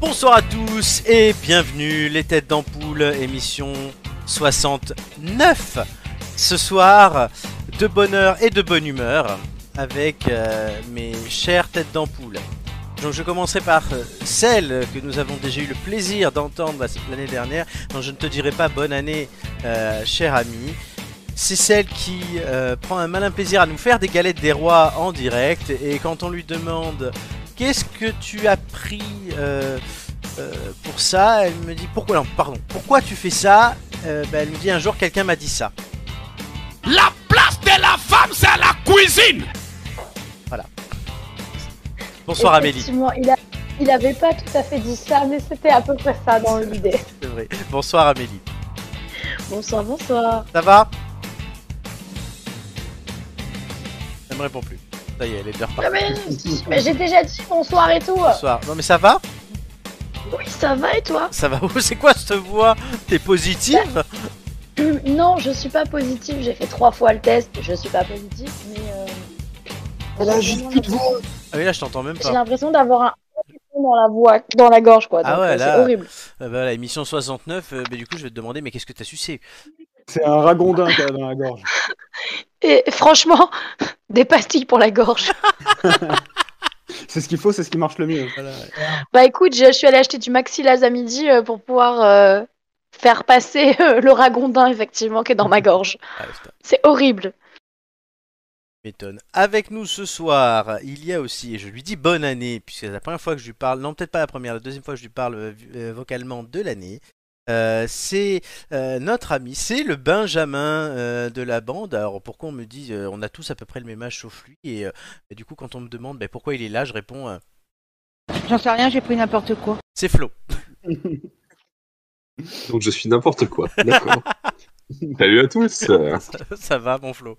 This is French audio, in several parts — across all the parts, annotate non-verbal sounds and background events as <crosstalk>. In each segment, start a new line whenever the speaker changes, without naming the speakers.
Bonsoir à tous et bienvenue les têtes d'ampoule émission 69. Ce soir, de bonne heure et de bonne humeur avec euh, mes chères têtes d'ampoule. Donc je commencerai par euh, celle que nous avons déjà eu le plaisir d'entendre la- l'année dernière. Donc je ne te dirai pas bonne année, euh, cher ami. C'est celle qui euh, prend un malin plaisir à nous faire des galettes des rois en direct. Et quand on lui demande qu'est-ce que tu as pris euh, euh, pour ça, elle me dit pourquoi non, pardon, pourquoi tu fais ça Euh, bah, Elle me dit un jour quelqu'un m'a dit ça.
La place de la femme, c'est la cuisine.
Bonsoir Amélie.
Effectivement, il, a- il avait pas tout à fait dit ça, mais c'était à peu près ça dans l'idée.
C'est vrai. Bonsoir Amélie.
Bonsoir, bonsoir.
Ça va Elle me répond plus. Ça y est, elle est de repartie.
mais mais Bah, j'ai déjà dit bonsoir et tout.
Bonsoir. Non mais ça va
Oui, ça va et toi
Ça va où C'est quoi cette voix T'es positive
Hum, <clears throat> Non, je suis pas positive. J'ai fait trois fois le test. Je suis pas positive, mais. euh,
Elle a juste plus de voix.
Ah oui là je t'entends même
J'ai
pas.
l'impression d'avoir un dans la voix, dans la gorge, quoi.
Ah
Donc,
ouais,
euh,
là.
C'est horrible.
Euh, bah, la émission 69, euh, bah, du coup je vais te demander mais qu'est-ce que t'as sucé
C'est un ragondin qu'elle a dans la gorge.
Et
<laughs>
franchement, des pastilles pour la gorge.
C'est ce qu'il faut, c'est ce qui marche le mieux.
Bah écoute, je je suis allée acheter du Maxilaz à midi euh, pour pouvoir euh, faire passer <laughs> euh, le ragondin, effectivement, qui est dans ma gorge.
Ah, putain,
C'est horrible.
tu m'étonnes. Avec nous ce soir, il y a aussi, et je lui dis bonne année, puisque c'est la première fois que je lui parle, non peut-être pas la première, la deuxième fois que je lui parle euh, vu- euh, vocalement de l'année. Euh, c'est euh, notre ami, c'est le Benjamin euh, de la bande. Alors pourquoi on me dit, euh, on a tous à peu près le même âge sauf lui, et, euh, et du coup quand on me demande bah, pourquoi il est là, je réponds euh,
J'en sais rien, j'ai pris n'importe quoi.
c'est Flo. <laughs>
Donc je suis n'importe quoi. D'accord. <laughs> Salut à <laughs> tous. Euh,
Ça va, mon Flo.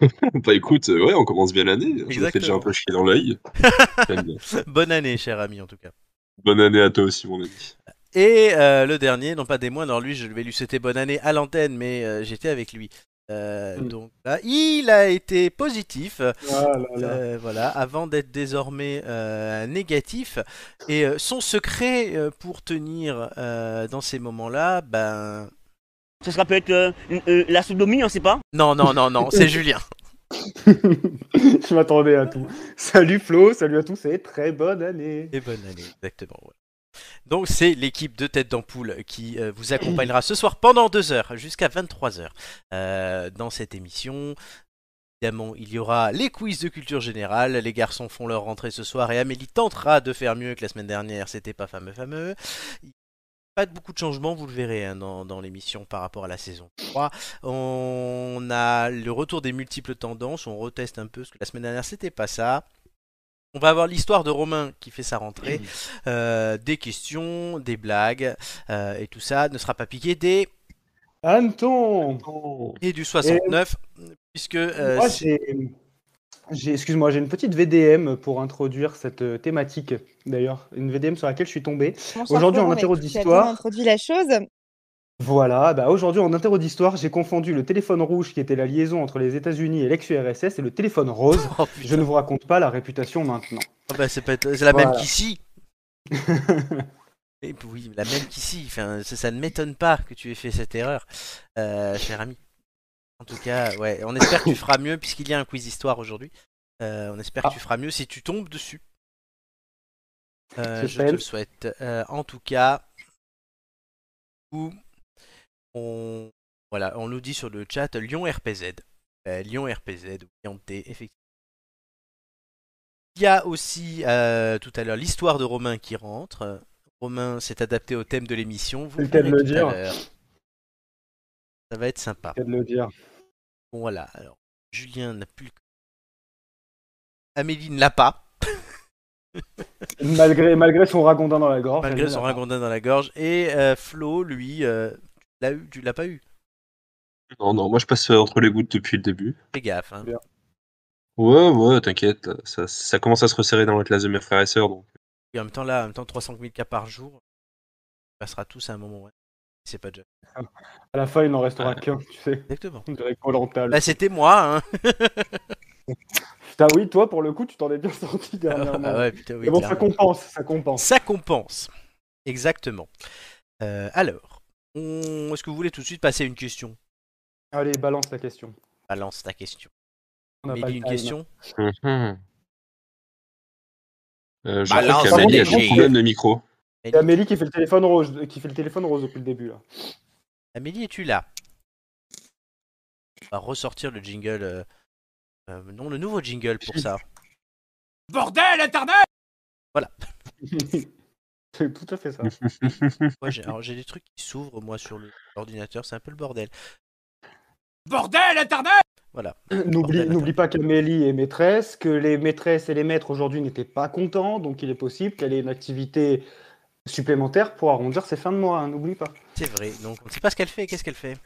<laughs>
Bah écoute, euh, ouais, on commence bien l'année. Je me fais déjà
Exactement.
un peu chier dans l'œil. J'aime bien.
Bonne année, cher ami, en tout cas.
Bonne année à toi aussi, mon ami.
Et euh, le dernier, non pas des moindres, alors lui, je vais lui souhaiter bonne année à l'antenne, mais euh, j'étais avec lui. Euh,
Mm.
Donc là, il a été positif, euh,
Ah là là.
voilà, avant d'être désormais euh, négatif. Et euh, son secret euh, pour tenir euh, dans ces moments-là, ben
Ce sera peut-être euh, une- euh, la sodomie, on sait pas.
non, non, non, non, c'est Julien.
<laughs> Je m'attendais à tout. Salut Flo, salut à tous et très bonne année.
Et bonne année, exactement. ouais. Donc c'est l'équipe de Tête d'Ampoule qui euh, vous accompagnera ce soir pendant 2 heures, jusqu'à 23 heures, euh, dans cette émission. Évidemment, il y aura les quiz de culture générale, les garçons font leur rentrée ce soir et Amélie tentera de faire mieux que la semaine dernière, c'était pas fameux fameux. Il y a Pas de beaucoup de changements, vous le verrez hein, dans, dans l'émission par rapport à la saison 3. On a le retour des multiples tendances, on reteste un peu ce que la semaine dernière c'était pas ça. On va avoir l'histoire de Romain qui fait sa rentrée,
Eh
euh, des questions, des blagues, euh, et tout ça ne sera pas piqué des
Anton
et du 69, puisque euh,
Moi
c'est-
j'ai. j'ai- Excuse-moi, j'ai une petite VDM pour introduire cette euh, thématique, d'ailleurs. Une VDM sur laquelle je suis tombé.
Bonsoir,
Aujourd'hui,
Florent,
en interro
mais tu as
d'histoire.
bien introduit la chose.
Voilà, bah aujourd'hui en interro d'histoire, j'ai confondu le téléphone rouge qui était la liaison entre les États-Unis et l'ex-URSS et le téléphone rose.
<laughs> Oh, putain.
Je ne vous raconte pas la réputation maintenant.
Ah bah, c'est, pas être- c'est la même
Voilà. <laughs>
qu'ici. Et puis oui, la même qu'ici. Enfin, ça, ça ne m'étonne pas que tu aies fait cette erreur, euh, cher ami. En tout cas, ouais, on espère que tu feras mieux puisqu'il y a un quiz histoire aujourd'hui. Euh, on espère que
Ah.
tu feras mieux si tu tombes dessus. Euh,
C'est
je te
fait.
le souhaite. Euh, en tout cas, où on voilà, on nous dit sur le chat Lyon RPZ. Euh, Lyon RPZ ou Lyon T, effectivement. Il y a aussi euh, tout à l'heure l'histoire de Romain qui rentre. Euh, Romain s'est adapté au thème de l'émission. Vous
C'est le cas de
verrez tout
le
à
dire.
l'heure. Ça va être sympa.
C'est de le dire.
Bon voilà, alors Julien n'a plus que... Amélie ne l'a pas,
Malgré, malgré son ragondin dans la gorge.
malgré
Oh, elle
son
l'a.
ragondin dans la gorge. Et euh, Flo, lui, euh, tu l'as eu, tu l'as pas eu.
Non, non, moi je passe euh, entre les gouttes depuis le début.
Fais gaffe. hein.
Ouais, ouais, t'inquiète. Ça, ça commence à se resserrer dans la classe de mes frères et sœurs. Donc.
Et en même temps, là, en même temps, 300 000 cas par jour, on passera tous à un moment. Ouais. C'est pas déjà.
À la fin, il n'en restera qu'un, tu sais.
Exactement.
On dirait Paul Antal.
Bah, c'était moi, hein.
Putain, oui, toi, pour le coup, tu t'en es bien sorti
<laughs> Ah
dernièrement.
ouais, putain, oui,
Mais bon, ça
clairement.
compense, ça compense.
Ça compense. Exactement. Euh, alors, on- est-ce que vous voulez tout de suite passer à une question
Allez, balance la question.
Balance ta question.
On n'a
Amélie,
pas le
une
time.
question
Mhm. Euh, je
Balance
crois qu'Amélie a
léger.
un problème de micro.
C'est Amélie qui fait le téléphone rose, euh, qui fait le téléphone rose depuis le
<laughs>
début là.
Amélie, es-tu là On va ressortir le jingle. euh, euh, non, le nouveau jingle pour
<laughs>
ça.
Bordel, Internet
C'est tout à fait
Mmh.
ça.
Moi, j'ai alors, j'ai des trucs qui s'ouvrent, moi, sur le- l'ordinateur. C'est un peu le bordel.
Bordel, Internet
Voilà.
N'oublie
Bordel.
n'oublie pas qu'Amélie est maîtresse, que les maîtresses et les maîtres aujourd'hui n'étaient pas contents, donc il est possible qu'elle ait une activité supplémentaire pour arrondir ses fins de mois, hein, n'oublie pas.
C'est vrai. Donc, on ne sait pas ce qu'elle fait. Qu'est-ce qu'elle fait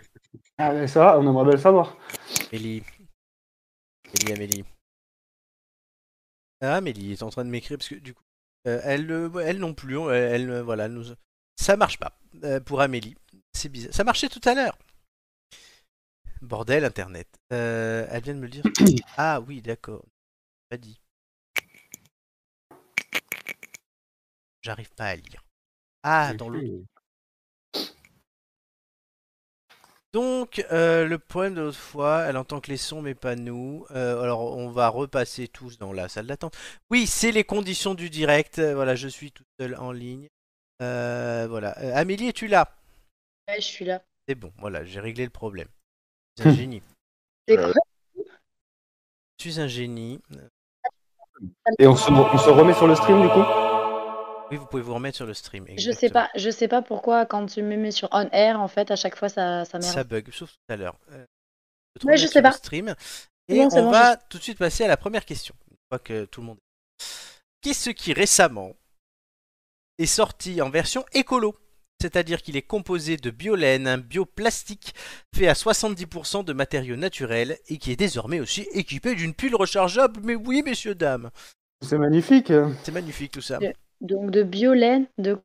Ah mais ça, on aimerait bien le savoir.
Amélie. Amélie, Amélie. Ah, Amélie est en train de m'écrire parce que du coup, euh, elle, euh, elle non plus, on- elle, euh, voilà, elle nous, ça marche pas euh, pour Amélie. C'est bizarre. Ça marchait tout à l'heure. Bordel, Internet. Euh, elle vient de me le dire. ah oui, d'accord. Pas dit. J'arrive pas à lire. Ah, dans le Donc, euh, le poème de l'autre fois, elle entend que les sons, mais pas nous. Euh, alors, on va repasser tous dans la salle d'attente. Oui, c'est les conditions du direct. Euh, Voilà, je suis tout seul en ligne. Euh, voilà. Euh, Amélie, es-tu là
Ouais, je suis là.
C'est bon, voilà, j'ai réglé le problème. Je suis un génie.
T'es
Euh,
prêt
Je suis un génie. Euh,
Et on se, on se remet sur le stream du coup
Oui, vous pouvez vous remettre sur le stream.
Je sais
exactement.
pas, je sais pas pourquoi quand tu me mets sur on air en fait à chaque fois ça ça Ah, merde.
Ça bug, sauf tout à l'heure. Euh, te
Ouais,
remettre
je sais
sur le
pas.
stream.
C'est
Et
bon,
on
c'est bon,
va tout de suite passer à la première question. Une fois que tout le monde. Qu'est-ce qui récemment est sorti en version écolo C'est-à-dire qu'il est composé de biolaine, un bioplastique fait à 70% de matériaux naturels et qui est désormais aussi équipé d'une pile rechargeable. Mais oui, messieurs, dames,
C'est magnifique. hein.
c'est magnifique tout ça.
Yeah. Donc de biolaine, de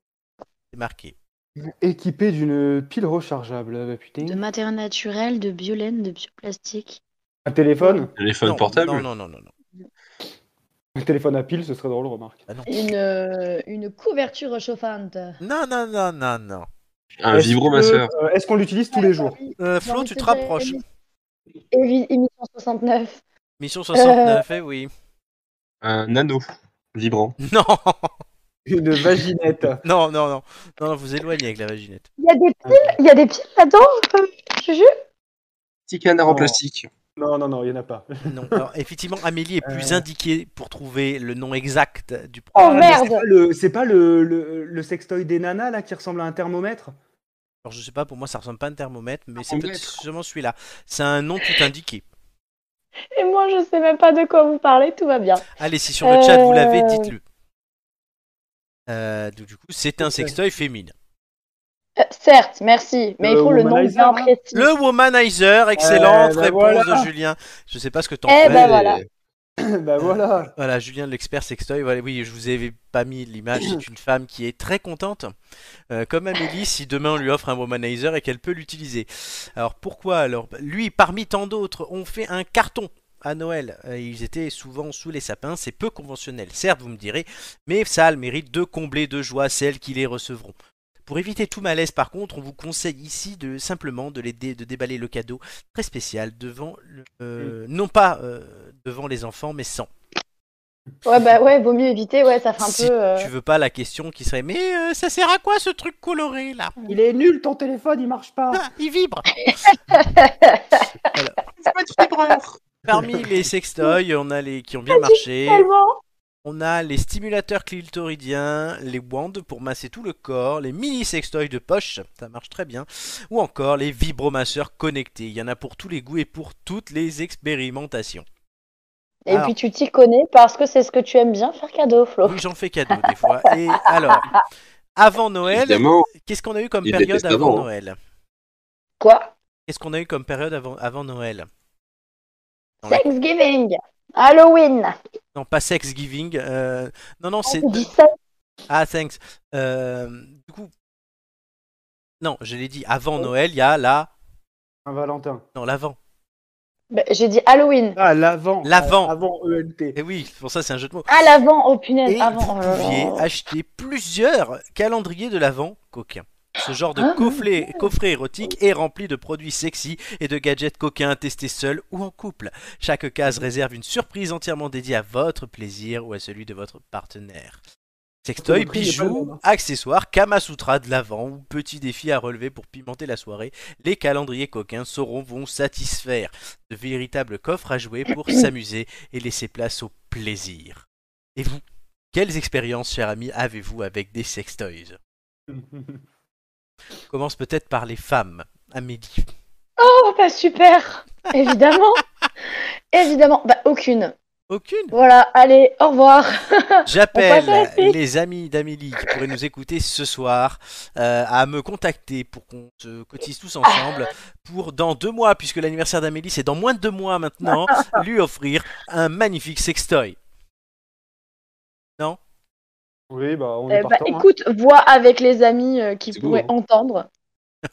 C'est marqué.
Équipé d'une pile rechargeable, ah bah, putain.
de matériaux naturels, de biolaine, de bioplastique.
Un téléphone
<laughs> Téléphone
non,
portable
Non, non, non, non. non.
Un téléphone à pile, ce serait drôle, remarque.
Une euh, une couverture réchauffante.
Non, non, non, non, non.
Un
Est-ce
vibromasseur
que- euh, Est-ce qu'on l'utilise tous les jours
Euh,
Non,
Flo,
mais
tu
c'est
te
vrai,
rapproches.
émi- émi- Émission 69.
Mission
<laughs>
69, eh oui.
Un anneau vibrant.
Non
Une vaginette.
Non, non, non. Non, non, vous éloignez avec la vaginette.
Il y a des piles, il y a des piles là-dedans, euh, Juju
Petit canard en
Oh.
plastique.
<laughs> Non, non, non, il n'y en a pas.
Oh,
Non. Alors, effectivement, Amélie est plus
Euh.
indiquée pour trouver le nom exact du
Oh
programme.
merde
Ah, C'est pas le, c'est pas le, le, le sextoy des nanas là qui ressemble à un thermomètre
Alors, je sais pas, pour moi, ça ressemble pas à un thermomètre, mais c'est peut-être
Thermomètre.
sûrement celui-là. C'est un nom tout indiqué.
Et moi, je sais même pas de quoi vous parlez, tout va bien.
Allez, si sur le chat vous l'avez,
Euh.
dites-le. Euh, donc, du coup, c'est un
Ok.
sextoy féminin.
Euh, certes, merci, mais
Le
il faut le nom
womanizer,
bien
là
précis.
Euh, Le Womanizer, excellente
bah
réponse
voilà.
de Julien. Je sais pas ce que t'en
Eh
penses.
ben voilà.
<laughs> Bah voilà
Voilà, Julien, l'expert sextoy. Voilà, oui, je vous avais pas mis l'image. C'est une femme qui est très contente, euh, comme Amélie, si demain on lui offre un womanizer et qu'elle peut l'utiliser. Alors pourquoi alors Bah, Lui, parmi tant d'autres, on fait un carton à Noël. Euh, ils étaient souvent sous les sapins. C'est peu conventionnel, certes, vous me direz, mais ça a le mérite de combler de joie celles qui les recevront. Pour éviter tout malaise, par contre, on vous conseille ici de simplement de, les dé- de déballer le cadeau très spécial devant, le- euh, non pas euh, devant les enfants, mais sans.
Ouais, bah ouais, vaut mieux éviter, ouais, ça fait un
Si
peu. euh,
tu veux pas la question qui serait mais euh, ça sert à quoi ce truc coloré là
Il est nul ton téléphone, il marche pas
Ah, Il vibre Parmi les sextoys, on a les qui ont bien marché.
Tellement
On a les stimulateurs clitoridiens, les wands pour masser tout le corps, les mini sextoys de poche, ça marche très bien, ou encore les vibromasseurs connectés. Il y en a pour tous les goûts et pour toutes les expérimentations.
Et
Alors.
puis tu t'y connais parce que c'est ce que tu aimes bien faire cadeau,
Oh.
Flo.
Oui, j'en fais cadeau des fois. Et alors, avant Noël,
Évidemment,
qu'est-ce qu'on a eu comme
Il
période
déteste
avant
avant, hein.
Noël
Quoi
Qu'est-ce qu'on a eu comme période avant, avant Noël Dans la-
Thanksgiving Halloween
Non, pas Sexgiving. euh, Non, non, c'est.
On dit ça
Ah, thanks. Euh, Du coup. Non, je l'ai dit, avant Noël, il y a la.
Un Ah, Valentin.
Non, l'avant.
Bah, J'ai dit Halloween.
Ah, l'avant.
L'avant.
Euh, Avant ENT.
Et Eh oui, pour ça c'est un jeu de mots.
À l'avant, oh punaise,
Et
avant.
vous
oh là là.
pouviez acheter plusieurs calendriers de l'Avent coquins. Ce genre de
Ah,
coffret, coffret érotique est rempli de produits sexy et de gadgets coquins testés seuls ou en couple. Chaque case réserve une surprise entièrement dédiée à votre plaisir ou à celui de votre partenaire. Sextoy,
Le prix n'est pas le même,
bijoux,
hein.
accessoires, Kamasutra de l'Avent ou petits défis à relever pour pimenter la soirée, les calendriers coquins sauront vont satisfaire de véritables coffres à jouer pour s'amuser et laisser place au plaisir. Et vous, quelles expériences, chers amis, avez-vous avec des sextoys Eh Commence peut-être par les femmes. Amélie.
Oh, bah super Évidemment Évidemment, bah aucune.
Aucune.
Voilà, allez, au revoir. On passe à
J'appelle
la suite.
les amis d'Amélie qui pourraient nous écouter ce soir euh, à me contacter pour qu'on se cotise tous ensemble pour dans deux mois, puisque l'anniversaire d'Amélie c'est dans moins de deux mois
<laughs>
maintenant, lui offrir un magnifique sextoy.
<laughs>
<laughs>
Oui, bah, on
Eh
est
bah,
partant. hein.
écoute, vois avec les amis euh, qui
C'est
pourraient
beau,
entendre.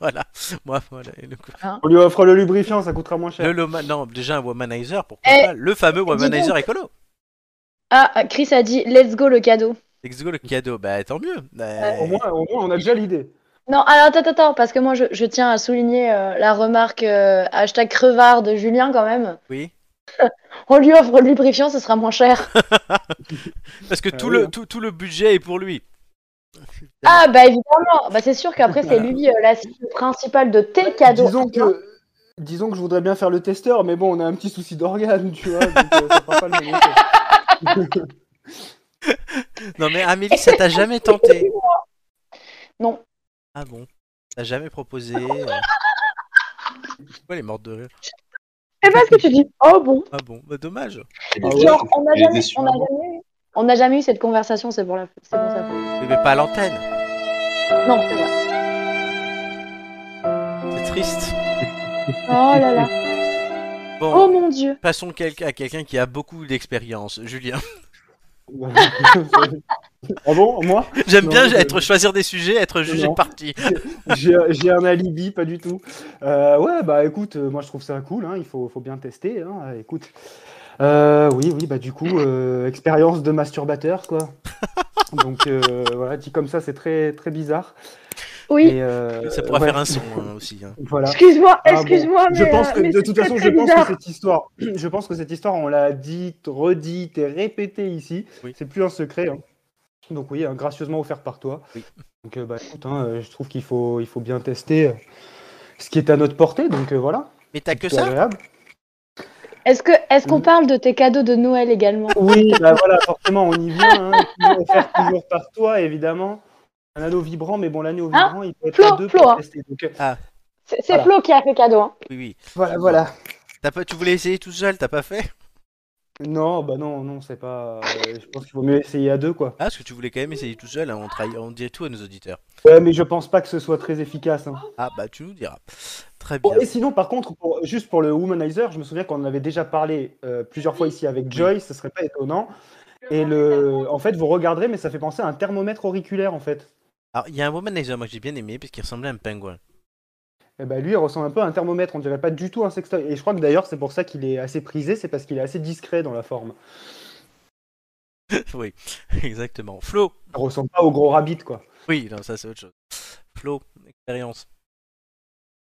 Voilà. Moi, voilà. et Le, coup-
On lui offre le lubrifiant, ça coûtera moins cher.
le loma- non, déjà un womanizer, pourquoi
Eh,
pas Le fameux womanizer écolo.
Ah, Chris a dit let's go le cadeau.
Let's go le cadeau. Bah tant mieux. Bah,
Au, moins, au moins, on a déjà l'idée.
Non, alors attends, attends, attends, parce que moi je, je tiens à souligner euh, la remarque euh, hashtag crevard de Julien quand même.
Oui.
On lui offre le lubrifiant, ce sera moins cher.
Parce que
Ah
tout,
oui,
le,
hein.
tout, tout le budget est pour lui.
Ah bah évidemment, bah c'est sûr qu'après c'est lui euh, la cible principale de tes cadeaux.
Disons que, disons que je voudrais bien faire le testeur, mais bon, on a un petit souci d'organe, tu vois. Donc, euh, ça fera pas le même effet.
Non mais Amélie, ça t'a jamais tenté
<laughs> Non.
Ah bon T'as jamais proposé euh. Pourquoi elle est morte de rire
Et parce que tu dis oh bon,
Ah bon Bah dommage.
Il
Ah
est
ouais.
déçu.
genre on n'a
Il est
jamais,
déçu.
on n'a jamais eu, on n'a jamais eu cette conversation, c'est pour la, c'est pour ça.
Mais, mais pas à l'antenne.
Non, c'est vrai.
C'est triste.
Oh là là.
Bon,
Oh mon dieu.
passons quel- à quelqu'un qui a beaucoup d'expérience. Julien. <laughs>
<laughs> ah bon, moi
J'aime
Non,
bien
je-
être choisir des sujets, être jugé
Non.
de parti.
J'ai j'ai un alibi, pas du tout. Euh, ouais, bah écoute, euh, moi je trouve ça cool, hein, il faut, faut bien tester, hein, euh, écoute. Euh, oui, oui, bah du coup, euh, expérience de
<laughs>
masturbateur, quoi. Donc euh, voilà, dit comme ça, c'est très, très bizarre.
Oui.
Et, euh,
Ça pourrait
ouais.
faire un son hein, aussi. hein.
Voilà.
Excuse-moi,
Ah, bon.
excuse-moi, mais
je pense que
euh, mais
de
c'est
toute
très,
façon,
très
je pense
bizarre.
que cette histoire, <clears throat> je pense que cette histoire, on l'a dite, redite et répétée ici.
Oui.
C'est plus un secret. hein. Donc oui, hein, gracieusement offert par toi.
Oui.
Donc euh, bah, écoute, hein, euh, je trouve qu'il faut, il faut bien tester euh, ce qui est à notre portée. Donc euh, voilà.
Mais t'as que
C'est
ça
agréable.
Est-ce que est-ce qu'on
Mm.
parle de tes cadeaux de Noël également
Oui, bah voilà, forcément, on y vient. hein. Toujours offert toujours par toi, évidemment. Un anneau vibrant, mais bon, l'anneau
Hein
vibrant, il peut être
Flo,
à deux
Flo,
pour
hein.
tester. Donc, euh,
C'est c'est
Voilà.
Flo qui a fait cadeau. hein.
Oui, oui.
voilà, voilà.
T'as pas... Tu voulais essayer tout seul, t'as pas fait
Non, bah non, non, c'est pas. euh, je pense qu'il vaut mieux essayer à deux, quoi.
Ah, parce que tu voulais quand même essayer tout seul, hein, on, trahit- on dit tout à nos auditeurs.
Ouais, mais je pense pas que ce soit très efficace. hein.
Ah bah tu nous diras. Très
Oh,
bien.
Bon, Oh, et sinon, par contre, pour- juste pour le womanizer, je me souviens qu'on en avait déjà parlé euh, plusieurs fois ici avec Joy, ce serait pas étonnant. Et le, en fait, vous regarderez, mais ça fait penser à un thermomètre auriculaire, en fait.
Alors il y a un womanizer, moi j'ai bien aimé parce qu'il ressemblait à un pingouin. <laughs>
Et bah, lui, il ressemble un peu à un thermomètre, on dirait pas du tout un sextoy. Et je crois que d'ailleurs, c'est pour ça qu'il est assez prisé, c'est parce qu'il est assez discret dans la forme.
oui, <laughs> exactement. Flo
Il ressemble pas au gros rabbit, quoi.
Oui, non, ça c'est autre chose. Flo, expérience. <laughs>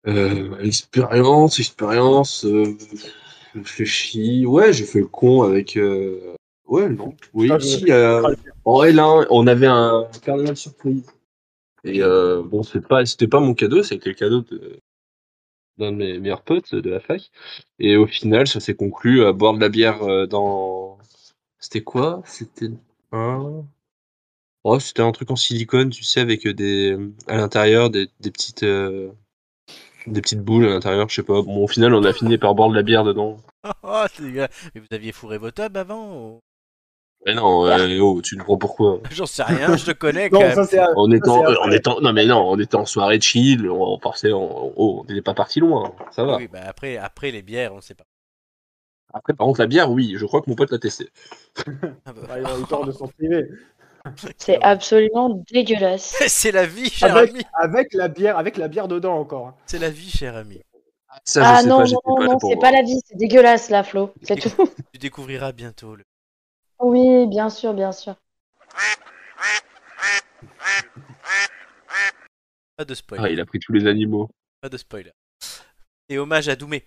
Euh, expérience, expérience, euh, je réfléchis. Ouais, j'ai fait le con avec. euh, Ouais, non. Oui,
Ah, je-
si, euh, en L1, on avait un carnaval surprise. Et euh, bon, c'est pas, c'était pas mon cadeau, c'était le cadeau de- d'un de mes meilleurs potes de la fac. Et au final, ça s'est conclu à boire de la bière euh, dans. C'était quoi? C'était un. Oh, c'était un truc en silicone, tu sais, avec des. à l'intérieur, des, des petites. euh, des petites boules à l'intérieur, je sais pas. Bon, au final, on a fini par boire de la bière dedans.
Oh, c'est dégueulasse. Mais vous aviez fourré vos tubs avant ou- <laughs>
Mais non, euh, oh, tu te prends pourquoi
J'en sais rien, je te connais quand
<laughs> Non,
même.
ça, c'est.
En étant,
c'est
euh, en
après.
étant, non mais non, on était en soirée de chill, on forcément, on- oh, on n'était pas parti loin, ça va.
Oui, bah après, après les bières, on sait pas. <laughs>
Après, par contre, la bière, oui, je crois que mon pote l'a testé.
Ah bah.
Bah, il a eu tort de s'en priver.
C'est absolument dégueulasse.
<laughs> c'est la vie, cher
Ah bah-
ami.
Avec la bière, avec la bière dedans encore. hein.
C'est la vie, cher ami.
Ça, je
Ah
sais
non, non,
pas, j'étais pas là
non,
pour
c'est
voir.
pas la vie, c'est dégueulasse là,
<laughs>
Flo. C'est
Écoute.
tout.
Tu découvriras bientôt. Le...
Oui, bien sûr, bien sûr.
Pas de spoil.
Ah, il a pris tous les animaux.
Pas de spoiler. Et hommage à Doumé,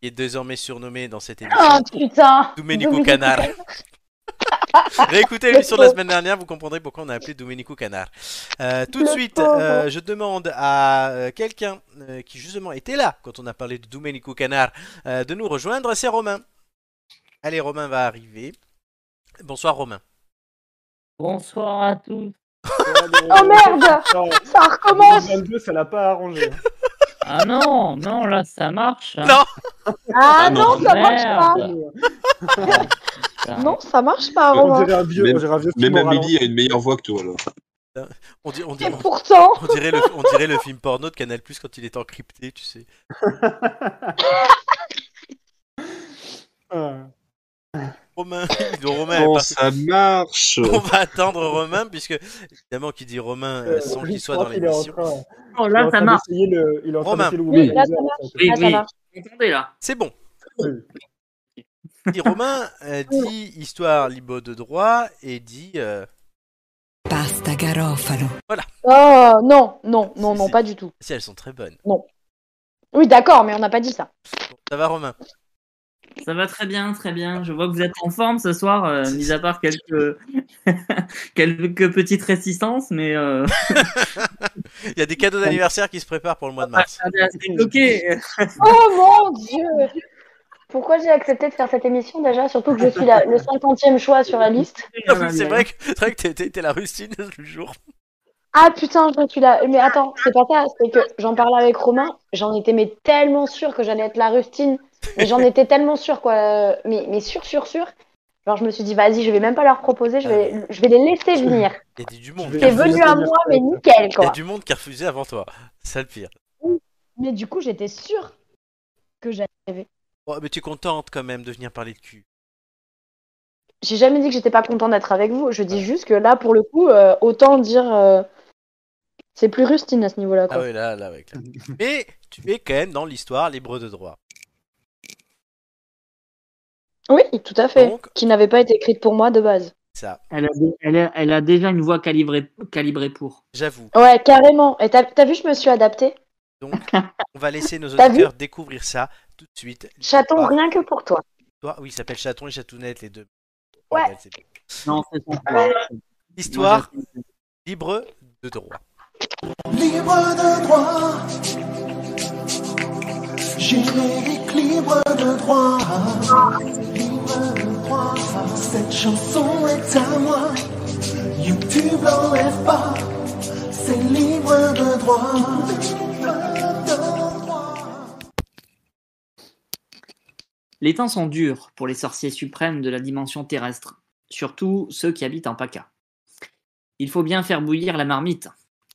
qui est désormais surnommé dans cette émission
Oh putain
Domenico
Domenico
Canard. <laughs> Réécoutez l'émission de la semaine dernière, vous comprendrez pourquoi on a appelé Domenico Canard. Euh, tout de
Le
suite,
pauvre.
euh, je demande à euh, quelqu'un euh, qui justement était là quand on a parlé de Domenico Canard euh, de nous rejoindre, c'est Romain. Allez, Romain va arriver. Bonsoir Romain.
Bonsoir à tous.
Oh merde
Non,
Ça recommence
2022, ça l'a pas arrangé. hein.
Ah non, non, là ça marche. hein.
Non.
Ah
Ah non,
non, ça marche pas
Merde. Putain.
<laughs> Non, ça marche pas,
On
Romain
dirait un vieux,
Même-
on dirait un vieux
Même
film au
Amélie a une meilleure voix que toi, là.
On, dit- on dit-
Et pourtant
on dirait le, on dirait le film porno de Canal Plus quand il est encrypté, tu sais.
ralenti.
Romain, <laughs> il doit- Romain est
Bon,
parti.
Oh, ça <laughs> marche
On va attendre Romain, puisque évidemment qui dit Romain euh,
Euh,
sans
je
qu'il soit
crois
dans
qu'il est en
l'émission.
train-
Oh,
il est
là
en
ça
train
marche.
d'essayer le- Il est en train
Romain.
d'essayer le
Oui.
womanizer,
Là, ça
en
marche.
fait.
Oui,
Là, ça
oui.
marche.
Vous entendez là
C'est bon.
Oui.
Dit <laughs> Romain euh, dit histoire libre de droit et dit euh,
Pasta garofalo.
Oh non, non, non,
Si,
non,
si.
pas du tout.
si elles sont très bonnes.
Oui, d'accord, mais on n'a pas dit ça.
Bon, ça va Romain
Ça va très bien, très bien. Je vois que vous êtes en forme ce soir, euh, mis à part quelques, <laughs> quelques petites résistances, mais euh,
Il y a des cadeaux d'anniversaire qui se préparent pour le mois de
<laughs>
mars.
regardez, là, c'est bloqué.
Oh mon dieu Pourquoi j'ai accepté de faire cette émission déjà Surtout que je suis la- le cinquantième choix sur la liste.
Ah
<laughs>
oui, <laughs> c'est vrai que c'est vrai que t'es- t'es t'es la rustine du jour.
Ah putain, je suis là. Mais attends, c'est pas ça, c'est que j'en parlais avec Romain, j'en étais mais tellement sûre que j'allais être la rustine. Mais j'en étais tellement sûre, quoi. euh, Mais, mais sûre, sûre, sûre. Genre, je me suis dit, vas-y, je vais même pas leur proposer, je vais, je vais les laisser venir.
Il y a des- du monde.
Je
qui
vais-
T'es
a-
venu à moi, mais nickel,
Il y a
quoi.
du monde qui a refusé avant toi. C'est ça le pire.
Mais du coup, j'étais sûre que j'allais.
Oh, mais tu es contente quand même de venir parler de cul.
J'ai jamais dit que j'étais pas content d'être avec vous. Je dis juste que là, pour le coup, euh, autant dire. euh, C'est plus rustine à ce niveau-là,
Ah
quoi.
oui là là avec. Là. <laughs> Mais tu es quand même dans l'histoire libre de droit.
Oui, tout à fait.
Donc-
Qui n'avait pas été écrite pour moi de base.
Ça,
Elle a, elle a- elle a déjà une voix calibrée, calibrée pour.
j'avoue.
Ouais, carrément. Et t'as t'as vu, je me suis adaptée.
Donc on va laisser nos
T'as vu
auditeurs découvrir ça tout de suite.
Chaton,
Ah.
rien que pour toi.
Histoire- Oui, il s'appelle Chaton et Chatounette, les deux.
Ouais.
Bordel, c'est bon.
Non, c'est son choix.
Histoire libre de droit.
libre de droit. Générique libre de droit. Libre de droit. Cette chanson est à moi. YouTube l'enlève pas. C'est libre de droit. Libre de droit.
Les temps sont durs pour les sorciers suprêmes de la dimension terrestre, surtout ceux qui habitent en PACA. Il faut bien faire bouillir la marmite.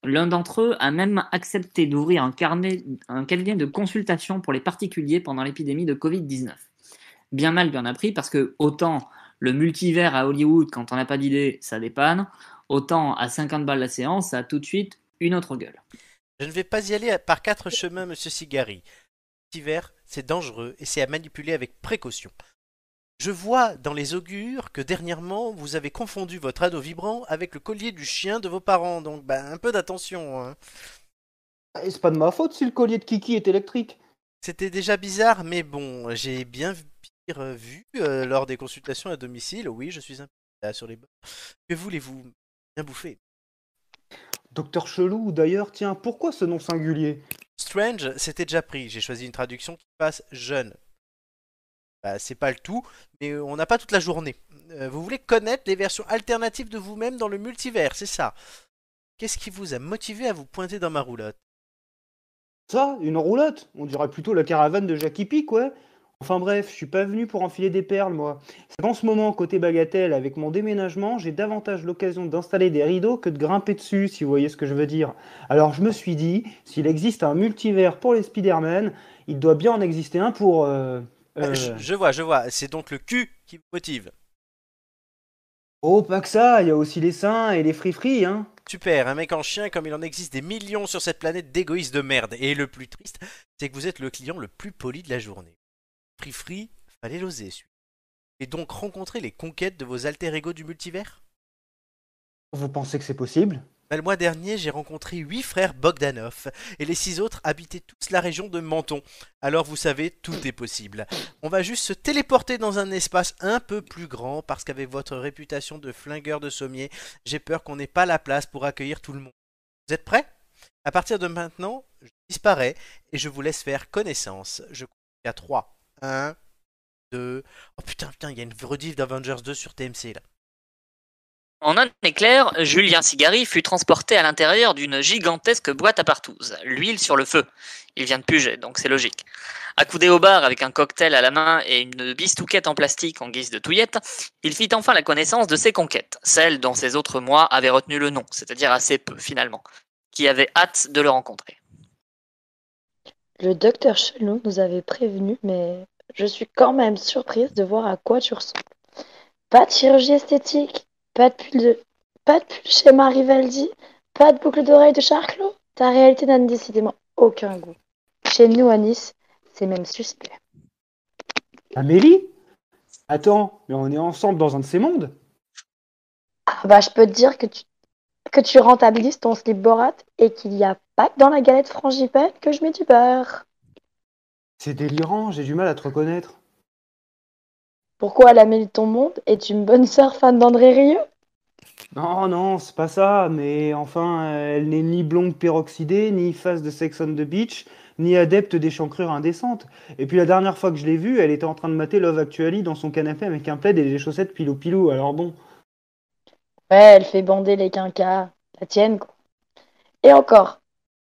L'un d'entre eux a même accepté d'ouvrir un, carnet- un cabinet de consultation pour les particuliers pendant l'épidémie de Covid-19. Bien mal lui en a pris parce que autant le multivers à Hollywood, quand on n'a pas d'idée, ça dépanne, autant à 50 balles la séance, ça a tout de suite une autre gueule.
Je ne vais pas y aller par quatre chemins, monsieur Cigari. L'hiver, c'est dangereux et c'est à manipuler avec précaution. Je vois dans les augures que dernièrement, vous avez confondu votre ado vibrant avec le collier du chien de vos parents, donc ben, un peu d'attention. hein.
Ah, Et C'est pas de ma faute si le collier de Kiki est électrique.
C'était déjà bizarre, mais bon, j'ai bien pire euh, vu euh, lors des consultations à domicile. Oui, je suis un peu là sur les bords. Que voulez-vous bien bouffer
Docteur Chelou, d'ailleurs, tiens, pourquoi ce nom singulier
Strange, c'était déjà pris. J'ai choisi une traduction qui passe jeune. Bah, c'est pas le tout, mais on n'a pas toute la journée. Euh, vous voulez connaître les versions alternatives de vous-même dans le multivers, c'est ça. Qu'est-ce qui vous a motivé à vous pointer dans ma roulotte
Ça, une roulotte On dirait plutôt la caravane de Jackie Pic, ouais. Enfin bref, je suis pas venu pour enfiler des perles, moi. C'est qu'en ce moment, côté bagatelle, avec mon déménagement, j'ai davantage l'occasion d'installer des rideaux que de grimper dessus, si vous voyez ce que je veux dire. Alors je me suis dit, s'il existe un multivers pour les Spider-Man, il doit bien en exister un pour... euh,
Euh,
euh,
Je, je vois, je vois. C'est donc le cul qui vous motive.
Oh, pas que ça, il y a aussi les seins et les free-free, hein.
Tu perds un mec en chien comme il en existe des millions sur cette planète d'égoïstes de merde. Et le plus triste, c'est que vous êtes le client le plus poli de la journée. Free free, fallait l'oser celui Et donc rencontrer les conquêtes de vos alter-égaux du multivers
Vous pensez que c'est possible
Bah, le mois dernier, j'ai rencontré huit frères Bogdanov, et les six autres habitaient tous la région de Menton. Alors vous savez, tout est possible. On va juste se téléporter dans un espace un peu plus grand, parce qu'avec votre réputation de flingueur de sommier, j'ai peur qu'on n'ait pas la place pour accueillir tout le monde. Vous êtes prêts À partir de maintenant, je disparais, et je vous laisse faire connaissance. Je compte à 3. 1, 2... Oh putain, putain, il y a une rediff d'Avengers 2 sur TMC, là.
En un éclair, Julien Cigari fut transporté à l'intérieur d'une gigantesque boîte à partouze, l'huile sur le feu. Il vient de Puget, donc c'est logique. Accoudé au bar avec un cocktail à la main et une bistouquette en plastique en guise de touillette, il fit enfin la connaissance de ses conquêtes, celles dont ses autres mois avaient retenu le nom, c'est-à-dire assez peu finalement, qui avaient hâte de le rencontrer.
Le docteur Chelon nous avait prévenu, mais je suis quand même surprise de voir à quoi tu ressembles. Pas de chirurgie esthétique, pas de pull, de... pas de pull chez Marie Valdi, pas de boucle d'oreille de Charclot. Ta réalité n'a décidément aucun goût. Chez nous à Nice, c'est même suspect.
Amélie Attends, mais on est ensemble dans un de ces mondes
Ah bah je peux te dire que tu, que tu rentabilises ton slip borat et qu'il n'y a pas que dans la galette frangipane que je mets du beurre.
C'est délirant, j'ai du mal à te reconnaître.
Pourquoi la mêle de ton monde est une bonne sœur fan d'André Rieu
Non, non, c'est pas ça, mais enfin, elle n'est ni blonde peroxydée, ni face de Sex on the Beach, ni adepte des chancrures indécentes. Et puis la dernière fois que je l'ai vue, elle était en train de mater Love Actually dans son canapé avec un plaid et des chaussettes pilou-pilou, alors bon.
Ouais, elle fait bander les quinquas. La tienne, quoi. Et encore,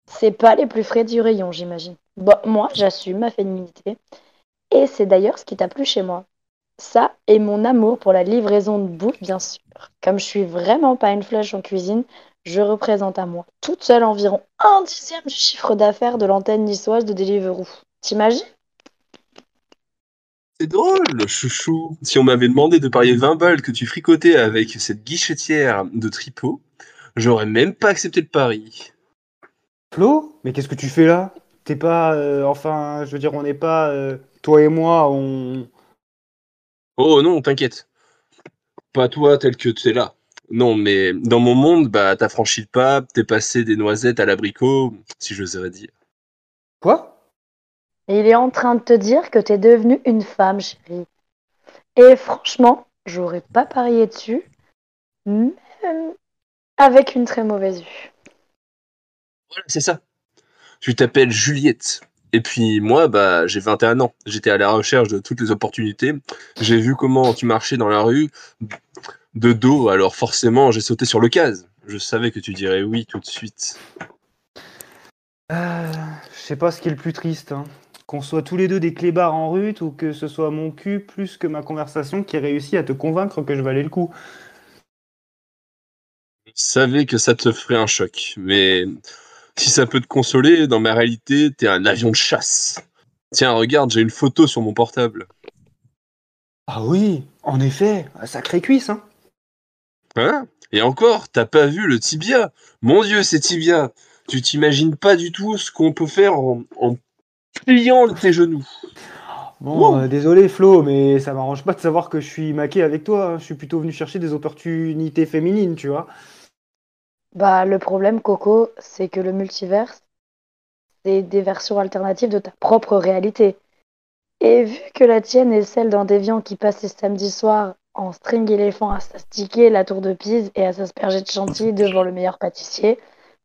c'est pas les plus frais du rayon, j'imagine. Bon, moi, j'assume ma féminité. Et c'est d'ailleurs ce qui t'a plu chez moi. Ça et mon amour pour la livraison de bouffe, bien sûr. Comme je suis vraiment pas une flèche en cuisine, je représente à moi, toute seule, environ un dixième du chiffre d'affaires de l'antenne niçoise de Deliveroo. T'imagines
C'est drôle, chouchou. Si on m'avait demandé de parier 20 balles que tu fricotais avec cette guichetière de tripot, j'aurais même pas accepté le pari.
Flo Mais qu'est-ce que tu fais là T'es pas. euh, enfin, je veux dire, on n'est pas. euh, toi et moi, on.
Oh non, t'inquiète. Pas toi tel que tu es là. Non, mais dans mon monde, bah t'as franchi le pas, t'es passé des noisettes à l'abricot, si j'oserais dire.
Il est en train de te dire que t'es devenue une femme, chérie. Et franchement, j'aurais pas parié dessus, même avec une très mauvaise vue.
Voilà, c'est ça. Tu t'appelles Juliette. Et puis moi, bah, j'ai 21 ans. J'étais à la recherche de toutes les opportunités. J'ai vu comment tu marchais dans la rue de dos, alors forcément, j'ai sauté sur l'occasion. Je savais que tu dirais oui tout de suite.
Euh, je sais pas ce qui est le plus triste. hein. Qu'on soit tous les deux des clébards en rut ou que ce soit mon cul plus que ma conversation qui réussit à te convaincre que je valais le coup.
Je savais que ça te ferait un choc, mais si ça peut te consoler, dans ma réalité, t'es un avion de chasse. Tiens, regarde, j'ai une photo sur mon portable.
Ah oui, en effet, un sacré cuisse, hein.
Hein Et encore, t'as pas vu le tibia Mon dieu, c'est tibia Tu t'imagines pas du tout ce qu'on peut faire en, en pliant tes genoux.
Bon, euh, désolé Flo, mais ça m'arrange pas de savoir que je suis maqué avec toi. hein. Je suis plutôt venu chercher des opportunités féminines, tu vois.
Bah, le problème, Coco, c'est que le multiverse, c'est des versions alternatives de ta propre réalité. Et vu que la tienne est celle d'un déviant qui passe ses samedis soirs en string éléphant à s'astiquer la tour de Pise et à s'asperger de chantilly devant le meilleur pâtissier,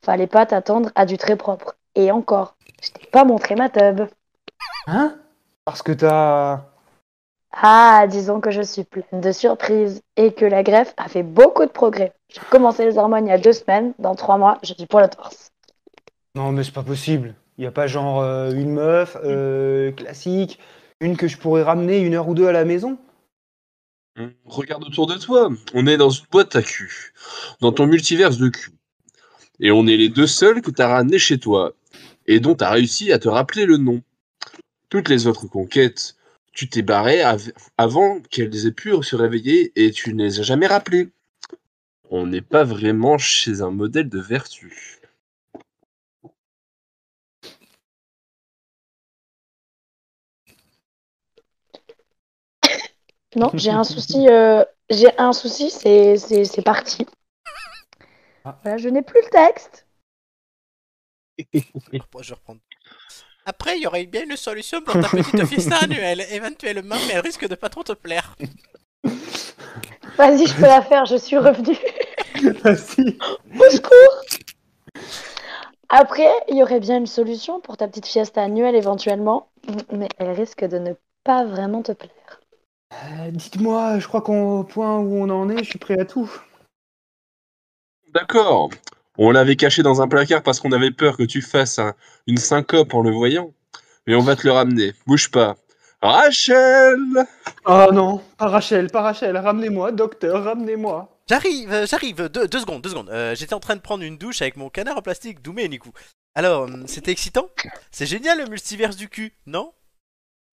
fallait pas t'attendre à du très propre. Et encore, je t'ai pas montré ma tub.
Hein Parce que t'as.
Ah, disons que je suis pleine de surprises et que la greffe a fait beaucoup de progrès. J'ai commencé les hormones il y a deux semaines, dans trois mois, je suis pour le torse.
Non, mais c'est pas possible. Y a pas genre euh, une meuf euh, classique, une que je pourrais ramener une heure ou deux à la maison
Hum, Regarde autour de toi, on est dans une boîte à cul, dans ton multiverse de cul. Et on est les deux seuls que t'as ramenés chez toi, et dont t'as réussi à te rappeler le nom. Toutes les autres conquêtes, tu t'es barré av- avant qu'elles aient pu se réveiller et tu ne les as jamais rappelées. on n'est pas vraiment chez un modèle de vertu.
<laughs>
Non, j'ai un souci. euh, j'ai un souci, c'est- c'est c'est parti.
Ah.
Voilà, je n'ai plus le texte.
Ah, Je vais reprendre. Après, il y aurait bien une solution pour ta petite fiesta annuelle, éventuellement, mais elle risque de pas trop te plaire.
Vas-y, je peux la faire, je suis revenue.
<laughs> Vas-y.
Au secours Après, il y aurait bien une solution pour ta petite fiesta annuelle éventuellement, mais elle risque de ne pas vraiment te plaire.
Euh, Dites-moi, je crois qu'au point où on en est, je suis prêt à tout.
D'accord. On l'avait caché dans un placard parce qu'on avait peur que tu fasses un- une syncope en le voyant. Mais on va te le ramener. Bouge pas. Rachel
Ah non, pas Rachel, pas Rachel, ramenez-moi, docteur, ramenez-moi.
J'arrive, euh, j'arrive, deux, deux secondes, deux secondes. Euh, J'étais en train de prendre une douche avec mon canard en plastique, Doumé et Nikou. Alors, hum, c'était excitant C'est génial le multiverse du cul, non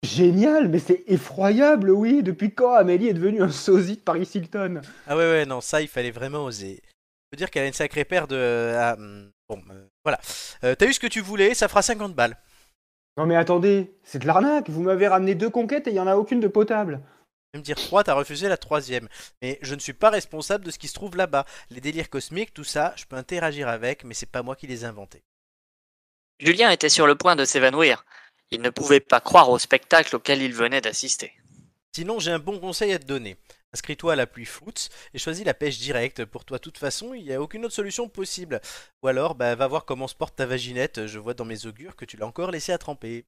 Génial, mais c'est effroyable, oui. Depuis quand Amélie est devenue un sosie de Paris Hilton
Ah ouais, ouais, non, ça, il fallait vraiment oser. Je peux dire qu'elle a une sacrée paire de... ah, hum, bon, euh, voilà. Euh, T'as eu ce que tu voulais, ça fera 50 balles.
Non mais attendez, c'est de l'arnaque. Vous m'avez ramené deux conquêtes et il n'y en a aucune de potable.
Je vais me dire 3, t'as refusé la troisième. Mais je ne suis pas responsable de ce qui se trouve là-bas. Les délires cosmiques, tout ça, je peux interagir avec, mais c'est pas moi qui les ai inventés.
Julien était sur le point de s'évanouir. Il ne pouvait pas croire au spectacle auquel il venait d'assister.
Sinon, j'ai un bon conseil à te donner. Inscris-toi à la pluie foot et choisis la pêche directe. Pour toi, de toute façon, il n'y a aucune autre solution possible. Ou alors, bah, va voir comment se porte ta vaginette. Je vois dans mes augures que tu l'as encore laissé à tremper.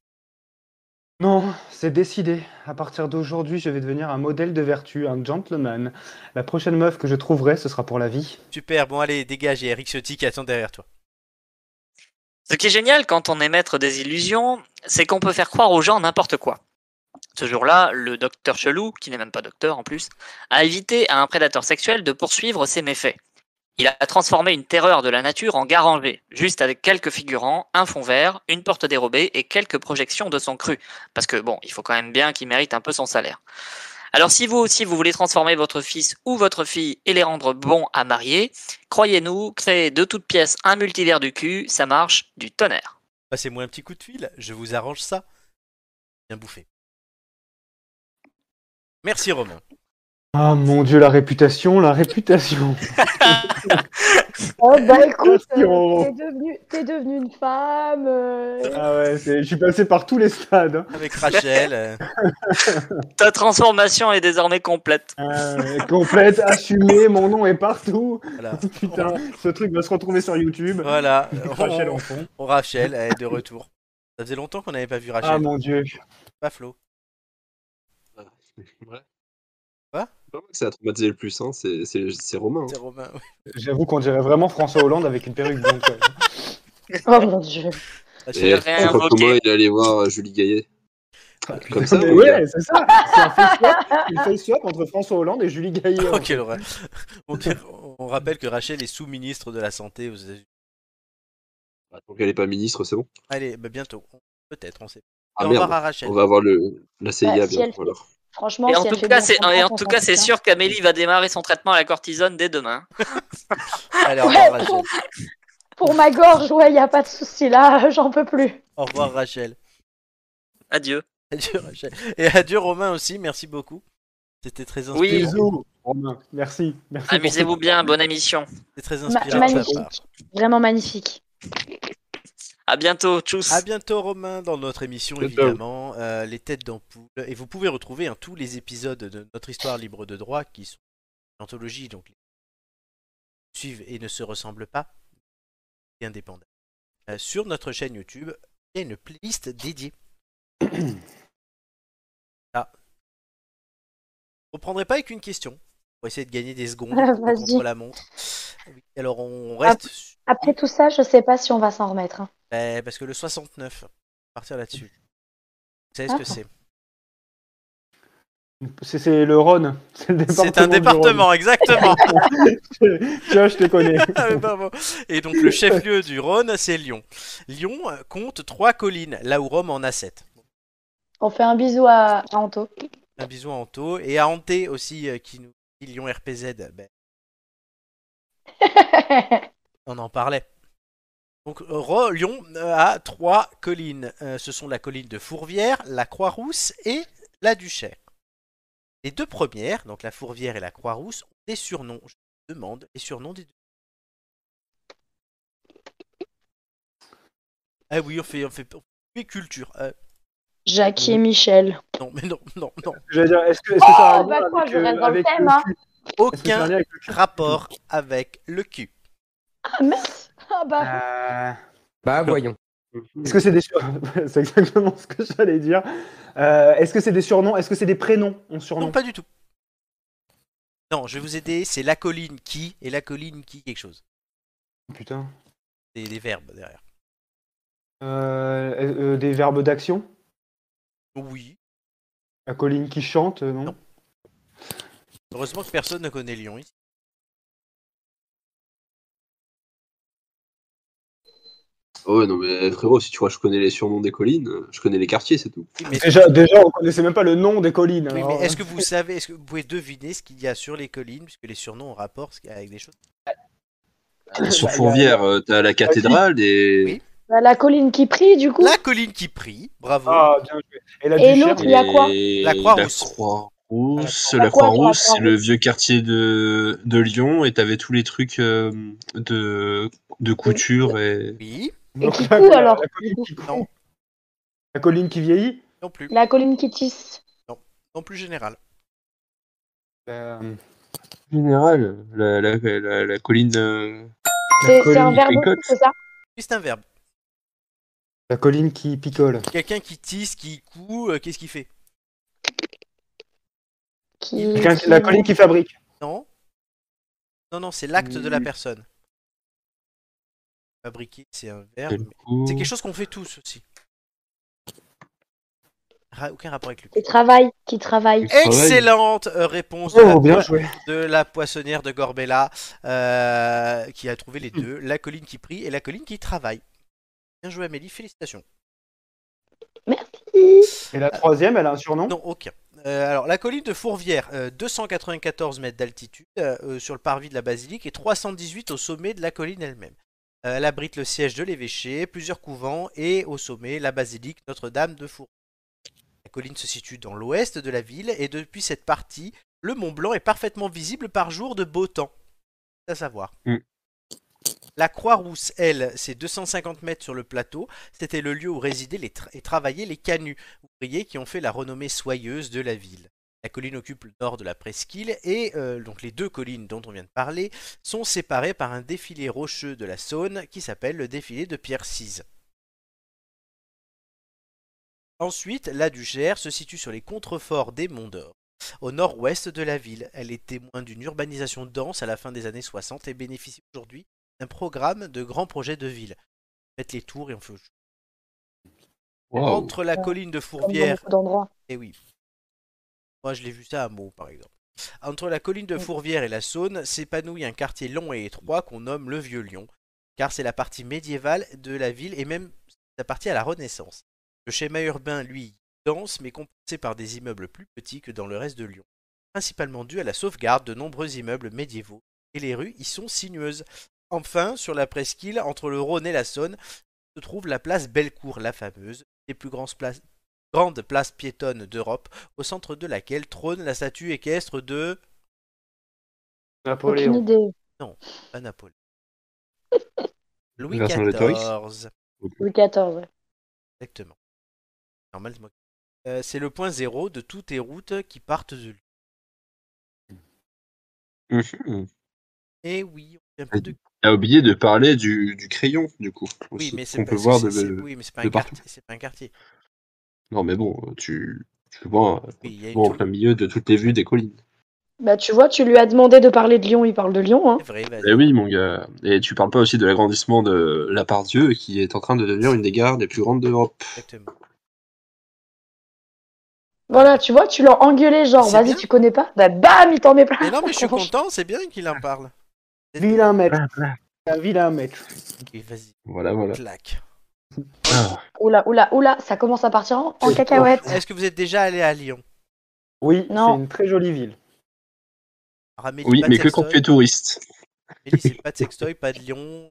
Non, c'est décidé. À partir d'aujourd'hui, je vais devenir un modèle de vertu, un gentleman. La prochaine meuf que je trouverai, ce sera pour la vie.
Super, bon, allez, dégage. Il y a Eric Ciotti qui attend derrière toi.
Ce qui est génial quand on est maître des illusions, c'est qu'on peut faire croire aux gens n'importe quoi. Ce jour-là, le docteur Chelou, qui n'est même pas docteur en plus, a évité à un prédateur sexuel de poursuivre ses méfaits. Il a transformé une terreur de la nature en garangée, juste avec quelques figurants, un fond vert, une porte dérobée et quelques projections de son cru. Parce que bon, il faut quand même bien qu'il mérite un peu son salaire. Alors si vous aussi vous voulez transformer votre fils ou votre fille et les rendre bons à marier, croyez-nous, créer de toutes pièces un multivers du cul, ça marche du tonnerre.
Passez-moi un petit coup de fil, je vous arrange ça. Bien bouffé. Merci, Romain.
Ah mon dieu, la réputation, la réputation.
Oh
<laughs>
bah écoute, euh, t'es
Attention.
devenue t'es devenue une femme. euh,
Ah ouais, c'est- je suis passé par tous les stades. hein.
Avec Rachel. euh,
Ta transformation est désormais complète.
Euh, complète, assumée, mon nom est partout.
Voilà.
<laughs> Putain, ce truc va se retrouver sur YouTube. <laughs>
Voilà.
Rachel
on,
en fond.
on Rachel, elle est de retour. Ça faisait longtemps qu'on n'avait pas vu Rachel.
Ah mon dieu.
Pas Flo.
Pas moi que Ça a traumatisé le plus, hein. c'est- c'est c'est Romain. hein.
C'est Romain, oui.
J'avoue qu'on dirait vraiment François Hollande avec une perruque euh, blonde. quoi.
Oh mon dieu.
Et pourquoi comment il est allé voir euh, Julie Gaillet Comme
Ah,
ça euh,
Mais
mon gars.
ouais, c'est ça. C'est un face-swap une face-swap entre François Hollande et Julie Gaillet.
<laughs> Oh, quelle horreur. On, on rappelle que Rachel est sous-ministre de la Santé aux États-Unis.
bah, Tant qu'elle n'est pas ministre, c'est bon.
Allez, bah, bientôt. Peut-être, on sait.
Ah,
pas. au
merde.
revoir à Rachel.
On va avoir le, la
Bah,
CIA
si elle
bientôt
fait-
alors.
Franchement,
et
si
en
elle
tout
fait
cas,
bien
c'est
son
et en
taf,
tout
on
cas,
s'en
c'est
fout,
sûr qu'Amélie va démarrer son traitement à la cortisone dès demain.
Allez, au revoir
Ouais,
Rachel.
Pour ma gorge, ouais, y a pas de souci là, <laughs> j'en peux plus.
Au revoir Rachel.
Adieu.
Adieu Rachel. Et adieu Romain aussi, merci beaucoup. C'était très inspirant.
Oui.
Bisous, Romain. Merci. merci pour
Amusez-vous bien, bonne émission.
C'était très
Ma-
inspirant de ta
magnifique.
part.
Vraiment magnifique.
À bientôt, tchuss.
À bientôt Romain dans notre émission
Ciao, ciao.
évidemment, euh, les têtes d'ampoule. Et vous pouvez retrouver hein, tous les épisodes de notre histoire libre de droit qui sont une anthologie, donc les suivent et ne se ressemblent pas, indépendants. Euh, sur notre chaîne YouTube, il y a une playlist dédiée. ah. Vous ne reprendrez pas avec une question. On va essayer de gagner des
<laughs>
secondes
Ah,
de
vas-y.
contre la montre. Oui, alors on reste
Ah.
sur-
Après tout ça, je sais pas si on va s'en remettre. hein.
ben, parce que le 69, on va partir là-dessus. Vous savez ce que
Ah.
c'est
C'est c'est le Rhône. C'est le département.
C'est un
du Rhône.
département,
<laughs>
exactement.
tu vois, je te connais.
Ah, bravo. Et donc le chef-lieu du Rhône, c'est Lyon. Lyon euh, compte trois collines, là où Rome en a sept.
On fait un bisou à, à Anto.
Un bisou à Anto et à Anté aussi euh, qui nous dit Lyon RPZ. Ben, On en parlait. Donc Ro- Lyon euh, a trois collines. Euh, ce sont la colline de Fourvière, la Croix-Rousse et la Duchère. Les deux premières, donc la Fourvière et la Croix-Rousse, ont des surnoms. Je vous demande les surnoms des deux. Ah oui, on fait, on fait, on fait culture. euh,
<laughs> Jacques et Michel.
non, mais non, non, non.
J'allais dire, <laughs> est-ce que, est-ce que ça a un
Oh, bah
lien
quoi,
avec,
je
euh,
reste dans le
avec
thème,
le
hein.
cul Est-ce que ça a
Aucun
un lien avec
rapport avec le cul.
Ah, mince Ah, bah.
Bah voyons.
Est-ce que c'est des sur- <laughs> C'est exactement ce que j'allais dire. Euh, est-ce que c'est des surnoms Est-ce que c'est des prénoms en surnom
Non, pas du tout. Non, je vais vous aider. C'est la colline qui et la colline qui quelque chose.
Putain.
Des, des verbes derrière.
Euh, euh, des verbes d'action
Oui.
La colline qui chante, euh, non,
Heureusement que personne ne connaît Lyon ici.
Oh ouais, non, mais frérot, si tu vois, je connais les surnoms des collines, je connais les quartiers, c'est tout.
déjà, déjà, on connaissait même pas le nom des collines.
Oui,
alors,
mais est-ce
euh,
que vous savez, est-ce que vous pouvez deviner ce qu'il y a sur les collines, puisque les surnoms ont rapport ce qu'il y a avec des choses
Ah, bah,
Sur Fourvière, euh, t'as la cathédrale, des.
Bah, la colline qui prie, du coup.
La colline qui prie, bravo.
Ah, Et
la Et Duchère, l'autre, il y a quoi
La Croix-Rousse.
La Croix-Rousse,
La
la
Croix-
Croix-Rousse,
la
c'est le vieux quartier de, de Lyon et t'avais tous les trucs euh, de, de couture et.
Oui.
Et
donc,
qui
la-
coud,
la-
alors
la colline qui coud. La colline qui vieillit
Non plus.
La colline qui tisse.
Non plus général.
Général, la, la, la, la colline. euh,
C'est
la
c'est un
colline
verbe
qui
aussi,
picote.
c'est ça
Oui, C'est un verbe.
La colline qui picole.
Quelqu'un qui tisse, qui coud, euh, qu'est-ce qu'il fait
Qui-
Quelqu'un qui- la colline qui fabrique.
Non. Non, non, c'est l'acte de la personne. Fabriquer, c'est un verbe.
Quel
mais
coup.
C'est quelque chose qu'on fait tous aussi. Ra- aucun rapport avec le
Qui travaille, qui travaille.
Excellente euh, réponse de,
Oh,
la,
bien joué.
de la poissonnière de Gorbella euh, qui a trouvé les deux, la colline qui prie et la colline qui travaille. Bien joué Amélie, félicitations.
Et la troisième, elle a un surnom
Non, aucun. Euh, alors la colline de Fourvière, euh, 294 mètres d'altitude euh, euh, sur le parvis de la basilique et 318 au sommet de la colline elle-même. Euh, elle abrite le siège de l'évêché, plusieurs couvents et au sommet la basilique Notre-Dame de Fourvière. La colline se situe dans l'ouest de la ville et depuis cette partie, le Mont Blanc est parfaitement visible par jour de beau temps. C'est à savoir.
Mm.
La Croix-Rousse, elle, c'est 250 mètres sur le plateau. C'était le lieu où résidaient les tra- et travaillaient les canuts, ouvriers qui ont fait la renommée soyeuse de la ville. La colline occupe le nord de la presqu'île et euh, donc les deux collines dont on vient de parler sont séparées par un défilé rocheux de la Saône qui s'appelle le défilé de Pierre Cise. Ensuite, la Duchère se situe sur les contreforts des Monts d'Or, au nord-ouest de la ville. Elle est témoin d'une urbanisation dense à la fin des années 60 et bénéficie aujourd'hui d'un programme de grands projets de ville. On fait les tours et on fait autre chose.
Waouh.
Entre la colline de
Ah. Comme dans
Fourvière.
beaucoup d'endroits.
Et Eh oui. Moi, je l'ai vu ça à Meaux, par exemple. Entre la colline de Fourvière et la Saône s'épanouit un quartier long et étroit qu'on nomme le Vieux Lyon, car c'est la partie médiévale de la ville et même sa partie à la Renaissance. Le schéma urbain, lui, dense mais compensé par des immeubles plus petits que dans le reste de Lyon, principalement dû à la sauvegarde de nombreux immeubles médiévaux, et les rues y sont sinueuses. Enfin, sur la presqu'île, entre le Rhône et la Saône, se trouve la place Bellecour, la fameuse, des plus grandes places grande place piétonne d'Europe, au centre de laquelle trône la statue équestre de.
Napoléon.
Aucune idée.
Non, pas
<laughs>
Napoléon. Louis
Vincent Latourix.
XIV.
Louis XIV. ouais.
Exactement. Normal, je m'occupe. Euh, c'est le point zéro de toutes les routes qui partent de lui.
Mhm.
Eh oui, on fait un peu de.
T'as oublié de parler du, du crayon, du coup.
Oui,
aussi,
mais c'est
qu'on
pas,
peut
c'est-
voir
c'est-
de,
c'est- oui, mais c'est pas
de
un
partout.
quartier. C'est pas un quartier.
Non, mais bon, tu, tu vois,
Oui, il y a
tu
une
vois en
tour-
plein milieu de toutes les vues des collines.
Bah, tu vois, tu lui as demandé de parler de Lyon, il parle de Lyon. Hein.
C'est vrai, vas-y.
Eh oui, mon gars. Et tu parles pas aussi de l'agrandissement de la Pardieu, qui est en train de devenir une des gares les plus grandes d'Europe.
Exactement.
Voilà, tu vois, tu l'as engueulé, genre,
C'est
vas-y,
bien.
tu connais pas Bah, bam, il t'en met plein.
Mais non, mais je suis content, c'est bien qu'il en
<laughs>
parle.
Vilain maître. Un vilain maître.
Et vas-y,
Voilà, voilà.
claque.
Ah,
Oula, oula, oula, ça commence à partir en, en cacahuète.
Est-ce que vous êtes déjà allé à Lyon
Oui,
Non.
c'est une très jolie ville.
Alors, Amélie
Oui, mais que
Patterson-
quand tu es touriste.
Ellie, c'est pas de sextoy, pas de lion.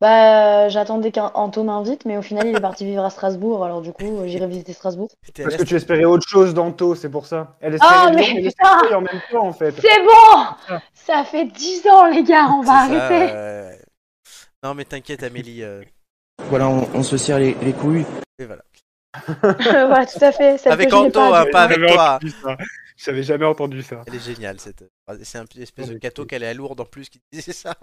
Bah, j'attendais qu'Anto m'invite, mais au final, il est parti vivre à Strasbourg, alors du coup, Oh, j'irai visiter Strasbourg.
Parce que tu espérais autre chose d'Anto, c'est pour ça. Elle espérait
Ah,
le
mais
lion et le
putain
sextoy en même temps, en fait.
C'est bon Ça fait 10 ans, les gars, on va
Ah. C'est ça,
arrêter.
ouais. Non, mais t'inquiète, Amélie. euh,
Voilà, on, on se serre les, les couilles.
et voilà.
<laughs> voilà, tout à fait. celle
euh. avec
que je n'ai
Anto, hein,
du
pas
coup.
avec toi.
J'avais jamais entendu ça.
Elle est géniale cette. phrase. C'est un une espèce de gâteau qu'elle est à Lourdes en plus qui disait ça.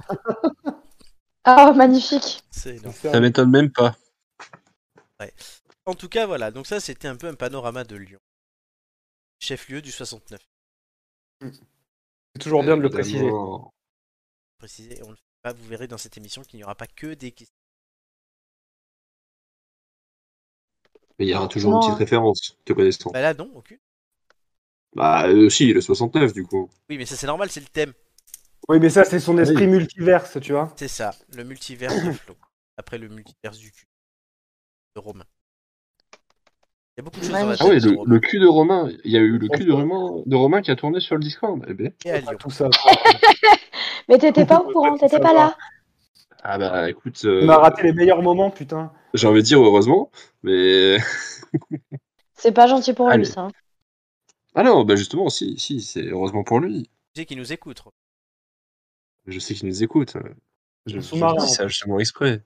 Ah, magnifique.
C'est énorme.
Ça m'étonne même pas.
Ouais. En tout cas, voilà. Donc ça, c'était un peu un panorama de Lyon, chef-lieu du 69.
C'est toujours bien de le préciser.
Euh, Évidemment.
Précisé, on le fait pas. Vous verrez dans cette émission qu'il n'y aura pas que des questions.
Mais il y aura toujours une
Non.
petite référence, te connaissant.
Bah là, non, aucune.
Bah, euh, si, le 69, du coup.
Oui, mais ça, c'est normal, c'est le thème.
Oui, mais ça, c'est son esprit multiverse, tu vois.
C'est ça, le multiverse de Flo. Après le multiverse du cul de Romain. Il y a beaucoup de choses dans la
Ah ouais,
tête de
le,
Romain.
le cul de Romain. Il y a eu le cul de Romain, de Romain qui a tourné sur le Discord. Eh bien.
Et à Lyon.
Tout ça.
Mais t'étais pas
<laughs>
au courant, t'étais pas là.
Ah bah, écoute,
On
euh,
a raté les meilleurs moments, putain.
j'ai envie de dire heureusement, mais. <laughs>
C'est pas gentil pour
Allez.
lui, ça. hein.
Ah non, bah justement, si, si, c'est heureusement pour lui.
Tu sais qu'il nous écoute. Romain.
Je sais qu'il nous écoute. Je, je
sous-marin,
dis
en
ça justement exprès.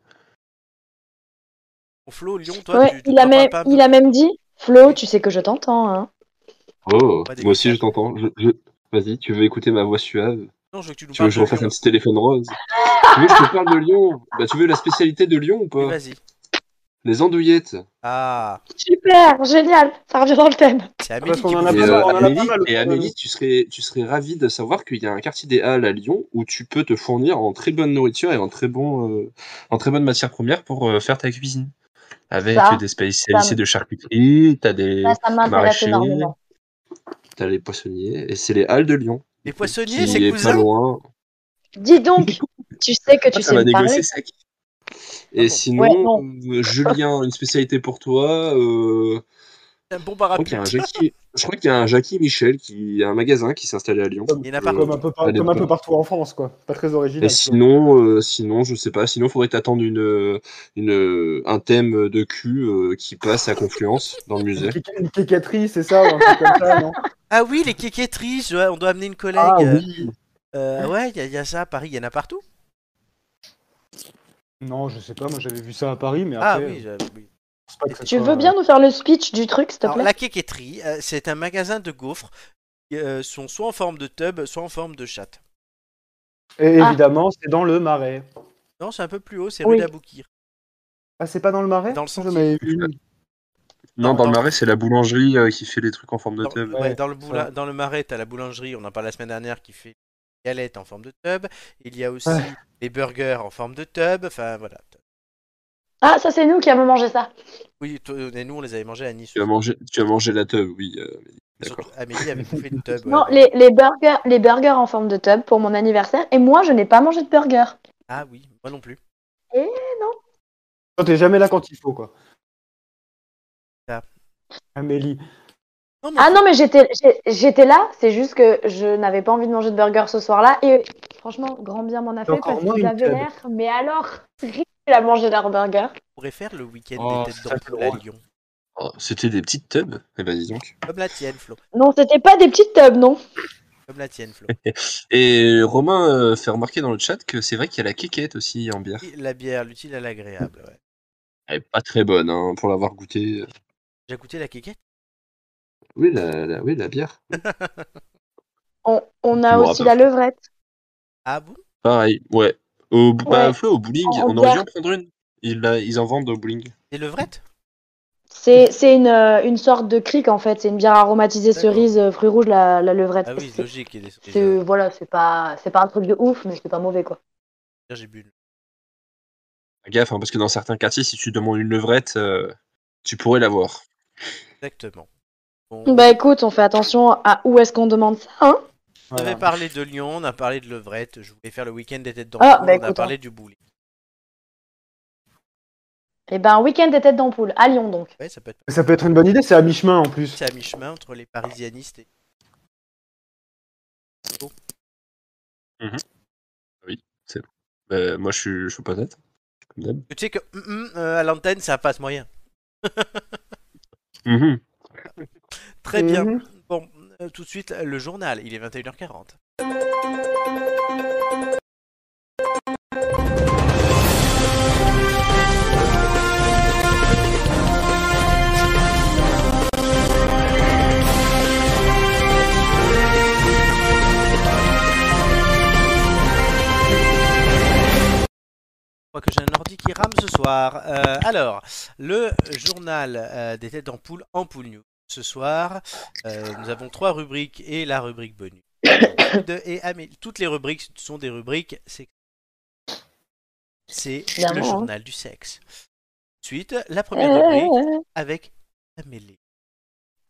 Bon, Flo, Lyon, toi,
Ouais,
tu, tu
il, a
t'en parles
même,
pas un peu
il a même dit Flo, tu sais que je t'entends, hein.
Oh, moi aussi je t'entends. Je- je- Vas-y, tu veux écouter ma voix suave
Non, je veux que tu nous
veux
parles
que je
de
refasse
Lyon.
un petit téléphone rose Tu veux que je te parle de Lyon Bah, tu veux la spécialité de Lyon ou pas
Vas-y.
Les andouillettes.
Ah,
Super, génial, ça revient dans le thème.
c'est
Parce qu'on en a
Et,
pas
euh,
mal, on en a pas
Amélie-
mal.
et Amélie, tu serais, tu serais ravie de savoir qu'il y a un quartier des Halles à Lyon où tu peux te fournir en très bonne nourriture et en très, bon, euh, en très bonne matière première pour euh, faire ta cuisine. Avec
Ça,
des
ça
spécialités
me-
de charcuterie, t'as des
Bah, Ça, ça m'intéresse
maraîchers,
énormément.
t'as les poissonniers, et c'est les Halles de Lyon.
Les
qui
poissonniers,
est
c'est
pas
cousin.
loin.
Dis
<laughs>
donc, tu sais que
Ah,
tu
ça
sais
va
me parler.
négocier sec. Et sinon,
Ouais, non.
euh, Julien, une spécialité pour toi. euh,
Un bon
Ah,
je crois
parapluie.
qu'il y a un Jackie- je crois qu'il y a un Jackie Michel qui a un magasin qui s'est installé à Lyon.
Il y en a
Euh,
partout.
Comme un peu, par-
à
comme un peu
l'époque.
partout en France, quoi. Pas très
Et
original.
sinon, euh, sinon, je sais pas. Sinon, faudrait t'attendre une, euh, une, euh, un thème de cul euh, qui passe à Confluence dans le musée.
Une kék- Une kékaterie, c'est ça, ou un truc comme ça, non <laughs>
Ah oui, les quéquetteries, je- on doit amener une collègue.
Ah
euh,
oui.
euh, ouais, il y, a- il y a ça à Paris, il y en a partout.
Non, je sais pas, moi j'avais vu ça à Paris, mais
Ah
après.
oui,
euh,
j'avais- oui.
je pense pas que ça
Tu
soit-
veux bien nous faire le speech du truc, s'il te
Alors,
plaît
la quéquetterie, euh, c'est un magasin de gaufres qui euh, sont soit en forme de tub, soit en forme de chatte.
Et
Ah.
évidemment, c'est dans le marais.
Non, c'est un peu plus haut, c'est
Oui.
rue d'Aboukir.
Ah, c'est pas dans le marais
Dans le sens.
Non, dans le marais, c'est la boulangerie euh, qui fait les trucs en forme de
Dans,
thème.
ouais, dans le, boula- dans le marais, t'as la boulangerie, on en parlait la semaine dernière, qui fait des galettes en forme de tub. Il y a aussi
Ouais.
les burgers en forme de tub. Enfin, voilà.
Ah, ça, c'est nous qui avons mangé ça.
Oui, toi- et nous, on les avait mangés à Nice.
Tu as mangé, tu as mangé la teub, oui. euh,
Surtout, Amélie avait bouffé une tub. ouais,
Non,
donc-
les, les burgers, les burgers en forme de tub pour mon anniversaire, et moi, je n'ai pas mangé de burger.
Ah oui, moi non plus.
Eh,
Toi, T'es jamais là quand il faut, quoi.
Ça.
Amélie.
Ah non, mais j'étais j'ai- j'étais là, c'est juste que je n'avais pas envie de manger de burger ce soir-là. Et franchement, grand bien m'en a fait
Encore
parce
moins
qu'ils
une
avaient
tub.
l'air, mais alors, <laughs> ridicule à manger leur burger.
On pourrait faire le week-end
Oh,
des têtes
c'est ça,
d'ampoule à Lyon.
Oh, C'était des petites teubs Eh ben, dis donc.
Comme la tienne, Flo.
Non, c'était pas des petites tubs, non
Comme la tienne,
<laughs>
Flo.
Et Romain euh, fait remarquer dans le chat que c'est vrai qu'il y a la quéquette aussi en bière.
La bière, l'utile à l'agréable. Ouais.
Elle est pas très bonne, hein, pour l'avoir goûtée.
J'ai goûté la quéquette.
Oui, la, la- oui, la bière.
On, on a
Tu me
aussi la levrette.
Ah bon
Pareil, ouais. Au, bou- bah,
Ouais.
Flo, au bowling,
En- en
on aurait dû
bière.
en prendre une. Ils, la- ils en vendent au bowling.
Des levrettes
C'est c'est une, euh, une sorte de cric en fait, c'est une bière aromatisée cerise, euh, fruits rouges, la, la levrette.
Ah oui,
C'est-
logique. Il y a des
c'est- voilà, c'est pas, c'est pas un truc de ouf, mais c'est pas mauvais quoi.
J'ai bu une.
Fais Gaffe, hein, parce que dans certains quartiers, si tu demandes une levrette, euh, tu pourrais l'avoir.
Exactement.
Bah écoute, on fait attention à où est-ce qu'on demande ça, hein
On avait parlé de Lyon, on a parlé de levrette. Je voulais faire le week-end des têtes d'ampoule.
Ah, bah,
on a
écoute,
parlé
hein.
du bowling.
Et ben, un week-end des têtes d'ampoule, à Lyon donc.
Ouais, ça peut être
Ça peut être une bonne idée, c'est à mi-chemin en plus.
c'est à mi-chemin entre les parisianistes et.
Oui, c'est bon. Euh, moi, je suis, je suis pas net. Comme d'hab.
Tu sais que hum, hum, euh, à l'antenne, ça passe moyen.
Mhm.
Mm-hmm.
Très bien.
Mhm.
Bon, euh, tout de suite, le journal. Il est 21h40. Je crois que j'ai un ordi qui rame ce soir. Euh, alors, le journal euh, des têtes d'ampoule Ampoule News. Ce soir, euh, nous avons trois rubriques et la rubrique bonus. <coughs> De- et Amélie- Toutes les rubriques sont des rubriques sexuelles. C'est le
Évidemment, hein.
journal du sexe. Ensuite, la première
Ouais, ouais,
rubrique
ouais.
avec Amélie.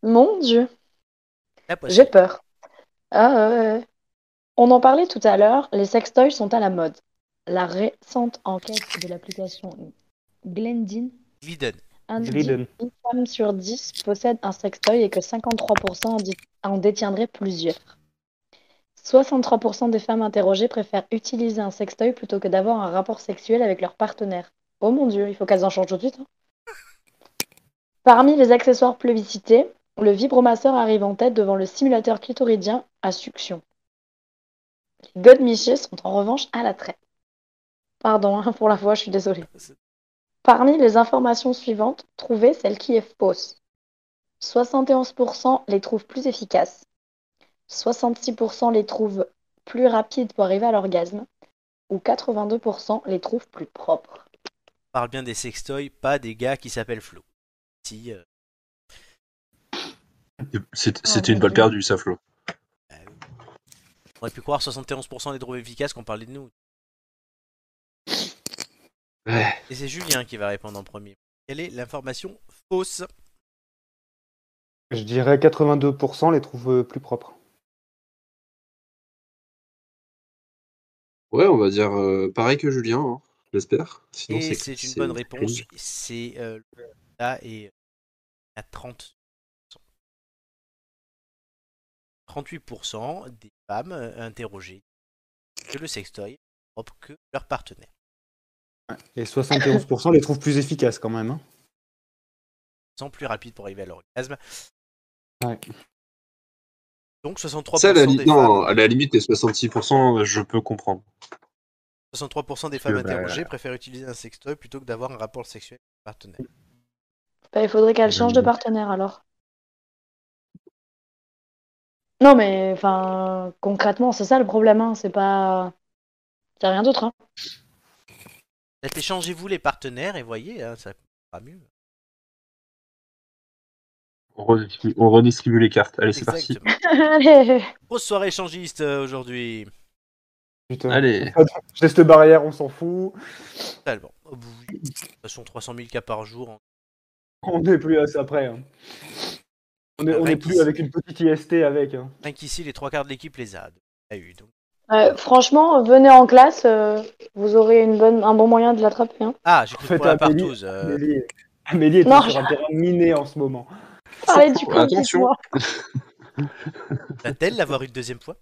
Eh, Mon Dieu.
La poitrine.
J'ai peur. Ah, ouais, ouais. On en parlait tout à l'heure, les sextoys sont à la mode. La récente enquête de l'application Glendin
Glidden.
indique
Glidden.
qu'une femme sur 10 possède un sextoy et que 53% en, dit- en détiendraient plusieurs. 63% des femmes interrogées préfèrent utiliser un sextoy plutôt que d'avoir un rapport sexuel avec leur partenaire. Oh mon Dieu, il faut qu'elles en changent tout de suite. hein. Parmi les accessoires plébiscités, le vibromasseur arrive en tête devant le simulateur clitoridien à succion. Les godemichés sont en revanche à la traite. Pardon hein, pour la voix, je suis désolée. Parmi les informations suivantes, trouvez celle qui est fausse. 71% les trouvent plus efficaces. 66% les trouvent plus rapides pour arriver à l'orgasme. Ou 82% les trouvent plus propres.
On parle bien des sextoys, pas des gars qui s'appellent Flo. Si, euh,
Ah,
C'est- C'était
bah,
une balle perdue, ça, Flo.
on aurait pu croire 71% des troubles efficaces qu'on parlait de nous.
Ouais.
Et c'est Julien qui va répondre en premier. Quelle est l'information fausse
Je dirais 82% les trouvent euh, plus propres.
Ouais, on va dire euh, pareil que Julien, hein, j'espère. Sinon,
Et c'est une bonne réponse.
cringe.
C'est euh, là et à 30. 38% des femmes euh, interrogées disent que le sextoy est propre que leur partenaire.
Et 71% les trouvent plus efficaces quand même. hein.
Sans plus rapide pour arriver à l'orgasme.
Ouais.
Donc 63%
Ça, à la, li-
des femmes,
non, à la limite, les 66%, je peux comprendre.
63% des
Parce que,
femmes
bah,
interrogées préfèrent utiliser un sextoy plutôt que d'avoir un rapport sexuel avec leur partenaire.
Bah, il faudrait qu'elle change de partenaire alors. Non mais enfin concrètement c'est ça le problème hein, c'est pas y a rien <laughs> d'autre hein.
Peut-être échangez-vous les partenaires et voyez, hein, ça va mieux.
On redistribue, on redistribue les cartes. Allez, c'est parti.
Exactement. Grosse soirée échangiste euh, aujourd'hui.
Putain.
Allez.
Geste barrière, on s'en fout.
Totalement. Oh, oui. De toute façon, 300 000 cas par jour. hein.
On n'est plus à ça près. hein. On est- on n'est plus avec une petite IST avec. hein.
Rien qu'ici, les trois quarts de l'équipe les a, a eu. donc.
Euh, franchement venez en classe euh, vous aurez une bonne un bon moyen de l'attraper hein.
Ah, j'ai cru
En fait,
pour la
Amélie-
partouze. euh,
Amélie, Amélie est
Non,
sur un
je-
terrain miné en ce moment.
Parlez Ah, du coup,
Attention.
dites-moi.
Va-t-elle l'avoir une deuxième fois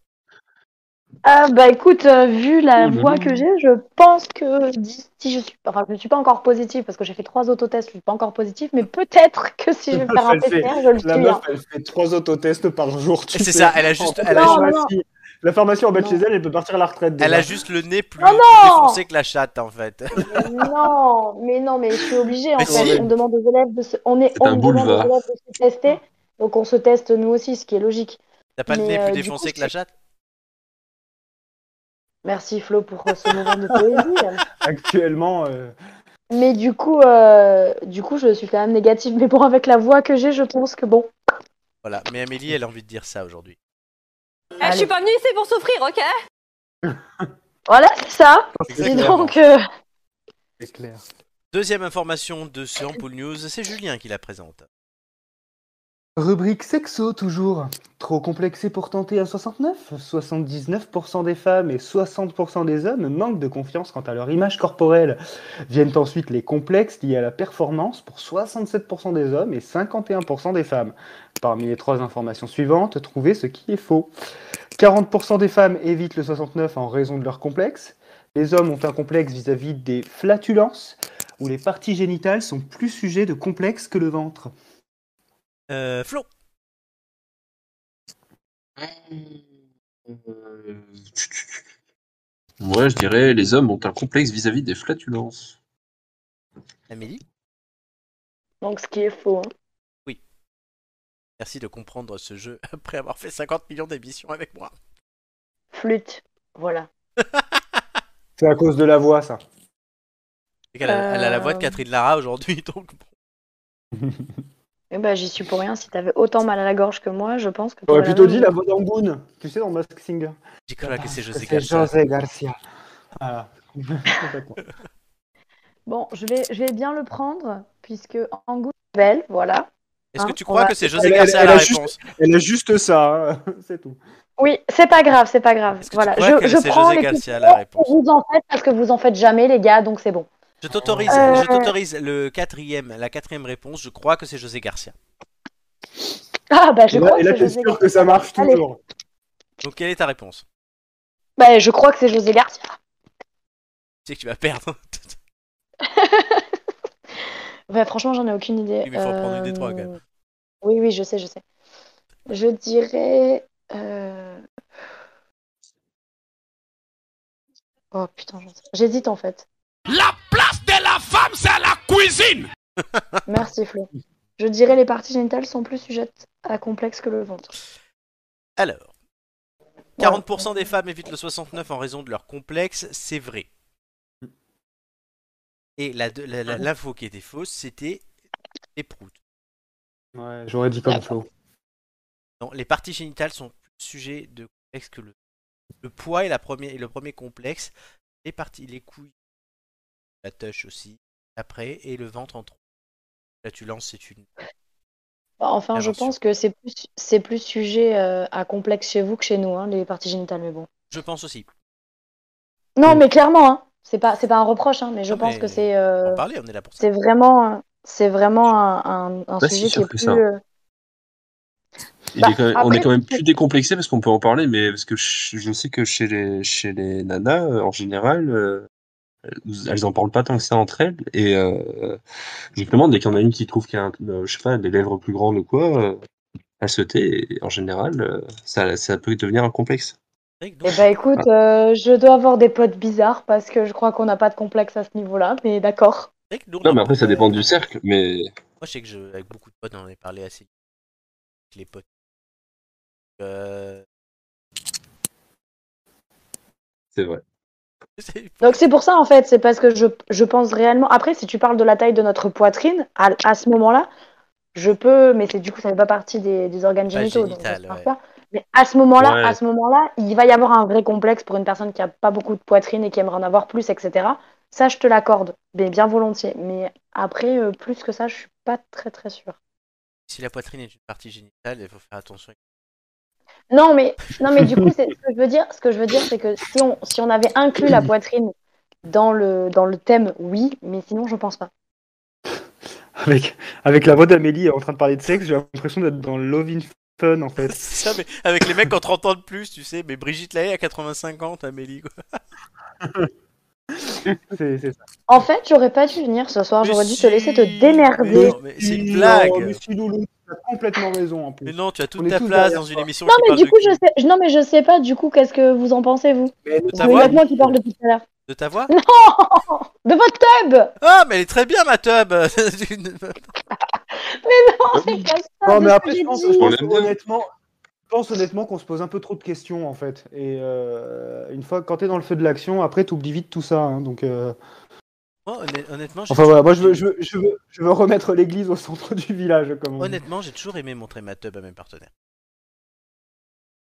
Ah bah écoute euh, vu la
Oh là
voix
là.
que j'ai je pense que si je suis enfin je ne suis pas encore positive parce que j'ai fait trois autotests je suis pas encore positive mais peut-être que si je vais
La
faire un
meuf, elle fait-
PCR je le suis
la meuf,
hein.
elle fait trois autotests par jour. tu
Et c'est
sais.
ça, elle a
En
juste-
fait,
elle
la,
a juste-
pharmacie, la pharmacie en bas de chez elle, elle peut partir à la retraite.
Elle
déjà.
a juste le nez plus,
Oh
plus
non
défoncé que la chatte en fait. <laughs>
Non, mais non, mais je suis obligée en
Mais
fait.
si.
On demande aux élèves de se, on est,
C'est
on
un
demande aux
boulevard.
élèves de se tester, donc on se teste nous aussi, ce qui est logique.
T'as pas le
Mais,
nez
euh,
plus
du
défoncé
coup,
que la chatte
Merci Flo pour euh, ce moment de poésie.
Actuellement, euh,
Mais du coup, euh, du coup, je suis quand même négative. Mais bon, avec la voix que j'ai, je pense que bon.
Voilà, mais Amélie, elle a envie de dire ça aujourd'hui.
Ah, je suis pas venue ici pour souffrir, ok hein.
Voilà, c'est ça. Dis
Exactement.
donc, euh,
c'est clair.
Deuxième information de ce Ampoule News, c'est Julien qui la présente.
Rubrique sexo toujours. Trop complexé pour tenter un 69 79% des femmes et 60% des hommes manquent de confiance quant à leur image corporelle. Viennent ensuite les complexes liés à la performance pour 67% des hommes et 51% des femmes. Parmi les trois informations suivantes, trouvez ce qui est faux. 40% des femmes évitent le 69 en raison de leur complexe. Les hommes ont un complexe vis-à-vis des flatulences, où les parties génitales sont plus sujets de complexe que le ventre.
Euh, Flo
Moi, je dirais les hommes ont un complexe vis-à-vis des flatulences.
Amélie
Donc, ce qui est faux. hein.
Merci de comprendre ce jeu <laughs> après avoir fait 50 millions d'émissions avec moi.
Flûte. Voilà.
C'est à cause de la voix, ça.
Elle a, elle a la voix de
Euh.
Catherine Lara aujourd'hui, <laughs> donc bon.
Eh ben, j'y suis pour rien. Si t'avais autant mal à la gorge que moi, je pense que. t'aurais
J'aurais
la
plutôt
même.
dit la voix d'Angoune, tu sais, dans Mask Singer.
J'ai
Ah
cru que
bah,
c'est José
C'est
Garcia.
José Garcia. Voilà. Complètement.
Bon, je vais, je vais bien le prendre, puisque Angoune est belle, voilà.
Est-ce que
Hein,
tu
on
crois
va-
que c'est José Garcia à la réponse
Juste, <laughs> elle a juste ça, hein, <laughs> c'est tout.
Oui, c'est pas grave, c'est pas grave. Voilà,
crois que
je, je
c'est
prends
José
les
Garcia,
questions
la
que vous en faites parce que vous en faites jamais, les gars, donc c'est bon. <laughs>
Je t'autorise,
Euh.
je t'autorise le quatrième, la quatrième réponse. Je crois que c'est José Garcia.
Ah bah je
Et là-
crois
et
que
là,
c'est
t'es
José
sûr que ça marche
Allez.
toujours.
Donc quelle est ta réponse
Bah je crois que c'est José Garcia.
Tu sais que tu vas perdre. <laughs>
Ouais, franchement, j'en ai aucune idée.
Oui, mais faut en prendre une des trois, quand même.
Euh, Oui, oui, je sais, je sais. Je dirais. euh, Oh putain, j'en sais- j'hésite
<laughs>
en fait.
La place de la femme, c'est la cuisine.
Merci Flo. Je dirais les parties génitales sont plus sujettes à complexe que le ventre.
Alors, 40% des femmes évitent le 69 en raison de leur complexe, c'est vrai. Et la de-
Ah
la- la- l'info qui était fausse, c'était les proutes.
Ouais, j'aurais dit comme Flo.
Non, les parties génitales sont plus sujets de complexe que le, le poids est la première, est le premier complexe. Les parties, les couilles, la touche aussi, après, et le ventre en trop. Là, tu lances, c'est une.
Bah,
Ah,
Enfin, je pense que c'est plus, c'est plus sujet euh, à complexe chez vous que chez nous, hein, les parties génitales, mais bon.
Je pense aussi.
Non, mais clairement, hein, c'est pas, c'est pas un reproche, hein, mais je
Non,
pense
mais
que c'est, euh,
en parler, on est là pour ça.
c'est vraiment, un- c'est vraiment un, un- un
Pas Bah, si
sujet qui
sûr
est
que
plus.
ça.
euh,
Il
Bah,
est quand même- on
après,
est quand même
c'est-
plus décomplexé parce qu'on peut en parler, mais parce que je, je sais que chez les, chez les nanas, euh, en général, euh, elles- elles en parlent pas tant que ça entre elles. Et euh, justement, dès qu'il y en a une qui trouve qu'il y a un- euh, je sais pas, des lèvres plus grandes ou quoi, euh, elle se tait. Et en général, euh, ça, ça peut devenir un complexe.
Eh ben écoute,
Ah.
euh, je dois avoir des potes bizarres parce que je crois qu'on n'a pas de complexe à ce niveau-là, mais d'accord.
Non, mais après, ça dépend du cercle. Mais
Moi, je sais que je, avec beaucoup de potes, on en a parlé assez. Avec les potes. Euh, <laughs>
c'est vrai.
Donc c'est pour ça en fait, c'est parce que je, je pense réellement. Après, si tu parles de la taille de notre poitrine, à, à ce moment-là, je peux, mais c'est du coup ça fait pas partie des, des organes
Pas
génitaux,
génital,
donc ça se parle
ouais.
pas. Mais à ce moment-là,
Ouais.
à ce moment-là, il va y avoir un vrai complexe pour une personne qui a pas beaucoup de poitrine et qui aimerait en avoir plus, etc. Ça, je te l'accorde, mais bien volontiers. Mais après, euh, plus que ça, je suis pas très très sûre.
si la poitrine est une partie génitale, il faut faire attention.
Non, mais, non, mais du coup, c'est- ce que je veux dire, ce que je veux dire, c'est que si on, si on avait inclus la poitrine dans le, dans le thème, oui, mais sinon, je pense pas.
Avec, avec la voix d'Amélie en train de parler de sexe, j'ai l'impression d'être dans Love in Fun en fait.
C'est <laughs> ça, mais avec les mecs qui ont 30 ans de plus, tu sais, mais Brigitte Lahaye à 85 ans, Amélie, quoi.
C'est c'est ça.
En fait, j'aurais pas dû venir ce soir, j'aurais dû te laisser te
Mais
démerder.
non, mais c'est une blague.
Non, mais si, Loulou, t'as complètement raison en plus.
Mais non, tu as toute
On est
ta
tous
place
derrière
dans une
toi.
émission
Non,
qui
mais
parle
du
de
coup, je sais, non, mais je sais pas, du coup, qu'est-ce que vous en pensez, vous
de ta
Vous
voix
êtes moi qui parle depuis tout à l'heure.
De ta
<laughs>
voix
Non De votre tub
Ah, mais elle est très bien, ma tub <laughs>
Mais non, c'est pas ça
Non,
de
mais
ce
après,
que
je
j'ai
pense,
<laughs> dit.
je pense honnêtement, je pense honnêtement qu'on se pose un peu trop de questions en fait. Et euh, une fois, quand t'es dans le feu de l'action, après, t'oublies vite tout ça. hein, donc, euh,
Moi, honn- honnêtement, j'ai
enfin voilà, moi, je veux,
toujours-
je veux, je veux, je veux remettre l'église au centre du village. Comme on dit.
honnêtement, j'ai toujours aimé montrer ma tub à mes partenaires.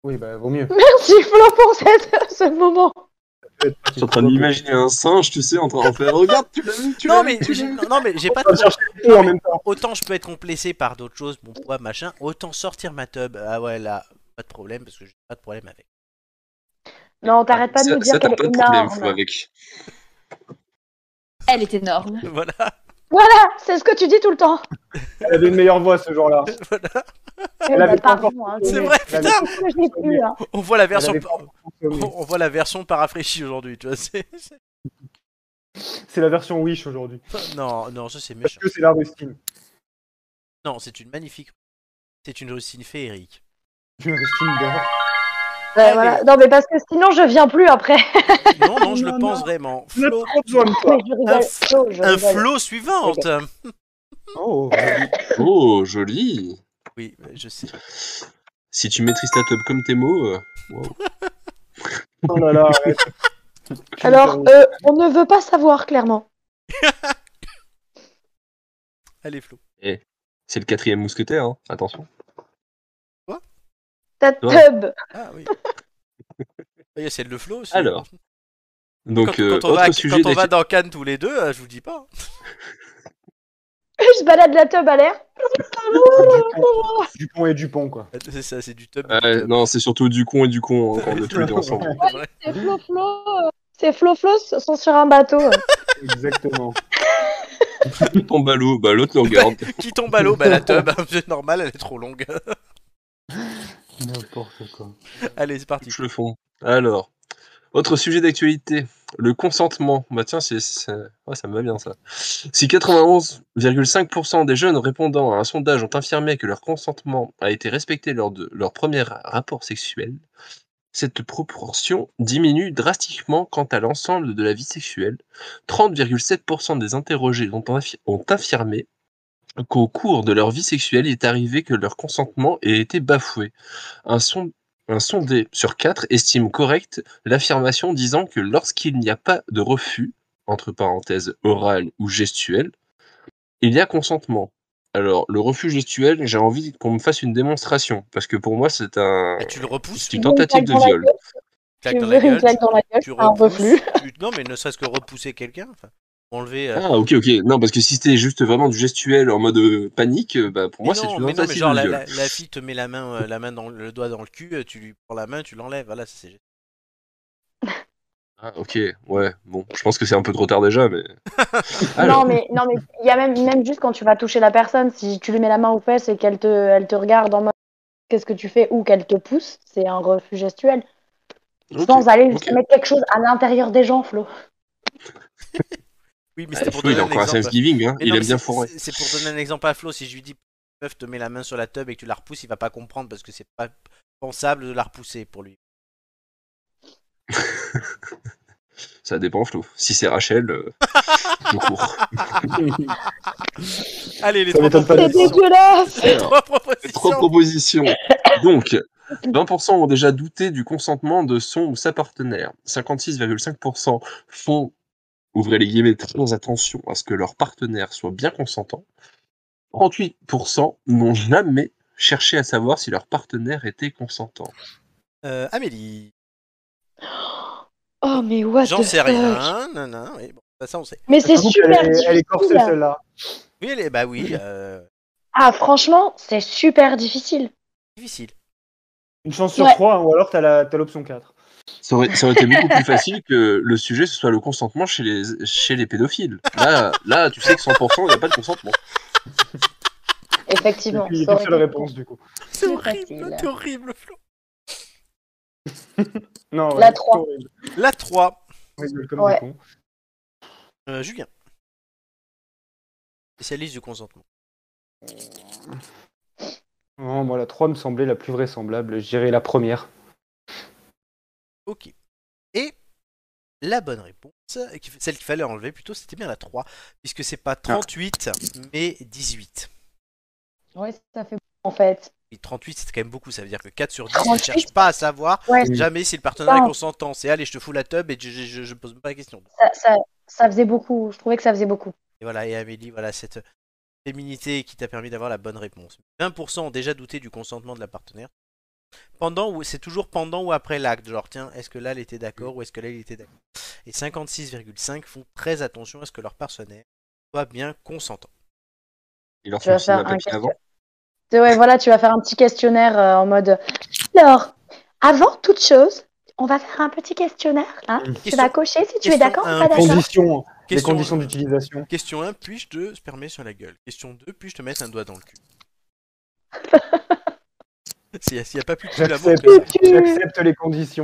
Oui, bah, vaut mieux.
Merci Flo pour cette- <laughs> ce moment.
Je suis en train d'imaginer un singe, tu sais, en train de faire Regarde, tu l'as vu, tu
Non
l'as
mais,
vu, tu
j'ai-
l'as vu.
non, non, mais j'ai pas
va
de-
chercher
non,
le en
mais
même temps.
Autant je peux être complexé par d'autres choses, mon poids, machin, autant sortir ma tub. Ah ouais, là, pas de problème, parce que j'ai pas de problème avec.
Non, t'arrêtes pas de
Ça,
nous dire
ça, t'as
qu'elle
pas
est
de problème,
énorme.
faut avec.
Elle est énorme.
Voilà.
Ah, Voilà, c'est ce que tu dis tout le temps.
Elle avait une meilleure voix ce jour-là.
Elle
bah,
avait pas
pardon,
encore
hein,
fonctionné.
je- <laughs>
C'est vrai,
je-
putain Ah,
je l'ai plus, hein.
On voit la version,
avait
par- on, on voit la version pas rafraîchie aujourd'hui, tu vois. c'est- <laughs> c'est-
C'est la version Wish aujourd'hui.
Non, non, ça c'est méchant.
Parce que c'est la rustine.
Non, c'est une magnifique. C'est une rustine féerique.
Une rustine d'or.
Ouais, voilà. Non, mais parce que sinon, je viens plus après.
Non, non, je le pense vraiment. Flo,
<laughs>
un, f- un Flo suivante.
Oh,
Oh, joli.
Oui, je sais.
Si tu maîtrises ta table comme tes mots. euh, wow.
Oh là là, arrête.
Alors, euh, on ne veut pas savoir, clairement.
Allez, Flo.
Eh, c'est le quatrième mousquetaire, hein. attention.
Ta
Ouais.
tub. <laughs>
Ah oui. Il y a celle de Flo aussi.
Alors. Donc,
quand,
euh,
quand on, va,
autre
à-
sujet
quand on va
d'actu-
dans Cannes tous les deux, euh, je vous dis pas.
Je balade la tub à l'air.
Dupont et Dupont, quoi.
hein. <laughs> C'est ça, c'est du tub.
Ouais,
<laughs>
Euh, non, c'est surtout du con et du con hein, qu'on a tous les deux ensemble.
C'est Flo Flo. C'est Flo Flo sont sur un bateau. hein. <laughs>
Exactement.
Il tombe à l'eau, bah l'autre le regarde.
Qui tombe à l'eau Bah la tub, <laughs> c'est normal, elle est trop longue.
<laughs> N'importe quoi.
Allez, c'est parti.
Je le fond. Alors, autre sujet d'actualité, le consentement. Bah tiens, c'est, c'est- ouais, ça me va bien ça. Si 91,5% des jeunes répondant à un sondage ont affirmé que leur consentement a été respecté lors de leur premier rapport sexuel, cette proportion diminue drastiquement quant à l'ensemble de la vie sexuelle. 30,7% des interrogés ont affi- ont affirmé qu'au cours de leur vie sexuelle, il est arrivé que leur consentement ait été bafoué. Un, son- un sondé sur quatre estime correcte l'affirmation disant que lorsqu'il n'y a pas de refus, entre parenthèses oral ou gestuel, il y a consentement. Alors, le refus gestuel, j'ai envie qu'on me fasse une démonstration, parce que pour moi, c'est un...
tu le repousses
C'est une tentative de viol.
Claque
Tu
dans la
veux une
gueule,
claque dans la gueule,
tu
c'est un
repousses,
reflux.
tu- Non, mais ne serait-ce que repousser quelqu'un. enfin, Enlever. euh,
Ah, ok, ok. Non, parce que si c'était juste vraiment du gestuel en mode euh, panique, euh, bah, pour
Mais
moi, c'est
non,
une
mais non, mais
tentative
genre
de
la,
viol.
la- la fille te met la main, euh, la main dans le doigt dans le cul, euh, tu lui prends la main, tu l'enlèves. Voilà, ça, c'est.
Ah, ok, ouais. Bon, je pense que c'est un peu trop tard déjà, mais.
Non mais non mais il y a même même juste quand tu vas toucher la personne, si tu lui mets la main aux fesses et qu'elle te elle te regarde en mode qu'est-ce que tu fais ou qu'elle te pousse, c'est un refus gestuel. Sans
Bah,
aller jusqu'à mettre quelque chose à l'intérieur des gens, Flo.
Oui, mais
Ah,
c'était pour
Flo, il
donner
est
un
encore à
exemple.
Thanksgiving, hein,
Mais
il
non,
aime
mais
bien
c'est-
fourrer.
c'est- C'est pour donner un exemple à Flo. Si je lui dis, meuf, te mets la main sur la tub et que tu la repousses, il va pas comprendre parce que c'est pas pensable de la repousser pour lui.
Ça dépend, Flo. Si c'est Rachel, euh,
<laughs>
je cours.
Ah,
Allez, les
Ça
trois
m'étonne pas
propositions.
du tout.
<laughs>
C'est dégueulasse.
Les trois propositions.
Les
<laughs>
Trois propositions. Donc, 20% ont déjà douté du consentement de son ou sa partenaire. 56,5% font, ouvrez les guillemets, très attention à ce que leur partenaire soit bien consentant. 38% n'ont jamais cherché à savoir si leur partenaire était consentant.
Euh, Amélie.
Oh mais what
J'en
the
sais rien.
fuck.
Non, non, oui, bon, ça, ça, on sait.
Mais c'est
J'avoue
super
qu'elle est-
difficile.
elle est corsée,
celle-là.
Oui, elle est- bah oui, euh,
Ah franchement, c'est super difficile.
difficile.
Une chance sur
Ouais.
trois, ou alors t'as la- t'as l'option 4.
Ça aurait, ça aurait été beaucoup plus facile que le sujet ce soit le consentement chez les, chez les pédophiles. Là, là, tu sais que 100%, il n'y a pas de consentement.
Effectivement.
Il y a
ça
une
aurait
seule
été-
réponse, du coup.
C'est
horrible,
c'est horrible, Flo.
Non,
La
ouais,
trois.
horrible.
La 3.
Horrible comme
Ouais.
des cons.
Euh, Julien. Spécialiste du consentement.
Non, moi, la 3 me semblait la plus vraisemblable. Je dirais la première.
Ok. Et la bonne réponse, euh, qui- celle qu'il fallait enlever plutôt, c'était bien la 3, puisque c'est pas 38, mais 18.
Ouais, ça fait en fait.
Et 38, c'est quand même beaucoup, ça veut dire que 4 sur 10 ne
38,
cherche pas à savoir
Ouais.
jamais si le partenaire est
Putain.
consentant. C'est allez, je te fous la tub et je, je, je- je me pose même pas la question.
Ça, ça, ça faisait beaucoup. Je trouvais que ça faisait beaucoup.
Et voilà, et Amélie, voilà cette féminité qui t'a permis d'avoir la bonne réponse. 20% ont déjà douté du consentement de la partenaire. Pendant ou c'est toujours pendant ou après l'acte, genre tiens, est-ce que là elle était d'accord ou est-ce que là il était d'accord Et 56,5 font très attention à ce que leur partenaire soit bien consentant.
Ils leur
Tu vas
font
faire
signer un
un
papier
question-
avant.
Tu- Ouais, voilà, tu vas faire un petit questionnaire euh, en mode. Alors, avant toute chose, on va faire un petit questionnaire. hein. Tu
Question-
vas cocher si tu es
question
d'accord
un.
ou pas d'accord.
Conditions. hein. Les
Question-
conditions d'utilisation.
Question 1, puis-je te spermer sur la gueule Question 2, puis-je te mettre un doigt dans le cul S'il n'y a pas plus de l'amour
J'accepte
que ça.
j'accepte les conditions.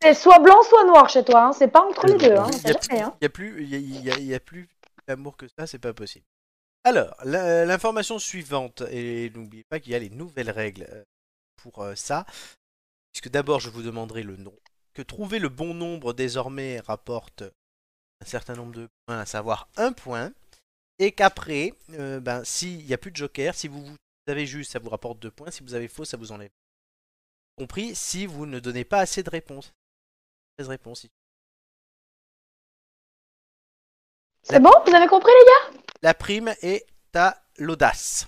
C'est soit blanc, soit noir chez toi. hein. C'est pas entre les
Oh,
deux. Hein.
Euh, Il y a-
C'est jamais, hein.
il y a plus, il y a- il y a- il y a plus d'amour que ça, c'est pas possible. Alors, la- l'information suivante, et n'oubliez pas qu'il y a les nouvelles règles euh, pour euh, ça, puisque d'abord je vous demanderai le nom, que trouver le bon nombre désormais rapporte un certain nombre de points, à savoir un point, et qu'après, euh, ben, s'il n'y a plus de joker, si vous, vous avez juste, ça vous rapporte deux points, si vous avez faux, ça vous enlève. Compris si vous ne donnez pas assez de réponses. 13 réponses.
C'est bon Vous avez compris, les gars
La prime est à l'audace.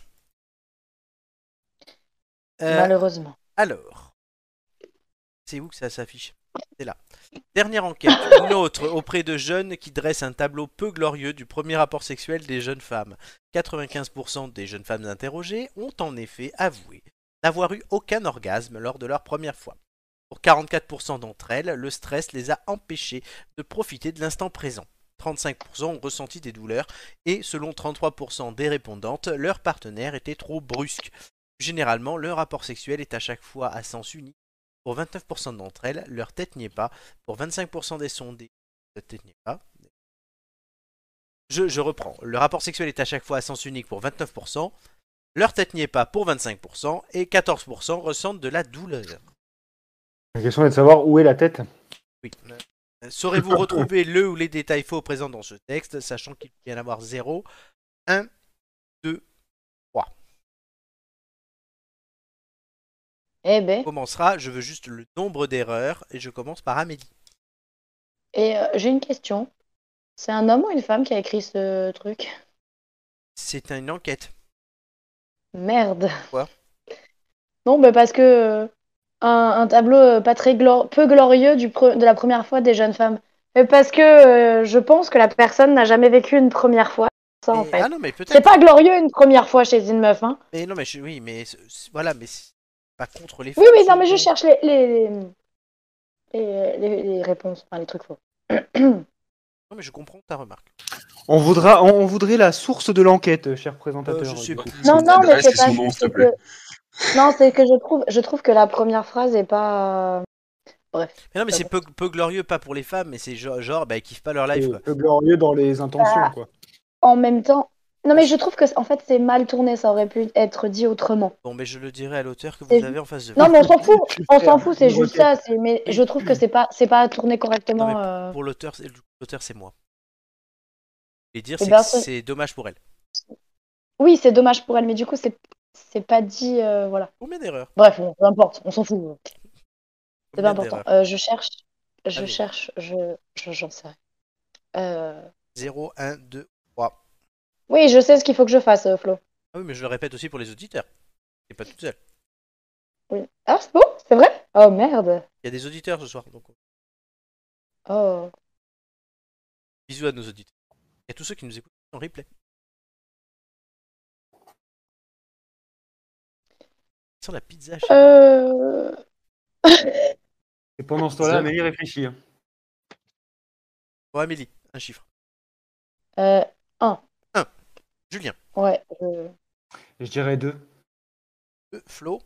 Euh,
Malheureusement.
Alors, c'est où que ça s'affiche C'est là. Dernière enquête, une autre auprès de jeunes qui dresse un tableau peu glorieux du premier rapport sexuel des jeunes femmes. 95% des jeunes femmes interrogées ont en effet avoué n'avoir eu aucun orgasme lors de leur première fois. Pour 44% d'entre elles, le stress les a empêchées de profiter de l'instant présent. 35% ont ressenti des douleurs et, selon 33% des répondantes, leur partenaire était trop brusque. Généralement, le rapport sexuel est à chaque fois à sens unique. Pour 29% d'entre elles, leur tête n'y est pas. Pour 25% des sondés, leur tête n'y est pas. Je, je reprends. Le rapport sexuel est à chaque fois à sens unique pour 29%. Leur tête n'y est pas pour 25% et 14% ressentent de la douleur.
La question est de savoir où est la tête.
Oui. Euh, Saurez-vous retrouver le ou les détails faux présents dans ce texte, sachant qu'il peut y en avoir 0, 1, 2, 3.
Eh ben.
On commencera, je veux juste le nombre d'erreurs, et je commence par Amélie.
Et euh, j'ai une question. C'est un homme ou une femme qui a écrit ce truc
C'est une enquête.
Merde.
Quoi
Non, mais parce que euh, un, un tableau euh, pas très glo- peu glorieux du pre- de la première fois des jeunes femmes. Mais parce que euh, je pense que la personne n'a jamais vécu une première fois. Ça, en
Et-
fait.
Ah non, mais peut-être.
C'est pas glorieux une première fois chez une meuf. Hein.
Mais non, mais je- oui, mais c'est- c'est- voilà, mais c'est pas contre les
Oui,
femmes,
oui, non,
c'est-
mais je cherche les, les, les, les- les réponses, enfin les trucs faux.
Non, mais je comprends ta remarque.
On, voudra, on voudrait la source de l'enquête, cher présentateur.
Euh, je sais plus.
Non, non, mais c'est pas.
nom,
c'est que- Non, c'est que je trouve, je trouve que la première phrase est pas. Bref.
Mais non, mais c'est peu, peu glorieux, pas pour les femmes, mais c'est genre, genre, bah, ils kiffent pas leur life. quoi.
Peu glorieux dans les intentions,
Ah.
quoi.
En même temps. Non, mais je trouve que en fait c'est mal tourné, ça aurait pu être dit autrement.
Bon, mais je le dirai à l'auteur que
C'est-
vous avez en face de vous.
Non, mais on s'en fout, on s'en fout, c'est
une
juste ça. c'est- Mais je trouve que c'est pas, c'est pas tourné correctement. euh,
Pour l'auteur, c'est- l'auteur, c'est moi. Et dire,
Eh
c'est
ben,
que
c'est-
c'est dommage pour elle.
Oui, c'est dommage pour elle, mais du coup c'est, c'est pas dit, euh, voilà.
Combien d'erreurs
Bref, bon, peu importe, on s'en fout. euh, C'est
Combien
pas important.
d'erreurs
Euh, je cherche, je
Allez.
cherche, je, je- j'en sais rien. Euh,
0, 1, 2, 3.
Oui, je sais ce qu'il faut que je fasse, euh, Flo.
Ah oui, mais je le répète aussi pour les auditeurs. C'est pas toute seule.
Oui. Ah, c'est bon, c'est vrai? Oh merde.
Il y a des auditeurs ce soir, donc
Oh.
bisous à nos auditeurs. Et à tous ceux qui nous écoutent en replay. Sans la pizza. chez-
Euh...
Et pendant ce temps-là, Amélie réfléchit. hein.
Bon, Amélie, un chiffre.
Euh, un.
Julien,
Ouais. je-
Je dirais deux.
euh, Flo,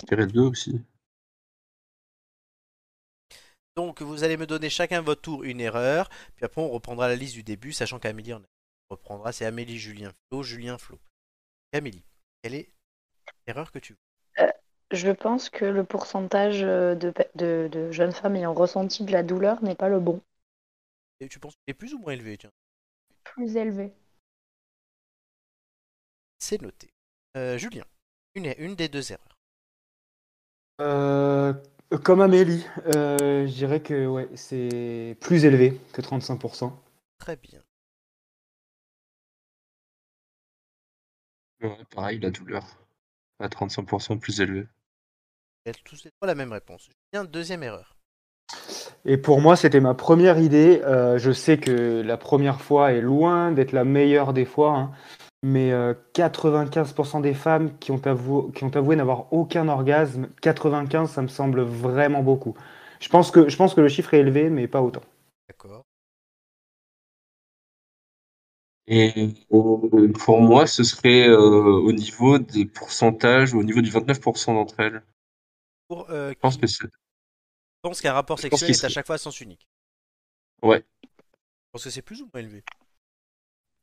Je dirais deux aussi.
donc vous allez me donner chacun votre tour une erreur, puis après on reprendra la liste du début, sachant qu'Amélie en reprendra. C'est Amélie, Julien, Flo, Julien, Flo. Amélie, quelle est l'erreur que tu veux
Euh, je pense que le pourcentage euh, de, pe- de, de jeunes femmes ayant ressenti de la douleur n'est pas le bon.
Et Tu penses qu'il est plus ou moins élevé tiens
Plus élevé.
C'est noté. Euh, Julien, une, une des deux erreurs.
Euh, comme Amélie, euh, je dirais que ouais, c'est plus élevé que 35%.
Très bien.
Ouais, pareil, la douleur. À 35% plus élevée.
Vous avez tous les trois la même réponse. Julien, deuxième erreur.
Et pour moi, c'était ma première idée. Euh, je sais que la première fois est loin d'être la meilleure des fois, hein, mais euh, 95% des femmes qui ont, avou- qui ont avoué n'avoir aucun orgasme, 95, ça me semble vraiment beaucoup. Je pense que, je pense que le chiffre est élevé, mais pas autant.
D'accord.
Et euh, pour moi, ce serait euh, au niveau des pourcentages, au niveau du 29% d'entre elles.
Pour, euh,
Je pense que c'est.
Je pense qu'un rapport
pense
sexuel
qu'il
est à
serait-
chaque fois à sens unique.
Ouais.
Je pense que c'est plus ou moins élevé.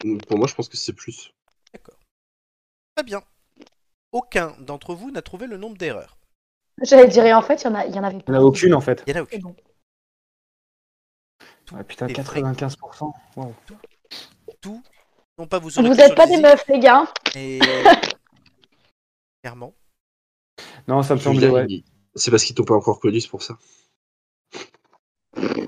Mm, Pour moi, je pense que c'est plus.
Très bien. Aucun d'entre vous n'a trouvé le nombre d'erreurs.
J'allais dire, et en fait, il y en, a, il y en avait
Il n'y en a aucune en fait.
Il n'y en a aucune.
Ah, putain,
est vrai.
95%. Wow.
Non pas vous
Vous êtes pas des meufs, les gars. <laughs>
Et... Clairement.
Non, ça me semble.
Julien,
Ouais.
il- C'est parce qu'ils t'ont pas encore connu, c'est pour ça.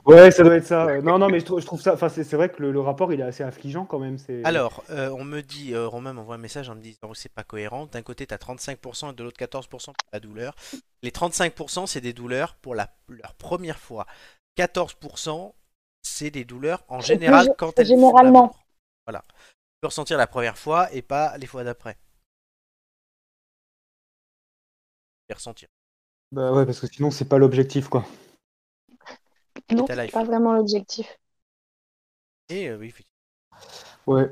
ouais, ça doit être ça. ouais. Non, non, mais je trouve, je trouve ça. Enfin, c'est c'est vrai que le, le rapport il est assez affligeant quand même. c'est-
Alors, euh, on me dit, euh, Romain m'envoie un message en me disant que c'est pas cohérent. D'un côté, t'as 35% et de l'autre 14% pour la douleur. Les 35%, c'est des douleurs pour la, leur première fois. 14%, c'est des douleurs en
plus,
général quand elles font
généralement.
l'amour. Voilà. Tu peux ressentir la première fois et pas les fois d'après. Tu peux ressentir.
Bah ouais, parce que sinon c'est pas l'objectif quoi.
Non,
ta
c'est
life.
pas vraiment l'objectif.
Et euh, oui, effectivement.
Ouais.